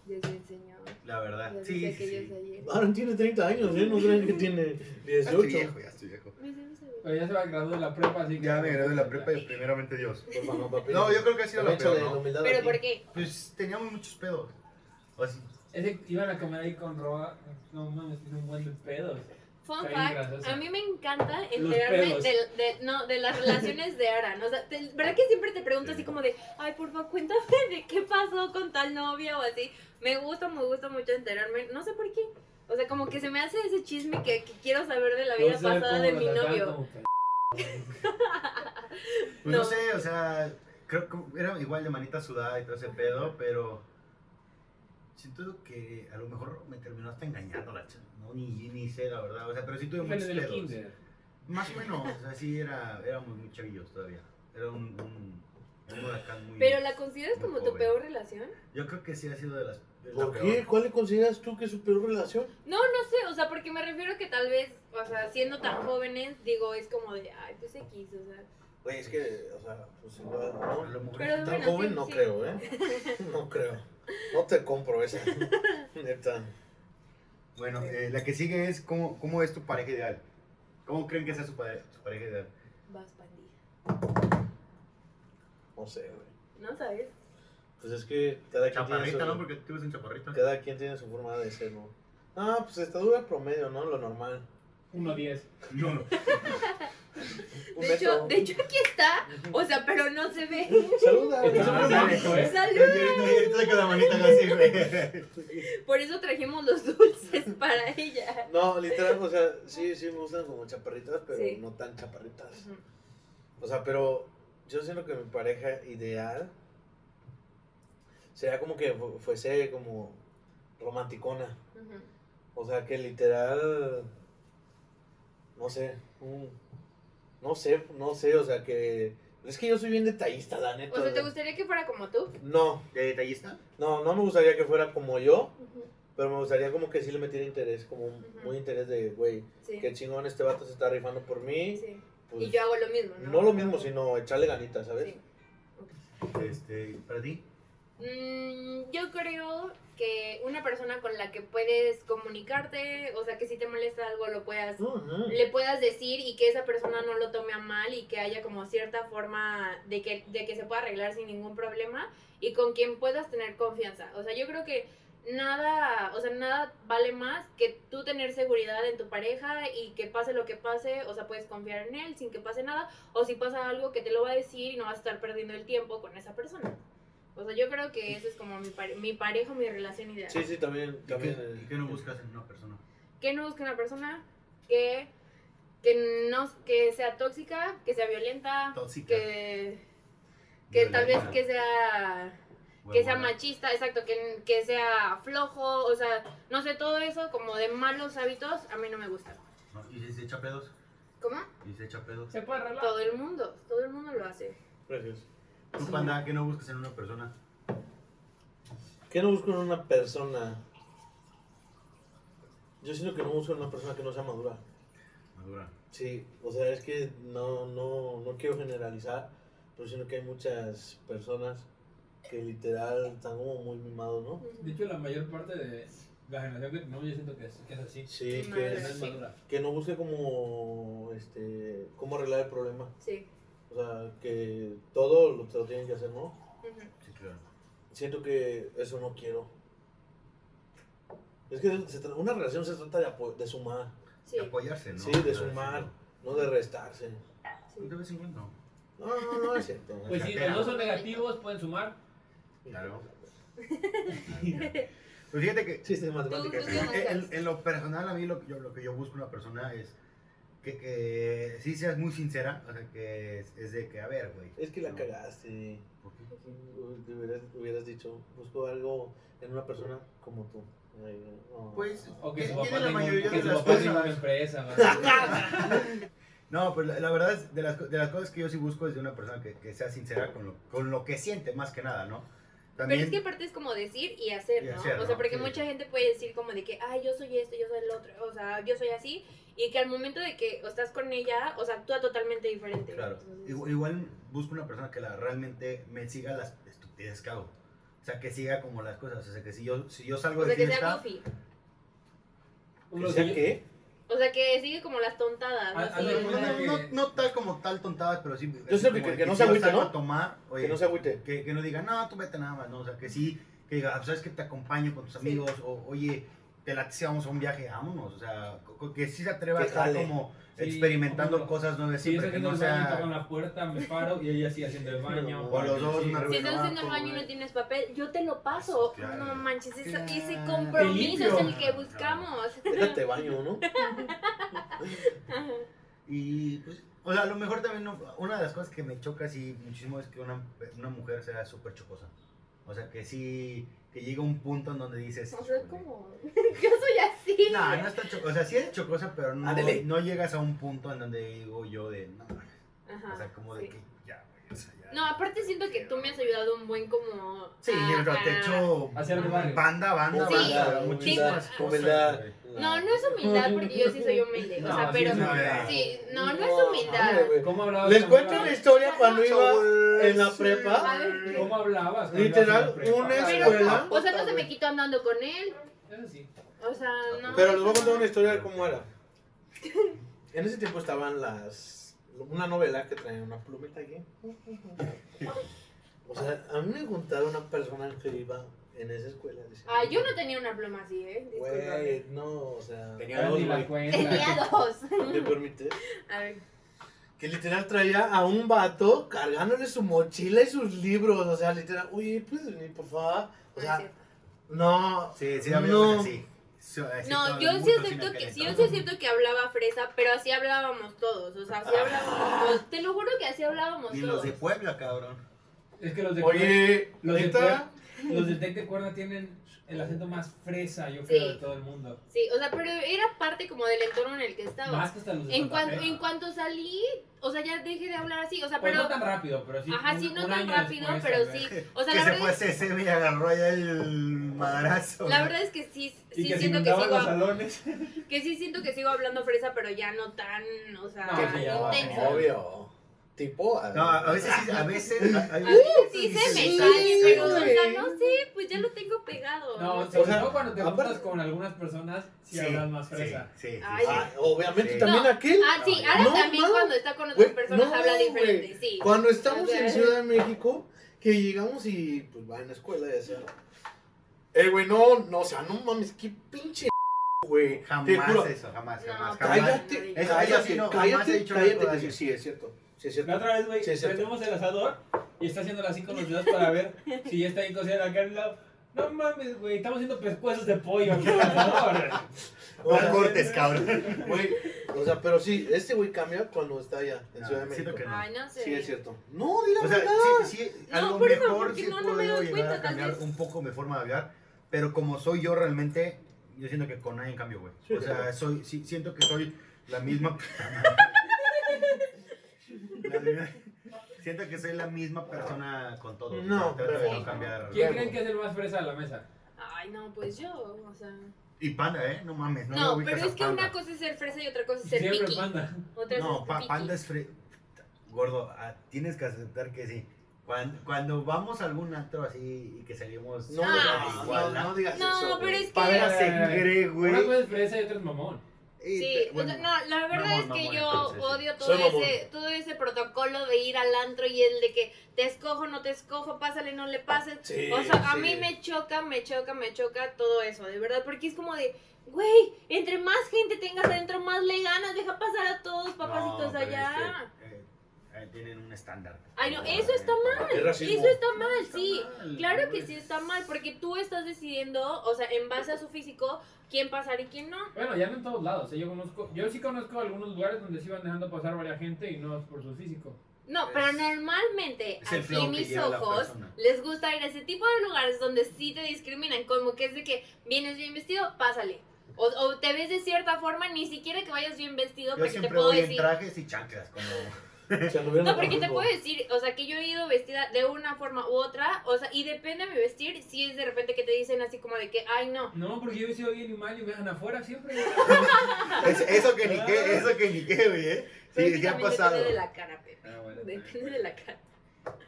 Speaker 8: Desde el señor.
Speaker 2: la verdad.
Speaker 8: Desde
Speaker 2: Ah, Sí, sí,
Speaker 8: aquellos
Speaker 2: sí.
Speaker 8: ayer.
Speaker 1: Aaron Ah, tiene 30 años, ¿eh? No creen que tiene
Speaker 2: Ya
Speaker 1: 18.
Speaker 2: estoy viejo, ya estoy viejo.
Speaker 8: Pues ya no sabía.
Speaker 4: Pero ya se va a graduar de la prepa, así que.
Speaker 2: Ya me gradué de la prepa y primeramente Dios.
Speaker 1: Por favor, papi.
Speaker 2: No, yo creo que ha sido la
Speaker 1: Échale
Speaker 2: peor,
Speaker 1: la
Speaker 2: ¿no?
Speaker 1: humildad
Speaker 3: pero
Speaker 1: aquí.
Speaker 3: ¿por qué?
Speaker 2: Pues teníamos muchos pedos. O sea,
Speaker 4: Ese que iban a comer ahí con roba. No mames, tiene un buen de pedos.
Speaker 3: Fun
Speaker 4: Está bien
Speaker 3: fact,
Speaker 4: graciosa.
Speaker 3: a mí me encanta enterarme
Speaker 4: pelos.
Speaker 3: de, de- no, de las relaciones de Aran. O sea, te- ¿verdad que siempre te pregunto así como de, ay, por favor, cuéntame de qué pasó con tal novia o así? Me gusta, me gusta mucho enterarme, no sé por qué. O sea, como que se me hace ese chisme que, que quiero saber de la vida
Speaker 4: No sé
Speaker 3: pasada
Speaker 4: cómo
Speaker 3: de
Speaker 4: lo
Speaker 3: mi
Speaker 4: trataban
Speaker 3: novio.
Speaker 4: como pe-
Speaker 2: Pues no.
Speaker 3: No.
Speaker 2: sé, o sea, creo que era igual de manita sudada y todo ese pedo, pero siento que a lo mejor me terminó hasta engañando la chava, ¿no? Ni, ni sé, la verdad, o sea, pero sí tuve
Speaker 4: Pero
Speaker 2: muchos
Speaker 4: en el
Speaker 2: pedos.
Speaker 4: kinder.
Speaker 2: Más o menos, o sea, sí era, éramos muy chavillos todavía. Era un, un, un huracán muy...
Speaker 8: ¿Pero la consideras
Speaker 2: muy
Speaker 8: como tu
Speaker 2: joven.
Speaker 8: peor relación?
Speaker 2: Yo creo que sí ha sido de las... es la
Speaker 1: ¿Por
Speaker 2: peor.
Speaker 1: qué? ¿Cuál le consideras tú que es su peor relación?
Speaker 3: No sé, o sea, porque me refiero que tal vez, o sea, siendo tan jóvenes, digo, es como de, ay, pues X, o sea.
Speaker 1: Güey, es que, o sea, pues igual,
Speaker 2: A
Speaker 1: ¿no?
Speaker 2: lo mejor-
Speaker 3: Pero
Speaker 1: Tan
Speaker 3: bueno,
Speaker 1: joven
Speaker 3: sí,
Speaker 1: no
Speaker 3: sí.
Speaker 1: creo,
Speaker 3: <laughs>
Speaker 1: ¿eh? No creo. No te compro esa. <laughs> Neta.
Speaker 2: Bueno, eh, la que sigue es ¿cómo, ¿cómo es tu pareja ideal? ¿Cómo creen que sea su, pare- su pareja ideal?
Speaker 8: Vas, pandilla.
Speaker 1: No sé, güey.
Speaker 8: ¿No sabes?
Speaker 1: Pues es que cada quien tiene su,
Speaker 2: Chaparrita, ¿no? Porque tú eres un chaparrito.
Speaker 1: cada quien tiene su forma de ser, ¿no? Ah, pues estatura promedio, ¿no? Lo normal.
Speaker 4: 1.10.
Speaker 2: <laughs> No,
Speaker 1: Un
Speaker 3: De hecho,
Speaker 1: metro.
Speaker 3: de hecho aquí está, o sea, pero no se ve.
Speaker 1: Saluda, güey.
Speaker 4: Está más alto, ¿eh?
Speaker 3: ¡Salud!
Speaker 2: Ahorita con la manita así, güey.
Speaker 3: Por eso trajimos los dulces para ella.
Speaker 1: No, literal, o sea, sí, sí me gustan como chaparritas, pero
Speaker 3: Sí.
Speaker 1: no tan chaparritas. O sea, pero yo siento que mi pareja ideal sería como que fu- fuese como romanticona.
Speaker 3: Ujú.
Speaker 1: O sea, que literal, no sé, un- no sé, no sé, o sea, que... Es que yo soy bien detallista, la neta.
Speaker 3: O sea, ¿te
Speaker 1: güey.
Speaker 3: gustaría que fuera como tú?
Speaker 1: No,
Speaker 2: ¿De detallista?
Speaker 1: no, no me gustaría que fuera como yo,
Speaker 3: Ujú.
Speaker 1: pero me gustaría como que sí le metiera interés, como un,
Speaker 3: Ujú.
Speaker 1: muy interés de, güey,
Speaker 3: Sí.
Speaker 1: qué chingón este vato se está rifando por mí.
Speaker 3: Sí.
Speaker 1: pues,
Speaker 3: Y yo hago lo mismo, ¿no?
Speaker 1: No lo mismo, sino echarle ganitas, ¿sabes?
Speaker 3: Sí.
Speaker 2: Este, para ti.
Speaker 3: Mm, yo creo que una persona con la que puedes comunicarte, o sea, que si te molesta algo lo puedas
Speaker 1: Ujú.
Speaker 3: le puedas decir y que esa persona no lo tome a mal y que haya como cierta forma de que, de que se pueda arreglar sin ningún problema y con quien puedas tener confianza. O sea, yo creo que nada, o sea, nada vale más que tú tener seguridad en tu pareja y que pase lo que pase, o sea, puedes confiar en él sin que pase nada o si pasa algo que te lo va a decir y no vas a estar perdiendo el tiempo con esa persona. O sea, yo creo que eso es como mi, pare- mi pareja, mi relación ideal.
Speaker 1: Sí, sí, también.
Speaker 2: ¿Y
Speaker 1: también
Speaker 2: qué,
Speaker 1: eh,
Speaker 2: y qué no buscas en una persona?
Speaker 3: que no busque una persona que, que no que sea tóxica, que sea violenta,
Speaker 2: Tóxica.
Speaker 3: que, que tal vez que sea que sea machista, exacto, que, que sea flojo, o sea, no sé, todo eso como de malos hábitos a mí no me gusta.
Speaker 2: No, ¿Y si se echa pedos?
Speaker 3: ¿Cómo?
Speaker 2: ¿Y se echa pedos?
Speaker 4: Se puede arreglar.
Speaker 3: Todo el mundo, todo el mundo lo hace.
Speaker 1: Gracias.
Speaker 2: Tú, panda, ¿qué no buscas en una persona?
Speaker 1: ¿Qué no busco en una persona? Yo siento que no busco en una persona que no sea madura.
Speaker 2: Madura.
Speaker 1: Sí, o sea, es que no, no, no quiero generalizar, pero siento que hay muchas personas que literal están como muy mimados, ¿no?
Speaker 4: De hecho, la mayor parte de la generación que tenemos, yo siento que es, que es así.
Speaker 1: Sí,
Speaker 3: Madura,
Speaker 1: que,
Speaker 4: Que no es madura.
Speaker 1: que no busque como, este, cómo arreglar el problema.
Speaker 3: Sí.
Speaker 1: O sea, que todo lo, te lo tienen que hacer, ¿no?
Speaker 3: ujú.
Speaker 2: Sí, claro.
Speaker 1: Siento que eso no quiero. Es que se tra- una relación se trata de, apo- de sumar,
Speaker 3: Sí.
Speaker 2: De apoyarse, ¿no?
Speaker 1: sí, de sumar, no de restarse.
Speaker 2: Sí. De vez en cuando.
Speaker 1: No, no, no es cierto.
Speaker 4: Pues si los dos son negativos, pueden sumar.
Speaker 3: <laughs>
Speaker 2: Claro. Pues fíjate que
Speaker 1: Chiste de matemáticas.
Speaker 3: Tú, tú, tú.
Speaker 2: en, en- en lo personal, a mí lo que yo, lo que yo busco en una persona es que, que sí seas muy sincera. O sea, que es, es de que, a ver, güey.
Speaker 1: Es que la
Speaker 2: ¿no?
Speaker 1: cagaste.
Speaker 2: ¿Por qué?
Speaker 1: Hubieras, hubieras dicho, busco algo en una persona como tú. Ay, no.
Speaker 2: Pues,
Speaker 4: O que
Speaker 2: ¿qué-
Speaker 4: su
Speaker 2: qué
Speaker 4: papá
Speaker 2: de la
Speaker 4: tenga un-
Speaker 2: mayoría
Speaker 4: que
Speaker 2: de
Speaker 4: su
Speaker 2: las
Speaker 4: papá tenga una
Speaker 2: cosas?
Speaker 4: empresa. ¿verdad?
Speaker 2: <laughs> No, pues la, la verdad, es de las, co- de las cosas que yo sí busco es de una persona que, que sea sincera con lo, con lo que siente, más que nada, ¿no?
Speaker 9: También,
Speaker 3: Pero es que aparte es como decir y hacer,
Speaker 2: Y
Speaker 3: ¿no?
Speaker 2: hacer,
Speaker 3: o sea,
Speaker 2: ¿no?
Speaker 3: porque
Speaker 2: Sí.
Speaker 3: mucha gente puede decir como de que, ay, yo soy esto, yo soy el otro, o sea, yo soy así, y que al momento de que estás con ella, o sea, actúa totalmente diferente.
Speaker 2: Claro.
Speaker 3: Entonces,
Speaker 2: Igual, igual busco una persona que la, realmente me siga las estupideces que hago. O sea, que siga como las cosas. O sea, que si yo, si yo salgo
Speaker 3: o sea,
Speaker 2: de
Speaker 3: que sea
Speaker 2: fiesta...
Speaker 3: goofy.
Speaker 4: Uno
Speaker 1: sea
Speaker 4: sí-
Speaker 1: qué?
Speaker 3: O sea, que sigue como las tontadas.
Speaker 4: Ah,
Speaker 3: así.
Speaker 4: ah,
Speaker 2: No, no, no, no tal como tal tontadas, pero sí...
Speaker 1: Yo sé
Speaker 2: como
Speaker 1: que-
Speaker 2: de
Speaker 1: que no
Speaker 2: si
Speaker 1: se
Speaker 2: yo
Speaker 1: agüite,
Speaker 2: salgo
Speaker 1: ¿no?
Speaker 2: a tomar, oye,
Speaker 1: Que no se agüite.
Speaker 2: que, que no diga, no, tú vete nada más, ¿no? O sea, que sí, que diga, "Ah, sabes que te acompaño con tus amigos, o oye, te late si vamos a un viaje, vámonos, o sea, co- co- que sí se atreva a
Speaker 1: Que
Speaker 2: estar
Speaker 1: jale.
Speaker 2: como
Speaker 4: Sí,
Speaker 2: experimentando
Speaker 4: ojo.
Speaker 2: cosas nuevas
Speaker 4: Si yo
Speaker 2: siempre,
Speaker 4: estoy
Speaker 2: que
Speaker 4: haciendo
Speaker 2: no
Speaker 4: el baño,
Speaker 2: sea...
Speaker 4: tocan la puerta, me paro y ella sí haciendo el baño.
Speaker 2: <laughs> O los dos,
Speaker 4: Sí.
Speaker 2: una
Speaker 3: Si
Speaker 2: reunión.
Speaker 3: estás haciendo el baño y no tienes papel, yo te lo paso.
Speaker 2: Claro.
Speaker 3: No manches, eso-
Speaker 2: Claro.
Speaker 3: ese
Speaker 4: Te
Speaker 3: compromiso
Speaker 4: limpio.
Speaker 3: es el que buscamos.
Speaker 1: Déjate baño,
Speaker 3: <laughs>
Speaker 1: ¿no?
Speaker 2: Y pues, o sea, a lo mejor también no- una de las cosas que me choca así muchísimo es que una, una mujer sea súper chocosa. O sea, que sí, que llega un punto en donde dices...
Speaker 3: O sea, es
Speaker 2: "Híjole".
Speaker 3: como. <laughs> yo soy así.
Speaker 2: No, no está chocosa. O sea, sí es chocosa, pero no,
Speaker 1: Ándele.
Speaker 2: no llegas a un punto en donde digo yo de... No,
Speaker 3: Ajá,
Speaker 2: o sea, como
Speaker 3: Ah, sí.
Speaker 2: de que ya, güey, o sea, ya.
Speaker 3: No, aparte siento que tú me has ayudado un buen como.
Speaker 2: Sí,
Speaker 3: a-
Speaker 2: pero te
Speaker 3: a-
Speaker 2: echo
Speaker 4: Hacer barrio.
Speaker 2: banda, banda,
Speaker 3: Sí.
Speaker 2: banda.
Speaker 1: Humildad,
Speaker 2: Muchísimas
Speaker 1: humildad,
Speaker 2: cosas.
Speaker 1: humildad.
Speaker 2: güey.
Speaker 3: No, no es humildad porque yo
Speaker 1: <laughs>
Speaker 3: sí soy humilde. O
Speaker 4: No,
Speaker 3: sea,
Speaker 4: sí
Speaker 3: pero.
Speaker 4: es humildad.
Speaker 3: Sí, no, no es humildad.
Speaker 1: mames, güey.
Speaker 4: ¿Cómo hablabas?
Speaker 1: Les
Speaker 4: cuando
Speaker 1: cuento una
Speaker 4: hablabas?
Speaker 1: historia cuando iba en la prepa.
Speaker 3: A ver,
Speaker 4: ¿Cómo hablabas? Ah, cuando
Speaker 1: Literal,
Speaker 4: ibas a la prepa?
Speaker 1: una
Speaker 3: Pero,
Speaker 1: escuela.
Speaker 3: o sea, no se me quitó andando con él.
Speaker 4: Eso sí.
Speaker 3: O sea, no.
Speaker 1: Pero les voy a contar una historia de cómo era. En ese tiempo estaban las. Una novela que traía una plumita aquí. O sea, a mí me contaron una persona que iba en esa escuela. decía,
Speaker 3: Ah, yo no tenía una pluma así, ¿eh? Disculpame.
Speaker 1: Güey, no, o sea.
Speaker 4: Pero
Speaker 1: dos,
Speaker 4: ni la
Speaker 1: güey. <laughs>
Speaker 2: <laughs>
Speaker 4: cuenta.
Speaker 3: Tenía dos.
Speaker 1: ¿Me permites?
Speaker 3: <laughs> A ver.
Speaker 1: Que literal traía a un vato cargándole su mochila y sus libros. O sea, literal, oye, pues venir, por favor. O
Speaker 3: no es
Speaker 1: sea,
Speaker 3: cierto.
Speaker 1: no.
Speaker 2: Sí, sí, había
Speaker 1: No.
Speaker 2: no. así. Sí, así todo
Speaker 3: No,
Speaker 2: el
Speaker 3: yo
Speaker 2: mundo
Speaker 3: sí
Speaker 2: sin
Speaker 3: acepto que,
Speaker 2: aquel
Speaker 3: sí, yo sí
Speaker 2: entonces.
Speaker 3: acepto que hablaba fresa, pero así hablábamos todos. O
Speaker 4: Ah.
Speaker 3: sea, así hablábamos todos. Te lo juro que así hablábamos
Speaker 2: Ni los
Speaker 3: todos.
Speaker 2: de Puebla, cabrón.
Speaker 4: Es que los de
Speaker 1: Oye,
Speaker 4: Los de
Speaker 1: neta.
Speaker 4: Los de Tec de Cuerda tienen el acento más fresa, yo
Speaker 3: Sí.
Speaker 4: creo, de todo el mundo.
Speaker 3: Sí, o sea, pero era parte como del entorno en el que estaba.
Speaker 4: Más que hasta los de
Speaker 3: En,
Speaker 4: Santa
Speaker 3: cuan-
Speaker 4: Fe.
Speaker 3: en cuanto salí, o sea, ya dejé de hablar así. O sea,
Speaker 4: Pues
Speaker 3: pero.
Speaker 4: no tan rápido, pero sí.
Speaker 3: Ajá,
Speaker 4: un-
Speaker 3: sí, no
Speaker 4: un
Speaker 3: tan
Speaker 4: año
Speaker 3: rápido,
Speaker 4: después,
Speaker 3: pero
Speaker 4: tal
Speaker 3: sí.
Speaker 4: vez.
Speaker 3: O sea,
Speaker 2: que
Speaker 3: la
Speaker 2: se
Speaker 3: verdad,
Speaker 2: fue a CC y agarró allá el madrazo.
Speaker 3: la verdad es que sí,
Speaker 4: Y
Speaker 3: sí
Speaker 4: que se
Speaker 3: siento que
Speaker 4: inundaban
Speaker 3: sigo,
Speaker 4: los salones.
Speaker 3: que sí siento que sigo hablando fresa, pero ya no tan, o sea,
Speaker 4: No, sí, ya va,
Speaker 3: Ah, intenso.
Speaker 1: Obvio. Tipo. Ah,
Speaker 2: No, a veces sí, a veces. a- a-
Speaker 3: A veces sí se
Speaker 1: Sí,
Speaker 3: me sale, pero, o
Speaker 1: güey.
Speaker 3: sea, no sé, pues ya lo tengo pegado.
Speaker 4: <laughs> No,
Speaker 3: sé.
Speaker 4: sobre
Speaker 1: sea,
Speaker 4: todo cuando te
Speaker 1: aparte-
Speaker 4: juntas con algunas personas, sí,
Speaker 2: Sí,
Speaker 4: hablas más
Speaker 2: sí,
Speaker 4: fresa.
Speaker 2: Sí, sí,
Speaker 3: Ay,
Speaker 2: sí.
Speaker 1: Ah, obviamente
Speaker 2: Sí.
Speaker 1: también
Speaker 3: No.
Speaker 1: aquel.
Speaker 3: Ah, sí,
Speaker 2: No,
Speaker 3: ahora
Speaker 1: no,
Speaker 3: también
Speaker 1: no.
Speaker 3: cuando está con otras
Speaker 1: Güey,
Speaker 3: personas
Speaker 1: no,
Speaker 3: habla diferente,
Speaker 1: güey.
Speaker 3: sí.
Speaker 1: Cuando estamos
Speaker 3: A ver.
Speaker 1: en Ciudad de México, que llegamos y pues va en la escuela de esa. Eh, güey, no, no, o sea, no mames, qué pinche güey. Te juro.
Speaker 2: Jamás eso, jamás,
Speaker 3: No,
Speaker 2: jamás. jamás.
Speaker 1: Cállate,
Speaker 3: Eso-
Speaker 2: eso
Speaker 1: cállate,
Speaker 2: sí, no, jamás he
Speaker 1: cállate,
Speaker 2: dicho
Speaker 1: cállate,
Speaker 2: nada
Speaker 1: que
Speaker 2: de
Speaker 1: sí,
Speaker 2: eso.
Speaker 1: sí, es cierto. Sí, es
Speaker 4: La
Speaker 1: cierto.
Speaker 4: otra vez, güey,
Speaker 1: Sí, es cierto.
Speaker 4: prendemos el asador y está haciendo las 5 con los dedos para ver si ya está bien cocida la carne. No mames, güey, estamos haciendo pescuezos de pollo aquí en el asador.
Speaker 1: <laughs> O
Speaker 2: No
Speaker 1: sea,
Speaker 2: cortes, cabrón.
Speaker 1: güey, o sea, pero sí, este güey cambia cuando está allá en
Speaker 2: No,
Speaker 1: Ciudad de
Speaker 2: siento
Speaker 1: México.
Speaker 2: que no.
Speaker 3: Ay, no sé.
Speaker 1: Sí, es cierto. No, dile
Speaker 2: O sea,
Speaker 1: verdad.
Speaker 2: sí, sí,
Speaker 3: No,
Speaker 2: a lo
Speaker 3: por eso,
Speaker 2: mejor
Speaker 3: porque
Speaker 2: sí
Speaker 3: no, no
Speaker 2: puedo
Speaker 3: me he dado
Speaker 2: llegar
Speaker 3: cuenta,
Speaker 2: a
Speaker 3: tal
Speaker 2: cambiar
Speaker 3: vez.
Speaker 2: un poco mi forma de hablar, pero como soy yo realmente, yo siento que con nadie cambio, güey.
Speaker 1: Sí,
Speaker 2: o sea,
Speaker 1: claro.
Speaker 2: soy, sí, siento que soy la misma... <laughs> La misma- siento que soy la misma persona con todo. güey.
Speaker 1: No,
Speaker 2: Trato de
Speaker 1: pero-
Speaker 2: no cambiar.
Speaker 4: ¿Quién creen que es el más fresa de la mesa?
Speaker 3: Ay, no, pues yo, o sea.
Speaker 2: Y panda, ¿eh? No mames. No,
Speaker 3: No,
Speaker 2: me ubicas
Speaker 3: pero
Speaker 2: a
Speaker 3: es que
Speaker 2: Panda.
Speaker 3: una cosa es ser fresa y otra cosa es ser
Speaker 4: Siempre
Speaker 3: piqui.
Speaker 4: panda.
Speaker 3: Otra cosa
Speaker 2: No,
Speaker 3: es
Speaker 2: pa-
Speaker 3: piqui.
Speaker 2: panda es fre... Gordo, ah, tienes que aceptar que sí. Cuando, cuando vamos a algún antro así y que salimos...
Speaker 1: No,
Speaker 3: Ah,
Speaker 1: no,
Speaker 2: igual,
Speaker 1: no, no digas
Speaker 3: No,
Speaker 1: eso.
Speaker 3: pero
Speaker 1: güey.
Speaker 3: es que-
Speaker 2: Panda
Speaker 4: Eh,
Speaker 2: sangre, güey.
Speaker 4: Una cosa es fresa y otra es mamón.
Speaker 2: Y
Speaker 3: Sí,
Speaker 2: te-
Speaker 3: o sea,
Speaker 2: bueno,
Speaker 3: no, la verdad
Speaker 2: mamón,
Speaker 3: es que
Speaker 2: mamón,
Speaker 3: yo
Speaker 2: entonces, sí.
Speaker 3: odio todo
Speaker 1: Soy mamón.
Speaker 3: ese, todo ese protocolo de ir al antro y el de que te escojo, no te escojo, pásale, no le pases.
Speaker 1: Sí,
Speaker 3: O sea, a
Speaker 1: sí.
Speaker 3: mí me choca, me choca, me choca todo eso, de verdad, porque es como de, güey, entre más gente tengas adentro, más le ganas, deja pasar a todos, papacitos
Speaker 2: no, pero
Speaker 3: allá.
Speaker 2: es que, eh, eh, tienen un estándar.
Speaker 3: Ay, no, eso está mal.
Speaker 1: Es racismo.
Speaker 3: Eso está mal, sí.
Speaker 2: mal,
Speaker 3: Claro que
Speaker 2: güey.
Speaker 3: sí está mal, porque tú estás decidiendo, o sea, en base a su físico, quién pasar y quién no.
Speaker 4: Bueno, ya no en todos lados. eh, Yo conozco, yo sí conozco algunos lugares donde se iban dejando pasar varias gente y no es por su físico.
Speaker 3: No,
Speaker 2: Es-
Speaker 3: pero normalmente
Speaker 2: es el
Speaker 3: aquí
Speaker 2: flow que
Speaker 3: mis
Speaker 2: lleva la
Speaker 3: ojos
Speaker 2: persona.
Speaker 3: les gusta ir a ese tipo de lugares donde sí te discriminan, como que es de que vienes bien vestido, pásale. O, o te ves de cierta forma, ni siquiera que vayas bien vestido,
Speaker 2: Yo
Speaker 3: porque te
Speaker 2: siempre
Speaker 3: puedo
Speaker 2: voy en
Speaker 3: decir, <laughs>
Speaker 2: trajes y chanclas, como
Speaker 1: Si anduvieran
Speaker 3: No,
Speaker 1: en
Speaker 3: porque te
Speaker 1: Acapulco.
Speaker 3: puedo decir, o sea, que yo he ido vestida de una forma u otra, o sea, y depende de mi vestir, si es de repente que te dicen así como de que, ay, no.
Speaker 4: No, porque yo he sido bien y mal y me dejan afuera siempre.
Speaker 2: Es- eso que ni qué, eso que ni qué, güey, ¿eh? Sí, sí ha
Speaker 3: Prácticamente
Speaker 2: pasado.
Speaker 3: Depende de la cara, Pepe.
Speaker 4: <laughs> Ah, bueno,
Speaker 3: Depende de la cara.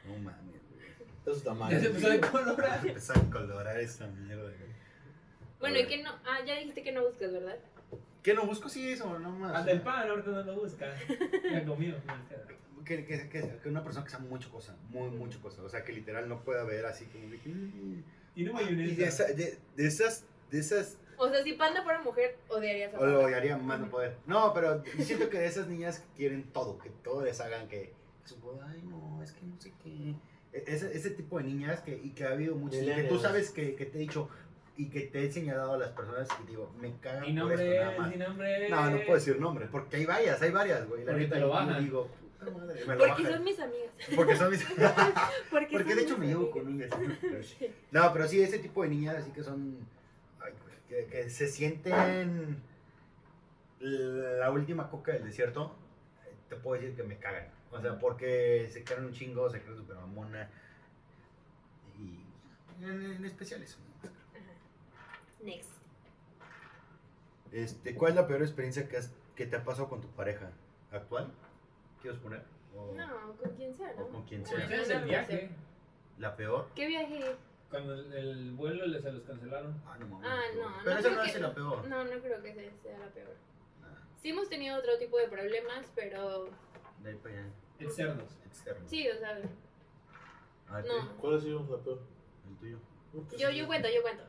Speaker 2: No mames, güey.
Speaker 1: Eso está mal.
Speaker 4: Ya se empezó de color.
Speaker 2: Ah, Empezó a colorar esa mierda, güey.
Speaker 3: Bueno, y que no, ah, ya dijiste que no buscas, ¿verdad?
Speaker 2: ¿Qué no busco si eso? No más.
Speaker 4: Hasta el pan, ahorita no lo busca. Ya comió.
Speaker 2: Que, que, que, que una persona que sea mucho cosa, muy, mucho cosa. O sea, que literal no pueda ver así como de que, mm.
Speaker 4: Tiene
Speaker 2: Y de,
Speaker 4: mayonesa.
Speaker 2: esa- de, de esas, de esas,
Speaker 3: O sea, si Panda fuera mujer, odiarías a
Speaker 2: o lo
Speaker 3: Panda.
Speaker 2: odiaría más no poder. No, pero siento que de esas niñas que quieren todo, que todo les hagan, que, que su boda, ay no, es que no sé qué. E- Ese, ese tipo de niñas que, y que ha habido muchos, y que tú
Speaker 1: Millennials.
Speaker 2: sabes que, que te he dicho y que te he señalado a las personas y digo, me
Speaker 4: Mi
Speaker 2: cagan por esto
Speaker 4: nombre
Speaker 2: nada
Speaker 4: es,
Speaker 2: más.
Speaker 4: mi nombre es.
Speaker 2: No, no puedo decir nombres, porque hay varias, hay varias, güey. La
Speaker 4: Porque
Speaker 2: neta,
Speaker 4: te lo
Speaker 2: y- y
Speaker 4: bajan.
Speaker 2: digo, puta madre, me lo
Speaker 3: Porque
Speaker 2: bajan.
Speaker 3: son mis amigas. <laughs>
Speaker 2: Porque
Speaker 4: <laughs>
Speaker 2: son mis... <laughs>
Speaker 3: Porque,
Speaker 2: Porque
Speaker 3: son
Speaker 2: de hecho
Speaker 3: mis
Speaker 2: me llevo
Speaker 3: amigas.
Speaker 2: con ellas.
Speaker 3: <laughs>
Speaker 2: No, pero sí, ese tipo de niñas así que son. ay, güey, que, que se sienten la última coca del desierto. eh, Te puedo decir que me cagan. O sea, porque se crean un chingo, se crean super mamona. Y. En, en especial eso. ¿no?
Speaker 3: Next.
Speaker 2: Este, ¿Cuál es la peor experiencia que, has- que te ha pasado con tu pareja actual? ¿Quieres poner? O,
Speaker 3: No, con quién sea,
Speaker 2: o
Speaker 3: ¿no?
Speaker 2: con quien
Speaker 4: Ustedes
Speaker 2: sea.
Speaker 3: Ustedes
Speaker 4: el viaje.
Speaker 2: ¿La peor?
Speaker 3: ¿Qué viaje?
Speaker 4: Cuando el, el vuelo les- se los cancelaron.
Speaker 2: Ah, no mames.
Speaker 3: Ah,
Speaker 2: la peor.
Speaker 3: no,
Speaker 2: Pero
Speaker 3: no
Speaker 2: esa
Speaker 3: creo
Speaker 2: no
Speaker 3: que-
Speaker 2: es la peor.
Speaker 3: No, no creo que sea- sea la peor.
Speaker 2: Ah,
Speaker 3: Sí hemos tenido otro tipo de problemas, pero
Speaker 2: de ahí para allá.
Speaker 4: Externos.
Speaker 2: Externo.
Speaker 3: sí, o sea,
Speaker 2: A ver,
Speaker 3: no.
Speaker 1: ¿Cuál ha sido la peor?
Speaker 2: Ah, El tuyo.
Speaker 3: Yo, yo cuento, yo cuento.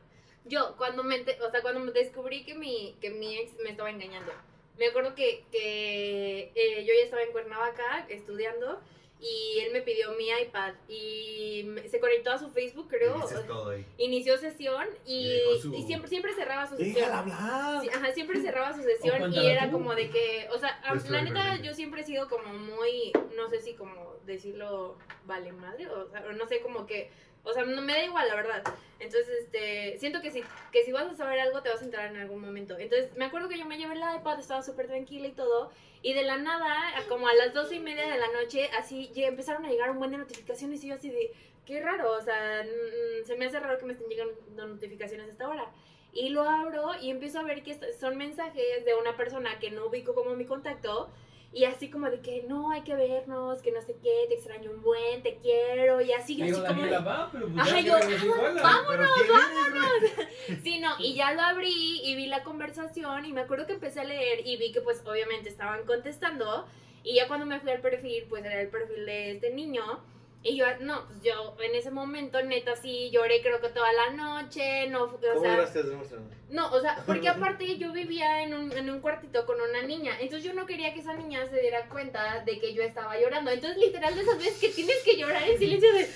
Speaker 3: Yo, cuando me, ente- o sea, cuando me descubrí que mi, que mi ex me estaba engañando, me acuerdo que, que eh, yo ya estaba en Cuernavaca estudiando y él me pidió mi iPad y me- se conectó a su Facebook, creo.
Speaker 2: Dices todo ahí.
Speaker 3: Inició sesión
Speaker 2: Le
Speaker 3: y,
Speaker 2: dejó su-
Speaker 3: y siempre, siempre cerraba su sesión.
Speaker 1: Déjala hablar.
Speaker 3: Sí, ajá, siempre cerraba su
Speaker 4: O
Speaker 3: sesión y
Speaker 4: cuéntala
Speaker 3: era
Speaker 4: tú.
Speaker 3: como de que, o sea, a-
Speaker 2: Pues,
Speaker 3: la
Speaker 2: claro,
Speaker 3: neta
Speaker 2: presente.
Speaker 3: yo siempre he sido como muy, no sé si como decirlo vale madre, o, sea, o no sé como que, o sea, no me da igual la verdad. Entonces, este, siento que si, que si vas a saber algo te vas a enterar en algún momento. Entonces, me acuerdo que yo me llevé el iPad, estaba súper tranquila y todo, y de la nada, a- como a las doce y media de la noche, así ya empezaron a llegar un buen de notificaciones y yo así de, qué raro, o sea, mm, se me hace raro que me estén llegando notificaciones hasta ahora. Y lo abro y empiezo a ver que est- son mensajes de una persona que no ubico como mi contacto. Y así como de que no, hay que vernos, que no sé qué, te extraño un buen, te quiero. Y así, así
Speaker 4: Digo,
Speaker 3: como de-
Speaker 4: Daniela va, pero pues
Speaker 3: Ajá,
Speaker 4: ya que
Speaker 3: yo,
Speaker 4: regresó igual,
Speaker 3: vamos.
Speaker 2: Pero ¿quién eres, güey?
Speaker 3: Sí, no, y ya lo abrí y vi la conversación y me acuerdo que empecé a leer y vi que pues obviamente estaban contestando y ya cuando me fui al perfil, pues era el perfil de este niño y yo, no, pues yo en ese momento neta sí lloré creo que toda la noche, no, fu- o
Speaker 1: ¿Cómo
Speaker 3: sea,
Speaker 1: llegaste a demostrarlo?
Speaker 3: no, o sea, <laughs> porque aparte yo vivía en un, en un cuartito con una niña, entonces yo no quería que esa niña se diera cuenta de que yo estaba llorando, entonces literal de esas veces que tienes que llorar en silencio de...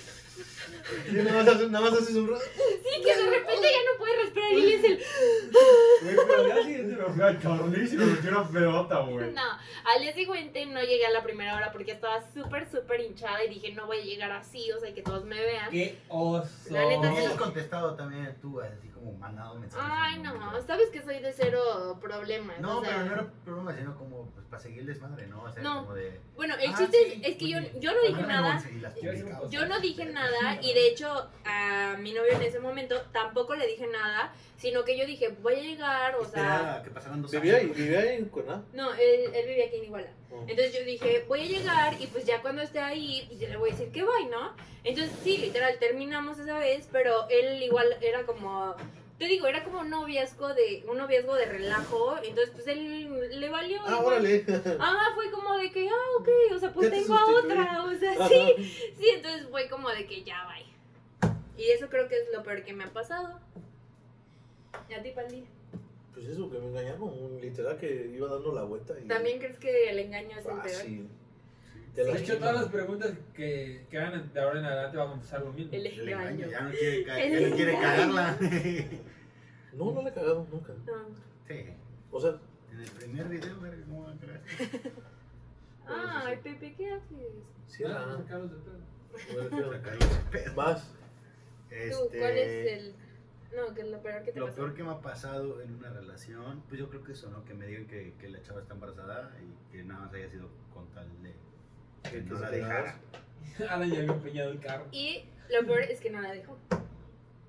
Speaker 1: Yo nada más haces- nada más haces un rato.
Speaker 3: Sí, que de repente ya no puedes respirar y le dices el...
Speaker 4: Güey, pero ya sí se lo fue a Charlie, se lo metió una pelota, güey.
Speaker 3: No, al día siguiente no llegué a la primera hora porque estaba súper, súper hinchada y dije, no voy a llegar así, o sea, que todos me vean.
Speaker 4: Qué oso.
Speaker 3: La neta,
Speaker 2: ¿Quién
Speaker 3: sí.
Speaker 2: has contestado también tú, así como mandado mensajes?
Speaker 3: Ay, no, sabes que soy de cero problemas.
Speaker 2: No,
Speaker 3: o sea.
Speaker 2: pero no era problema, sino como pues, para seguirles madre, ¿no? O sea,
Speaker 3: No.
Speaker 2: como de.
Speaker 3: Bueno, el
Speaker 2: Ah,
Speaker 3: chiste es-
Speaker 2: sí,
Speaker 3: es que yo,
Speaker 2: oye,
Speaker 3: yo no dije
Speaker 2: mándame
Speaker 3: nada.
Speaker 2: once y las
Speaker 4: Yo hice un
Speaker 2: publicaba.
Speaker 4: post.
Speaker 3: Yo no dije nada y de hecho a mi novio en ese momento tampoco le dije nada, sino que yo dije, voy a llegar, o sea...
Speaker 2: Espera, que pasaran dos
Speaker 1: Vivía ahí,
Speaker 2: años.
Speaker 1: vivía ahí en Cuerna.
Speaker 3: No, él, él vivía aquí en Iguala.
Speaker 1: Oh.
Speaker 3: Entonces yo dije, voy a llegar y pues ya cuando esté ahí, pues yo le voy a decir que voy, ¿no? Entonces sí, literal, terminamos esa vez, pero él igual era como, te digo, era como un noviazgo de, un noviazgo de relajo, entonces pues él le valió.
Speaker 1: Ah,
Speaker 3: igual.
Speaker 1: órale.
Speaker 3: Ah, fue como de que, ah, ok, o sea, pues
Speaker 1: Ya te
Speaker 3: tengo a
Speaker 1: sustituí.
Speaker 3: otra, o sea, sí, sí, entonces fue como de que ya, bye. Y eso creo que es lo peor que me ha pasado. ¿Y a ti, Pandi?
Speaker 1: Pues eso, que me engañaron. Literal que iba dando la vuelta. Y...
Speaker 3: ¿También crees que el engaño
Speaker 2: Ah,
Speaker 3: es el peor?
Speaker 1: Fácil. Te
Speaker 4: De hecho,
Speaker 1: lastiman.
Speaker 4: todas las preguntas que, que hagan de ahora en adelante va a contestar lo mismo.
Speaker 3: El
Speaker 2: El engaño,
Speaker 3: engaño.
Speaker 2: ya no quiere, ca-
Speaker 3: El
Speaker 2: ya no quiere
Speaker 3: engaño.
Speaker 2: cagarla. <laughs>
Speaker 1: No, no le he cagado nunca.
Speaker 3: Ah.
Speaker 2: Sí,
Speaker 1: O sea,
Speaker 2: en el primer video, verga, ¿cómo va a cagar?
Speaker 3: Ay, Pepe, ¿qué haces?
Speaker 1: sí,
Speaker 4: Nada,
Speaker 2: Ah,
Speaker 1: nada.
Speaker 4: sacarlos pues, de <laughs> pedo.
Speaker 1: Me refiero.
Speaker 2: <laughs> Sacarlo de pedo.
Speaker 1: Vas.
Speaker 3: Tú, ¿cuál es
Speaker 2: Este,
Speaker 3: el.? No, que es lo peor que te
Speaker 2: Lo
Speaker 3: pasó?
Speaker 2: peor que me ha pasado en una relación, pues yo creo que eso, ¿no? Que me digan que, que la chava está embarazada y que nada más haya sido con tal de que no la dejara.
Speaker 4: Alan ya había empeñado el carro.
Speaker 3: Y lo peor es que no la dejó.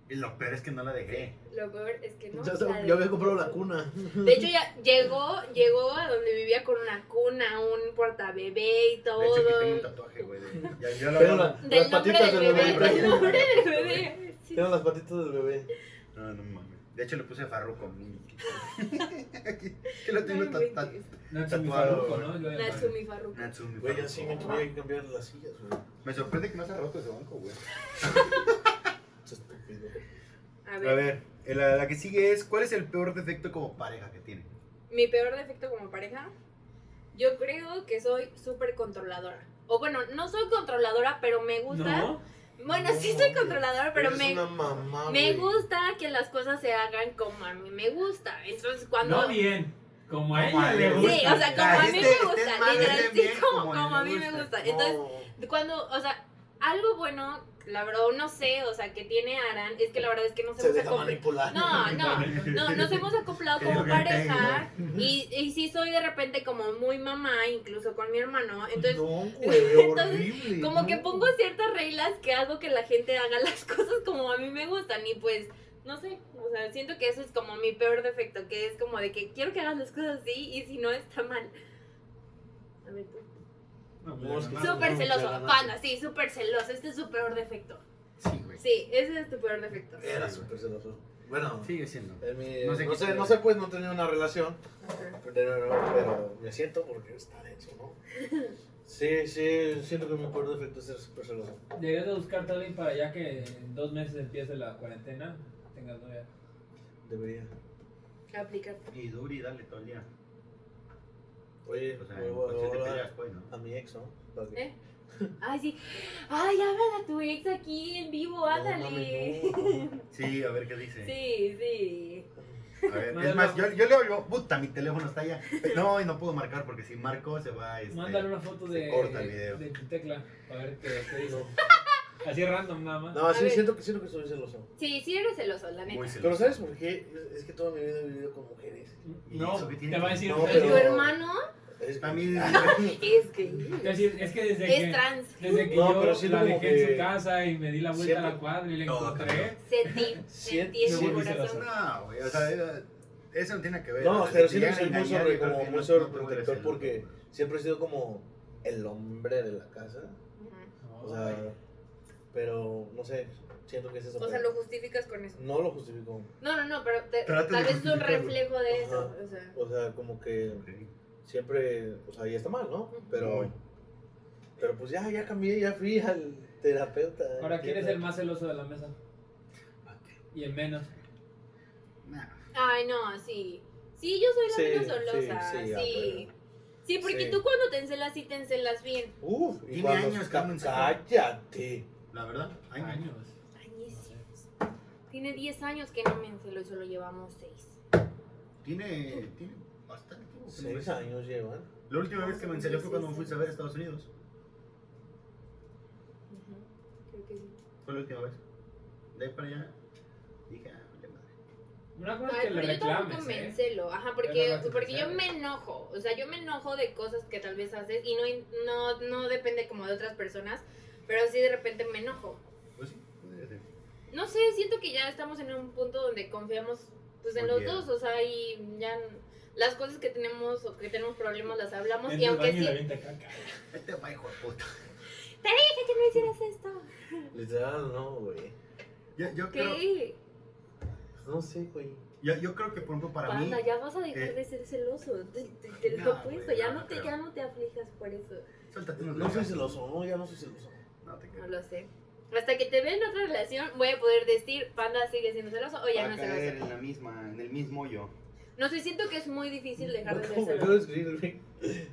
Speaker 2: Y lo peor es que no la dejé.
Speaker 3: Lo peor es que no.
Speaker 10: Ya,
Speaker 3: la
Speaker 10: sab-
Speaker 3: dejó.
Speaker 10: ya había comprado la
Speaker 3: <laughs>
Speaker 10: cuna.
Speaker 3: De hecho, ya llegó, llegó a donde vivía con una cuna, un portabebé y
Speaker 2: De hecho, aquí tengo un
Speaker 3: todo.
Speaker 2: tatuaje,
Speaker 3: <laughs>
Speaker 2: güey. de- Ya, ya lo
Speaker 10: Pero
Speaker 2: hablamos.
Speaker 10: la-
Speaker 3: Del
Speaker 10: las
Speaker 3: nombre
Speaker 10: patitas
Speaker 3: del
Speaker 10: del
Speaker 3: bebé,
Speaker 10: bebé.
Speaker 3: del nombre del bebé. Sí.
Speaker 1: Tienen las patitas del bebé.
Speaker 2: No, no mames. De hecho, le puse farruco.
Speaker 3: <laughs>
Speaker 2: Aquí, que lo
Speaker 3: No
Speaker 2: tengo
Speaker 3: inventes.
Speaker 2: tatuado.
Speaker 4: Natsumi
Speaker 2: Tatuado,
Speaker 4: Farruko,
Speaker 2: güey.
Speaker 4: ¿no? Yo-
Speaker 3: Natsumi Farruko.
Speaker 2: Natsumi
Speaker 1: Güey,
Speaker 2: farruko.
Speaker 1: así me tuve que cambiar las sillas, güey.
Speaker 2: Me sorprende que no se ha roto ese banco, güey.
Speaker 1: Es estúpido.
Speaker 3: A
Speaker 2: A
Speaker 3: ver,
Speaker 2: ver, la, la que sigue es: ¿Cuál es el peor defecto como pareja que tiene?
Speaker 3: mi peor defecto como pareja, yo creo que soy súper controladora. O bueno, no soy controladora, pero me gusta.
Speaker 4: ¿No?
Speaker 3: Bueno,
Speaker 1: No,
Speaker 3: sí soy
Speaker 1: güey.
Speaker 3: controladora, pero
Speaker 1: Eres
Speaker 3: me,
Speaker 1: una mamá,
Speaker 3: me
Speaker 1: güey.
Speaker 3: gusta que las cosas se hagan como a mí me gusta. Entonces, cuando.
Speaker 4: No bien. Como a
Speaker 2: Como a
Speaker 4: ella le
Speaker 2: él.
Speaker 4: gusta.
Speaker 3: Sí, o sea, como
Speaker 2: Ah,
Speaker 3: a mí
Speaker 2: este-
Speaker 3: me
Speaker 2: este
Speaker 3: gusta,
Speaker 2: es mal,
Speaker 3: literal,
Speaker 2: este es
Speaker 3: sí,
Speaker 2: bien,
Speaker 3: como,
Speaker 2: como a mí
Speaker 3: como a
Speaker 2: me
Speaker 3: mí me
Speaker 2: gusta.
Speaker 3: gusta. Entonces,
Speaker 1: No.
Speaker 3: cuando, o sea, algo bueno, la verdad, no sé, o sea, que tiene Aran, es que la verdad es que nos
Speaker 1: se
Speaker 3: hemos
Speaker 1: deja
Speaker 3: acoplado.
Speaker 1: manipular.
Speaker 3: No, no, no, nos
Speaker 1: <laughs>
Speaker 3: hemos acoplado
Speaker 2: Que
Speaker 3: como
Speaker 2: yo me
Speaker 3: pareja y, y sí soy de repente como muy mamá, incluso con mi hermano. Entonces, <laughs>
Speaker 10: no, güey,
Speaker 3: entonces,
Speaker 10: horrible.
Speaker 3: como que
Speaker 10: no.
Speaker 3: pongo ciertas reglas que hago que la gente haga las <laughs> cosas como a mí me gustan y pues no sé, o sea, siento que eso es como mi peor defecto, que es como de que quiero que hagas las cosas así y si no está mal. A ver, tú.
Speaker 4: No, pues,
Speaker 1: Mosca.
Speaker 4: no,
Speaker 3: Súper
Speaker 1: no, ya
Speaker 3: celoso,
Speaker 1: ganaste.
Speaker 3: panda, sí, súper celoso, este es su peor defecto.
Speaker 2: Sí, güey.
Speaker 3: Sí, ese es tu peor defecto.
Speaker 1: Era súper celoso. Bueno,
Speaker 2: Sigue siendo.
Speaker 1: en mi-
Speaker 2: No
Speaker 1: no
Speaker 2: sé
Speaker 1: sé,
Speaker 2: qué
Speaker 1: no sé,
Speaker 2: tiene.
Speaker 1: pues no tenía una relación,
Speaker 3: Ajá.
Speaker 1: pero, pero me siento porque está denso, ¿no? Sí, sí, siento que mi peor defecto es ser súper celoso.
Speaker 4: Deberías de buscarte a alguien para ya que en dos meses empiece la cuarentena. Tengas novia.
Speaker 1: Debería.
Speaker 3: Aplicar.
Speaker 2: Y duro y dale todo el día.
Speaker 1: Oye,
Speaker 2: O sea,
Speaker 1: vuelvo a
Speaker 2: pues, te
Speaker 1: hablar
Speaker 2: peleas, pues, ¿no?
Speaker 1: a mi ex, ¿no?
Speaker 3: ¿Eh? Ay, sí. Ay, háblale a tu ex aquí en vivo, ándale.
Speaker 1: No, mami,
Speaker 3: <laughs>
Speaker 1: no.
Speaker 2: Sí, a ver qué dice.
Speaker 3: Sí, sí.
Speaker 2: A ver,
Speaker 4: Mándale
Speaker 2: es más,
Speaker 4: una-
Speaker 2: yo, yo le oigo, puta, mi teléfono está allá. No, y no puedo marcar porque si marco se va este,
Speaker 4: Mándale una foto
Speaker 2: se
Speaker 4: de,
Speaker 2: corta el video.
Speaker 4: de tu tecla. A ver qué, qué
Speaker 3: <laughs>
Speaker 4: dice. Así random nada más.
Speaker 1: No,
Speaker 3: A
Speaker 1: sí,
Speaker 3: ver.
Speaker 1: siento que, siento que soy celoso.
Speaker 3: Sí, sí eres celoso, la neta.
Speaker 2: Muy
Speaker 1: Pero
Speaker 2: celoso.
Speaker 1: ¿sabes por qué? Es- Es que toda mi vida he vivido con mujeres.
Speaker 2: ¿Y
Speaker 4: No,
Speaker 2: eso qué tiene
Speaker 4: te va a
Speaker 2: que-
Speaker 4: decir.
Speaker 1: No,
Speaker 4: te
Speaker 3: ¿Tu
Speaker 1: pero-
Speaker 3: hermano?
Speaker 1: Es
Speaker 2: También
Speaker 3: Es que
Speaker 4: va a decir, es que desde que.
Speaker 3: es trans.
Speaker 4: Desde que
Speaker 1: No,
Speaker 4: yo
Speaker 1: pero sí
Speaker 4: la
Speaker 1: como
Speaker 4: dejé
Speaker 1: que
Speaker 4: en su casa y me di la vuelta a la
Speaker 1: siempre-
Speaker 4: cuadra y la
Speaker 2: Todo
Speaker 4: encontré.
Speaker 3: Se ti-
Speaker 1: Sí,
Speaker 3: se entiende
Speaker 4: <laughs> sí,
Speaker 3: el
Speaker 4: sí,
Speaker 3: corazón.
Speaker 2: No, güey, o sea, eh, eso no tiene que ver.
Speaker 1: No,
Speaker 2: O sea,
Speaker 1: pero
Speaker 2: si
Speaker 1: sí
Speaker 2: te
Speaker 1: que soy
Speaker 2: llegan a
Speaker 1: muy
Speaker 2: engañar,
Speaker 1: sobre,
Speaker 2: yo creo
Speaker 1: como
Speaker 2: que
Speaker 1: muy
Speaker 2: no- no te vuelves
Speaker 1: sobreprotector
Speaker 2: celoso,
Speaker 1: porque
Speaker 2: güey.
Speaker 1: <laughs> siempre he sido como el hombre de la casa.
Speaker 3: Ujú.
Speaker 1: O sea, pero no sé, siento que es eso.
Speaker 3: O sea, lo justificas con eso.
Speaker 1: No lo justifico.
Speaker 3: No, no, no, pero te-
Speaker 2: Trata de
Speaker 3: tal vez es un
Speaker 2: justificarlo.
Speaker 3: reflejo de eso.
Speaker 1: Ajá.
Speaker 3: O sea,
Speaker 1: O sea, como que siempre, o sea, ya está mal, ¿no?
Speaker 3: Ujú.
Speaker 1: Pero, pero pues ya, ya cambié, ya fui <laughs> al terapeuta.
Speaker 4: Ahora, ¿quién es el más celoso de la mesa? Y el menos.
Speaker 2: Nah.
Speaker 3: Ay, no, sí. Sí, yo soy la
Speaker 1: Sí,
Speaker 3: menos solosa.
Speaker 1: sí, sí,
Speaker 3: Sí,
Speaker 1: a
Speaker 3: sí.
Speaker 1: ver.
Speaker 3: porque
Speaker 1: Sí.
Speaker 3: tú cuando te encelas, sí te encelas bien.
Speaker 1: Uf, y
Speaker 2: Tiene
Speaker 1: cuando-
Speaker 2: años que no me enseña.
Speaker 1: cállate.
Speaker 2: La verdad, ay, no.
Speaker 4: Años.
Speaker 3: Ay, es cierto. Tiene 10 años que no me encelo y solo llevamos 6.
Speaker 2: tiene, tiene bastante tiempo. que no me
Speaker 1: Seis
Speaker 2: enseñó.
Speaker 1: años llevan.
Speaker 2: La última vez que me enseñó fue cuando me fuiste a ver a Estados Unidos.
Speaker 3: Creo que sí.
Speaker 2: Fue la última vez. De ahí para allá, dije, ah, vale madre.
Speaker 4: Una cosa es
Speaker 3: Ay,
Speaker 4: que le
Speaker 3: pero yo tampoco
Speaker 4: reclames.
Speaker 3: me
Speaker 4: ¿eh?
Speaker 3: encelo, ajá,
Speaker 4: Pero
Speaker 3: porque,
Speaker 4: no vas a
Speaker 3: porque yo
Speaker 4: pensar,
Speaker 3: me enojo, o sea, yo me enojo de cosas que tal vez haces y no, no, no depende como de otras personas, pero sí de repente me enojo.
Speaker 2: Pues sí, podría ser.
Speaker 3: No sé, siento que ya estamos en un punto donde confiamos pues en
Speaker 2: Muy
Speaker 3: los
Speaker 2: bien.
Speaker 3: dos, o sea, y ya n- las cosas que tenemos o que tenemos problemas las hablamos
Speaker 4: Entra
Speaker 3: y
Speaker 4: al
Speaker 3: aunque
Speaker 4: baño y
Speaker 3: sí,
Speaker 4: le avienta caca.
Speaker 2: Este va, hijo de puta.
Speaker 3: "Ay, que no hicieras esto.
Speaker 1: Literal, no, güey.
Speaker 2: Yo, yo, creo,
Speaker 3: ¿Qué?
Speaker 1: No sé, güey.
Speaker 2: yo, yo creo que, por ejemplo, para mí.
Speaker 3: Panda, ya vas a dejar
Speaker 2: eh,
Speaker 3: de ser celoso, te, te, te
Speaker 2: no,
Speaker 3: lo apuesto,
Speaker 2: güey,
Speaker 3: ya
Speaker 2: no,
Speaker 3: no,
Speaker 2: no
Speaker 3: te,
Speaker 2: creo.
Speaker 3: ya no te aflijas por eso.
Speaker 2: Suéltate unos
Speaker 1: No soy
Speaker 2: vergazos.
Speaker 1: celoso, no, ya no soy celoso.
Speaker 2: No te creo.
Speaker 3: No lo sé. Hasta que te vea en otra relación, voy a poder decir, panda sigue siendo celoso o ya
Speaker 11: Va a
Speaker 3: no es
Speaker 11: caer
Speaker 3: celoso.
Speaker 11: en la misma, en el mismo yo.
Speaker 3: No sé, siento que es muy difícil dejar de ser
Speaker 1: ¿Cómo me acabo de
Speaker 3: celoso.
Speaker 1: escribir, güey?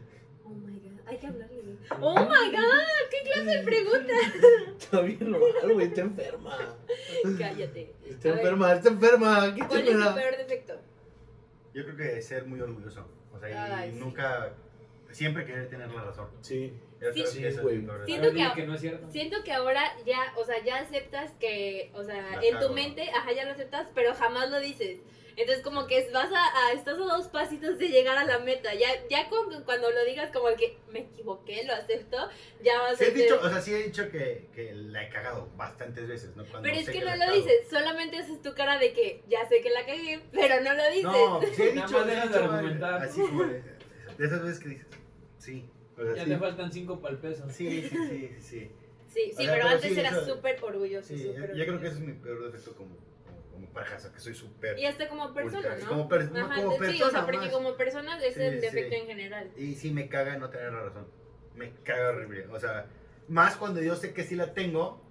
Speaker 3: Oh my god, hay que hablarle. güey. Oh my god, qué clase de pregunta.
Speaker 1: <laughs> Está bien mal, güey, está enferma.
Speaker 3: Cállate.
Speaker 1: Está
Speaker 3: A ver.
Speaker 1: enferma, está enferma. ¿Qué
Speaker 3: ¿Cuál
Speaker 1: te
Speaker 3: es tu
Speaker 1: da?
Speaker 3: peor defecto?
Speaker 2: Yo creo que ser muy orgulloso. O sea, y
Speaker 3: Ay, sí.
Speaker 2: nunca. Siempre querer tener la razón.
Speaker 1: Sí,
Speaker 2: Yo
Speaker 3: Sí.
Speaker 2: creo que
Speaker 1: Sí,
Speaker 2: eso es
Speaker 1: güey.
Speaker 2: mi peor
Speaker 3: Siento
Speaker 4: Pero dile
Speaker 3: que-
Speaker 4: no es cierto.
Speaker 3: Siento que ahora ya, o sea, ya aceptas que, o sea,
Speaker 2: La
Speaker 3: en tu
Speaker 2: cago.
Speaker 3: mente, ajá, ya lo aceptas, pero jamás lo dices. Entonces como que es- vas a, a- estás a dos pasitos de llegar a la meta. Ya, ya con- cuando lo digas como el que me equivoqué, lo acepto, ya vas
Speaker 2: Sí
Speaker 3: a
Speaker 2: he
Speaker 3: ser-
Speaker 2: dicho, o sea, sí he dicho que, que la he cagado bastantes veces, ¿no? Cuando
Speaker 3: Pero es
Speaker 2: sé
Speaker 3: que
Speaker 2: la
Speaker 3: no
Speaker 2: cago.
Speaker 3: lo dices, solamente haces tu cara de que ya sé que la cagué, <laughs> pero no lo dices.
Speaker 2: No, sí he
Speaker 4: Nada
Speaker 2: dicho,
Speaker 4: más
Speaker 2: sí he
Speaker 4: dejas de
Speaker 2: dicho, madre,
Speaker 4: argumentar.
Speaker 2: así como de, de esas veces que dices, sí, o sea,
Speaker 4: Ya
Speaker 2: sí.
Speaker 4: te faltan cinco para el peso.
Speaker 2: Sí, sí, sí, sí, sí.
Speaker 3: Sí, sí,
Speaker 2: O sea,
Speaker 3: pero,
Speaker 2: pero
Speaker 3: antes
Speaker 2: sí,
Speaker 3: eras
Speaker 2: eso-
Speaker 3: súper orgulloso.
Speaker 2: Sí, yo,
Speaker 3: Pues súper
Speaker 2: yo creo que
Speaker 3: orgulloso.
Speaker 2: ese es mi peor defecto como, como, como pareja, o sea, que soy súper...
Speaker 3: Y hasta como persona,
Speaker 2: Vulgar,
Speaker 3: ¿no?
Speaker 2: como per- no, como
Speaker 3: sí, o sea,
Speaker 2: persona
Speaker 3: porque
Speaker 2: más.
Speaker 3: como persona es
Speaker 2: Sí,
Speaker 3: el defecto
Speaker 2: sí.
Speaker 3: en general.
Speaker 2: Y sí me caga no tener la razón. Me caga horrible. O sea, más cuando yo sé que sí la tengo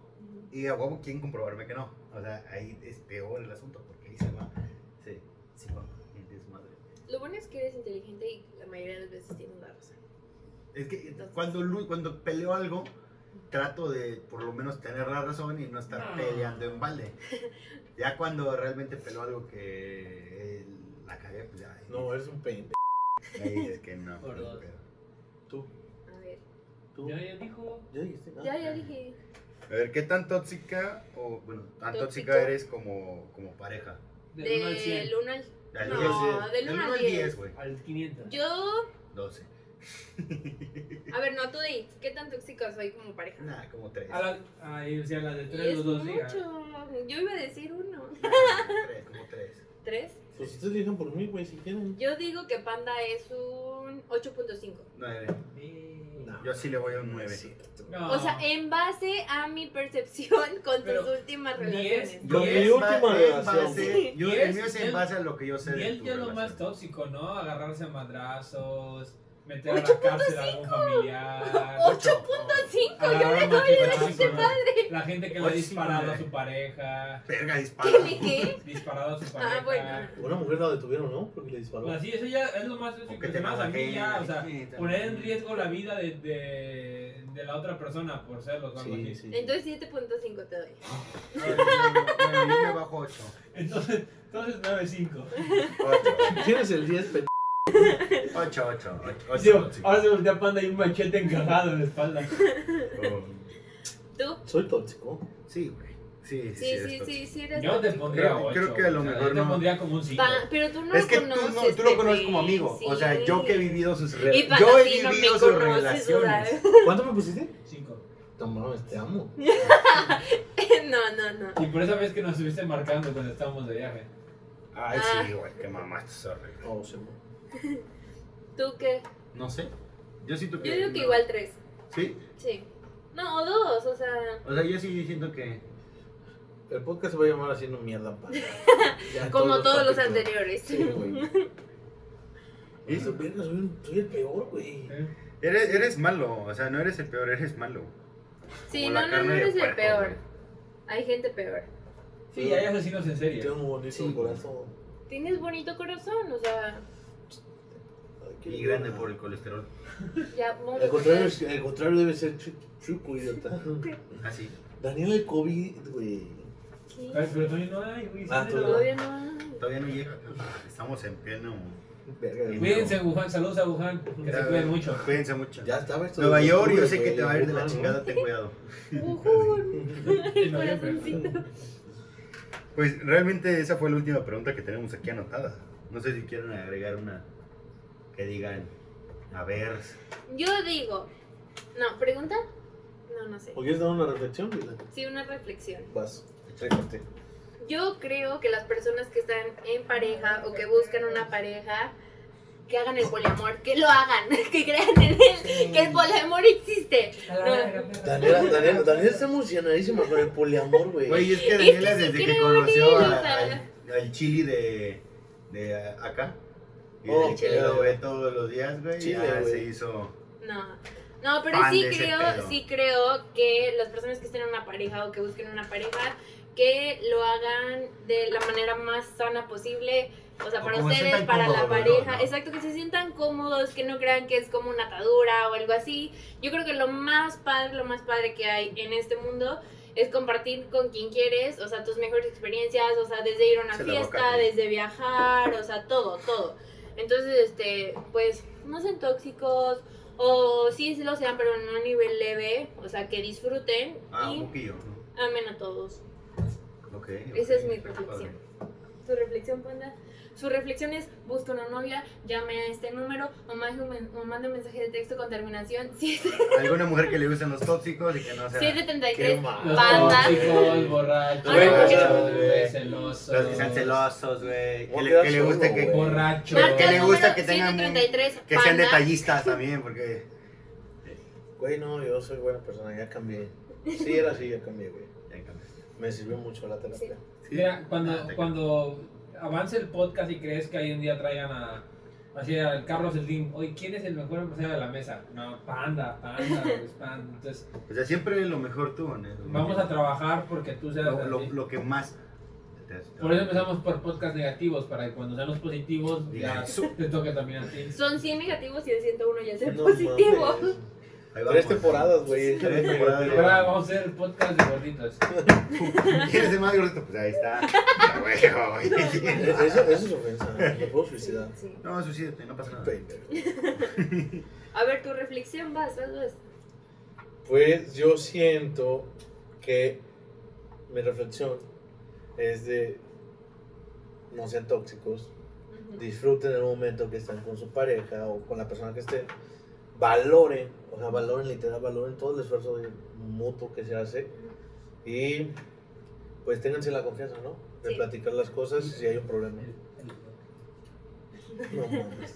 Speaker 2: y a huevo quieren comprobarme que no. O sea, ahí es peor el asunto porque ahí se va. Sí, sí va. el desmadre.
Speaker 3: Lo bueno es que eres inteligente y la mayoría de las veces tienes la razón.
Speaker 2: Es que cuando, lu- cuando peleo algo, trato de por lo menos tener la razón y no estar
Speaker 4: No.
Speaker 2: peleando en
Speaker 3: <laughs>
Speaker 2: balde. Ya cuando realmente peleo algo que eh, la cagué, pues ya. ahí-
Speaker 1: No, eres un pendejo.
Speaker 2: Ahí es que no. pues,
Speaker 4: Por dos.
Speaker 3: A ver.
Speaker 1: Tú.
Speaker 4: Ya, ya dijo.
Speaker 1: Ya dijiste,
Speaker 2: Ah,
Speaker 1: ¿no?
Speaker 3: Ya, ya dije.
Speaker 2: A ver, ¿qué tan tóxica o bueno, tan
Speaker 3: Tóxico.
Speaker 2: tóxica eres como, como pareja?
Speaker 4: Del 1 al 100.
Speaker 3: Del 1
Speaker 2: <laughs>
Speaker 3: al
Speaker 2: Del
Speaker 3: No, del uno
Speaker 2: uno
Speaker 3: al diez.
Speaker 2: güey.
Speaker 4: Al 500.
Speaker 3: Yo.
Speaker 2: 12.
Speaker 3: A ver, no, tú di. ¿Qué tan tóxica soy como pareja?
Speaker 2: Nada, como 3.
Speaker 4: A la, ay, o sea, la de
Speaker 3: Y
Speaker 4: 3
Speaker 3: es
Speaker 4: los dos digan.
Speaker 3: mucho. Yo iba a decir uno.
Speaker 2: 3, como 3.
Speaker 3: ¿Tres?
Speaker 1: Pues ustedes digan por mí, güey, si quieren.
Speaker 3: Yo digo que Panda es un 8.5.
Speaker 2: 9.
Speaker 1: No.
Speaker 2: Yo sí le voy a un 9.
Speaker 4: No.
Speaker 3: O sea, en base a mi percepción <laughs> con tus
Speaker 4: Pero,
Speaker 3: últimas
Speaker 4: diez,
Speaker 3: relaciones.
Speaker 1: Yo mi
Speaker 2: es
Speaker 1: última
Speaker 2: ba- es
Speaker 1: relación,
Speaker 2: base-
Speaker 3: güey.
Speaker 2: yo-
Speaker 4: Y
Speaker 2: el
Speaker 4: es-
Speaker 2: mío es
Speaker 4: y
Speaker 2: en
Speaker 4: el-
Speaker 2: base a lo que yo sé
Speaker 4: Y
Speaker 2: de
Speaker 4: él
Speaker 2: tu
Speaker 4: ya es lo más
Speaker 2: relación.
Speaker 4: tóxico, ¿no? Agarrarse a madrazos, meter a la cárcel a
Speaker 3: <laughs>
Speaker 4: algún familiar.
Speaker 2: Ocho.
Speaker 3: 8.5, yo le
Speaker 4: agarrar
Speaker 3: doy el
Speaker 4: machetazos,
Speaker 3: este
Speaker 4: ¿no?
Speaker 3: padre.
Speaker 4: La gente que le ha
Speaker 2: Ocho,
Speaker 4: disparado a
Speaker 2: madre.
Speaker 4: su pareja,
Speaker 2: Verga, dispara.
Speaker 3: ¿Qué me qué?
Speaker 4: disparado a su pareja.
Speaker 3: Ah, bueno.
Speaker 1: Una mujer la detuvieron, ¿no? Porque le disparó.
Speaker 4: Pues sí, eso ya es lo más
Speaker 2: O
Speaker 4: tóxico
Speaker 2: que
Speaker 4: que
Speaker 2: te
Speaker 4: se me hace a mí
Speaker 2: navajen,
Speaker 4: ya, o
Speaker 2: ay,
Speaker 4: sea,
Speaker 2: sí, también.
Speaker 4: poner en riesgo la vida de, de, de la otra persona por serlo o algo
Speaker 1: Sí,
Speaker 4: así.
Speaker 1: sí.
Speaker 3: Entonces 7.5 te doy.
Speaker 2: Ay, <laughs> no, no, no, yo me bajo 8.
Speaker 4: Entonces, entonces 9-5.
Speaker 2: 8.
Speaker 1: Tienes el 10, pendejo.
Speaker 2: 8, 8, 8.
Speaker 4: Digo, Ahora se voltea panda y un machete encajado en la espalda.
Speaker 3: <laughs> ¿Tú?
Speaker 1: Soy tóxico.
Speaker 2: Sí, güey. Sí, sí, sí.
Speaker 3: Sí,
Speaker 2: eres
Speaker 3: sí,
Speaker 2: tóxico.
Speaker 3: sí, sí, eres
Speaker 4: Yo te
Speaker 3: tóxico.
Speaker 4: pondría
Speaker 2: Creo-
Speaker 4: 8.
Speaker 2: creo que a lo mejor
Speaker 4: yo te
Speaker 2: no.
Speaker 4: pondría como un 5.
Speaker 3: Pa- pero tú no
Speaker 2: es
Speaker 3: lo
Speaker 2: que tú,
Speaker 3: conoces.
Speaker 2: no, tú lo conoces
Speaker 3: Pepe.
Speaker 2: como amigo. O sea,
Speaker 3: Sí.
Speaker 2: yo que he vivido sus
Speaker 3: Y
Speaker 2: relaciones.
Speaker 3: Panda
Speaker 2: Yo he
Speaker 3: sí, no me
Speaker 2: vivido sus
Speaker 3: conoces,
Speaker 2: relaciones.
Speaker 1: ¿Cuánto me pusiste?
Speaker 4: 5.
Speaker 1: No mames, te
Speaker 3: <laughs>
Speaker 1: amo.
Speaker 3: ¿verdad? <laughs> No, no, no.
Speaker 4: Y por esa vez que nos estuviste marcando cuando estábamos de viaje.
Speaker 2: Ay,
Speaker 3: Ah.
Speaker 2: sí, güey, qué mamaste, sorry.
Speaker 1: Oh, se mo-
Speaker 3: ¿Tú qué?
Speaker 2: No sé. Yo siento que.
Speaker 3: Yo digo que
Speaker 2: no.
Speaker 3: igual 3.
Speaker 2: Sí.
Speaker 3: Sí. No, o dos, o sea.
Speaker 2: O sea, yo sí siento que.
Speaker 1: El podcast se va a llamar haciendo mierda,
Speaker 3: <laughs>
Speaker 1: pa. Ya
Speaker 3: Como todos los
Speaker 1: capítulos.
Speaker 3: anteriores.
Speaker 1: Sí, güey. Y su verga, soy, un- soy el peor, güey.
Speaker 4: ¿eh?
Speaker 2: Eres, eres malo. O sea, no eres el peor, eres malo.
Speaker 3: <laughs> Sí,
Speaker 2: Como
Speaker 3: no,
Speaker 2: la
Speaker 3: no,
Speaker 2: carne
Speaker 3: no
Speaker 2: de
Speaker 3: eres el
Speaker 2: puerco,
Speaker 3: peor.
Speaker 2: güey.
Speaker 3: Hay gente peor.
Speaker 4: Sí, hay asesinos en serie.
Speaker 1: Tengo un bonito
Speaker 2: Sí.
Speaker 1: corazón.
Speaker 3: Tienes bonito corazón, o sea,
Speaker 1: Ay, qué
Speaker 2: Y
Speaker 1: buena.
Speaker 2: grande por el colesterol.
Speaker 3: ya vamos
Speaker 1: Al contrario, es- al contrario debe ser chu- chuco,
Speaker 3: <laughs>
Speaker 1: idiota.
Speaker 2: Así.
Speaker 1: Daniel el COVID, güey.
Speaker 4: Ay, pero todavía no hay, güey.
Speaker 1: Ah,
Speaker 4: sí,
Speaker 1: todavía
Speaker 3: Todavía
Speaker 4: no.
Speaker 1: <laughs>
Speaker 3: no hay.
Speaker 2: Todavía no llega. Estamos en pleno.
Speaker 1: Verga, güey.
Speaker 4: Cuídense, Wuhan. Saludos a Wuhan. Que se cuiden mucho.
Speaker 2: Cuídense mucho.
Speaker 1: Ya estaba esto.
Speaker 2: Nueva
Speaker 1: de
Speaker 2: York, yo
Speaker 1: octubre,
Speaker 2: sé que
Speaker 1: güey,
Speaker 2: te va a ir de la
Speaker 1: ¿no?
Speaker 2: chingada, ten cuidado.
Speaker 3: Ujú, <laughs> el
Speaker 4: noviembre.
Speaker 3: corazoncito.
Speaker 1: <laughs>
Speaker 2: Pues realmente esa fue la última pregunta que tenemos aquí anotada. No sé si quieren agregar una que digan, a ver,
Speaker 3: Yo digo, no, pregunta, no, no sé.
Speaker 1: ¿O quieres dar una reflexión, güey?
Speaker 3: Sí, una reflexión.
Speaker 1: Vas.
Speaker 3: Yo creo que las personas que están en pareja o que buscan una pareja, que hagan el poliamor, que lo hagan, <laughs> que crean en él, que el poliamor existe.
Speaker 1: Daniela, Daniela, Daniela está emocionadísima con el poliamor, güey.
Speaker 2: Güey, es que
Speaker 3: Es que
Speaker 2: Daniela
Speaker 3: se
Speaker 2: desde que
Speaker 3: creen,
Speaker 2: conoció
Speaker 3: o
Speaker 2: a-
Speaker 3: sea.
Speaker 2: al, al chili de, de acá, y
Speaker 1: Oh,
Speaker 2: desde que
Speaker 1: chile.
Speaker 2: lo ve todos los días, güey,
Speaker 1: Chile,
Speaker 2: ya
Speaker 1: güey.
Speaker 2: se hizo...
Speaker 3: No. No, pero
Speaker 2: Fan
Speaker 3: sí
Speaker 2: de ese
Speaker 3: creo,
Speaker 2: pedo.
Speaker 3: sí creo que las personas que estén en una pareja o que busquen una pareja, que lo hagan de la manera más sana posible. O sea,
Speaker 2: O
Speaker 3: para
Speaker 2: como se
Speaker 3: ustedes,
Speaker 2: sientan
Speaker 3: para la
Speaker 2: cómodos, ¿no?
Speaker 3: pareja.
Speaker 2: ¿no?
Speaker 3: Exacto, que se sientan cómodos, que no crean que es como una atadura o algo así. Yo creo que lo más padre, lo más padre que hay en este mundo es compartir con quien quieres, o sea, tus mejores experiencias, o sea, desde ir a una
Speaker 2: Se la
Speaker 3: fiesta,
Speaker 2: aguacate.
Speaker 3: desde viajar, o sea, todo, todo. Entonces, este, pues, no sean tóxicos, o sí, sí lo sean, pero en un nivel leve, o sea, que disfruten
Speaker 2: Ah,
Speaker 3: y
Speaker 2: un poquillo.
Speaker 3: amen a todos.
Speaker 2: Ok. ok,
Speaker 3: Esa es mi
Speaker 2: está
Speaker 3: reflexión.
Speaker 2: padre.
Speaker 3: ¿Tu reflexión, Panda? Su reflexión es, busca una novia, llame a este número o mande un, men- o mande un mensaje de texto con terminación <laughs>
Speaker 2: Alguna mujer que le gustan los tóxicos y que no sea.
Speaker 3: 773.
Speaker 4: Los
Speaker 3: Banda.
Speaker 4: tóxicos, borrachos,
Speaker 3: Ay, ¿por qué?
Speaker 4: güey, celosos.
Speaker 2: Los que sean celosos, güey. Que,
Speaker 1: ¿Cómo
Speaker 2: le-
Speaker 1: quedas
Speaker 2: que le guste
Speaker 1: solo,
Speaker 2: que,
Speaker 1: güey?
Speaker 4: Borrachos.
Speaker 3: Marca
Speaker 2: Que
Speaker 3: el
Speaker 2: le gusta
Speaker 3: número
Speaker 2: que tengan un-
Speaker 3: 733.
Speaker 2: que sean
Speaker 3: Panda.
Speaker 2: detallistas también, porque.
Speaker 1: Güey, no, yo soy buena persona, ya cambié. Sí, era así, ya cambié, güey. Me sirvió mucho la terapia.
Speaker 4: <laughs> Mira,
Speaker 2: Ah,
Speaker 4: cuando,
Speaker 2: te-
Speaker 4: cuando avance el podcast y crees que ahí un día traigan a. Así al Carlos Slim, oye, ¿quién es el mejor empresario de la mesa? No, panda, panda, <laughs> es panda. Entonces,
Speaker 2: O sea, siempre lo mejor tú, ¿no?
Speaker 4: vamos a trabajar porque tú seas.
Speaker 2: Lo, lo-
Speaker 4: así.
Speaker 2: lo que más.
Speaker 4: Por eso empezamos por podcast negativos, para que cuando sean los positivos, ya
Speaker 2: Diga,
Speaker 4: te toque también a ti.
Speaker 3: Son 100 negativos y el 101 ya es el
Speaker 1: No
Speaker 3: positivo.
Speaker 1: mames.
Speaker 2: Ahí pues. vamos.
Speaker 1: Tres temporadas, güey.
Speaker 2: Tres temporadas.
Speaker 4: Ahora vamos a hacer el podcast de gorditos.
Speaker 2: <laughs> ¿Quieres ser más gordito? Pues
Speaker 1: <laughs>
Speaker 2: ahí está. <laughs> Ya, güey, güey.
Speaker 1: Eh, Eso, eso es ofensa, me puedo suicidar.
Speaker 3: Sí.
Speaker 2: <laughs> No, suicídate, no pasa nada.
Speaker 1: Pendejo.
Speaker 3: A ver, tu reflexión, vas, vas, vas.
Speaker 1: Pues yo siento que mi reflexión es de no sean tóxicos,
Speaker 3: Ujú.
Speaker 1: disfruten el momento que están con su pareja o con la persona que estén, valoren, o sea, valoren literal, valoren todo el esfuerzo de- mutuo que se hace y pues ténganse la confianza, ¿no? De
Speaker 3: Sí.
Speaker 1: platicar las cosas si hay un problema. No mames.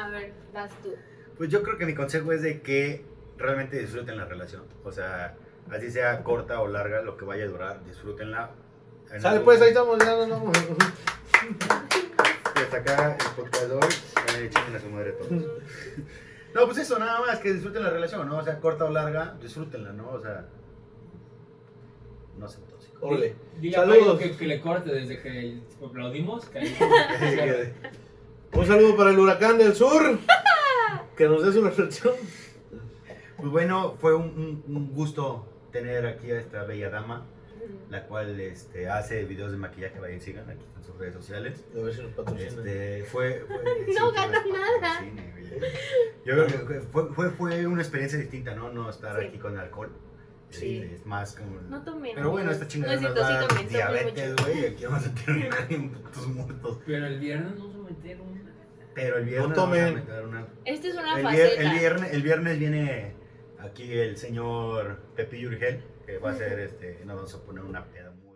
Speaker 3: A ver, vas tú.
Speaker 2: Pues yo creo que mi consejo es de que realmente disfruten la relación. O sea, así sea corta o larga, lo que vaya a durar, disfrútenla. En
Speaker 1: Sale
Speaker 2: algún-
Speaker 1: pues, ahí estamos, ya nos vamos. <laughs>
Speaker 2: Y hasta acá el podcast de hoy. Ya, echen a su madre todos. <laughs> No, pues eso, nada más, que disfruten la relación, ¿no? O sea, corta o larga, disfrútenla, ¿no? O sea, no sean tóxicos.
Speaker 1: Órale.
Speaker 4: Dile
Speaker 1: Saludos.
Speaker 4: a Mario que, que le corte desde que aplaudimos. que ahí-
Speaker 1: Un saludo para el huracán del sur. Que nos dé su reflexión.
Speaker 2: Pues bueno, fue un, un- un gusto tener aquí a esta bella dama, la cual este, hace videos de maquillaje, vayan, sigan aquí en sus redes sociales.
Speaker 1: A ver si nos patrocinan.
Speaker 2: Este, fue,
Speaker 3: <laughs>
Speaker 2: fue-
Speaker 3: No
Speaker 2: sí,
Speaker 3: gana
Speaker 2: fue-
Speaker 3: nada.
Speaker 2: sí, güey. Yo creo que fue, fue, fue una experiencia distinta, ¿no? No estar
Speaker 3: Sí.
Speaker 2: aquí con alcohol.
Speaker 3: Sí.
Speaker 2: Este, Es más como...
Speaker 3: No tomen.
Speaker 2: Pero bueno, esta chingada
Speaker 3: No es
Speaker 2: nos
Speaker 3: cierto,
Speaker 2: va
Speaker 3: sí tomen,
Speaker 2: a dar
Speaker 3: tomen
Speaker 2: diabetes,
Speaker 3: mucho.
Speaker 2: güey. y Aquí vamos a terminar en putos muertos.
Speaker 4: Pero el viernes nos vamos a meter una.
Speaker 2: Pero el viernes...
Speaker 1: No tomen.
Speaker 2: vamos a meter una-
Speaker 3: Esta es una
Speaker 2: El, vier-
Speaker 3: faceta.
Speaker 2: el viernes, el viernes viene aquí el señor Pepillo Urgel, que va a ser este... Nos vamos a poner una peda muy...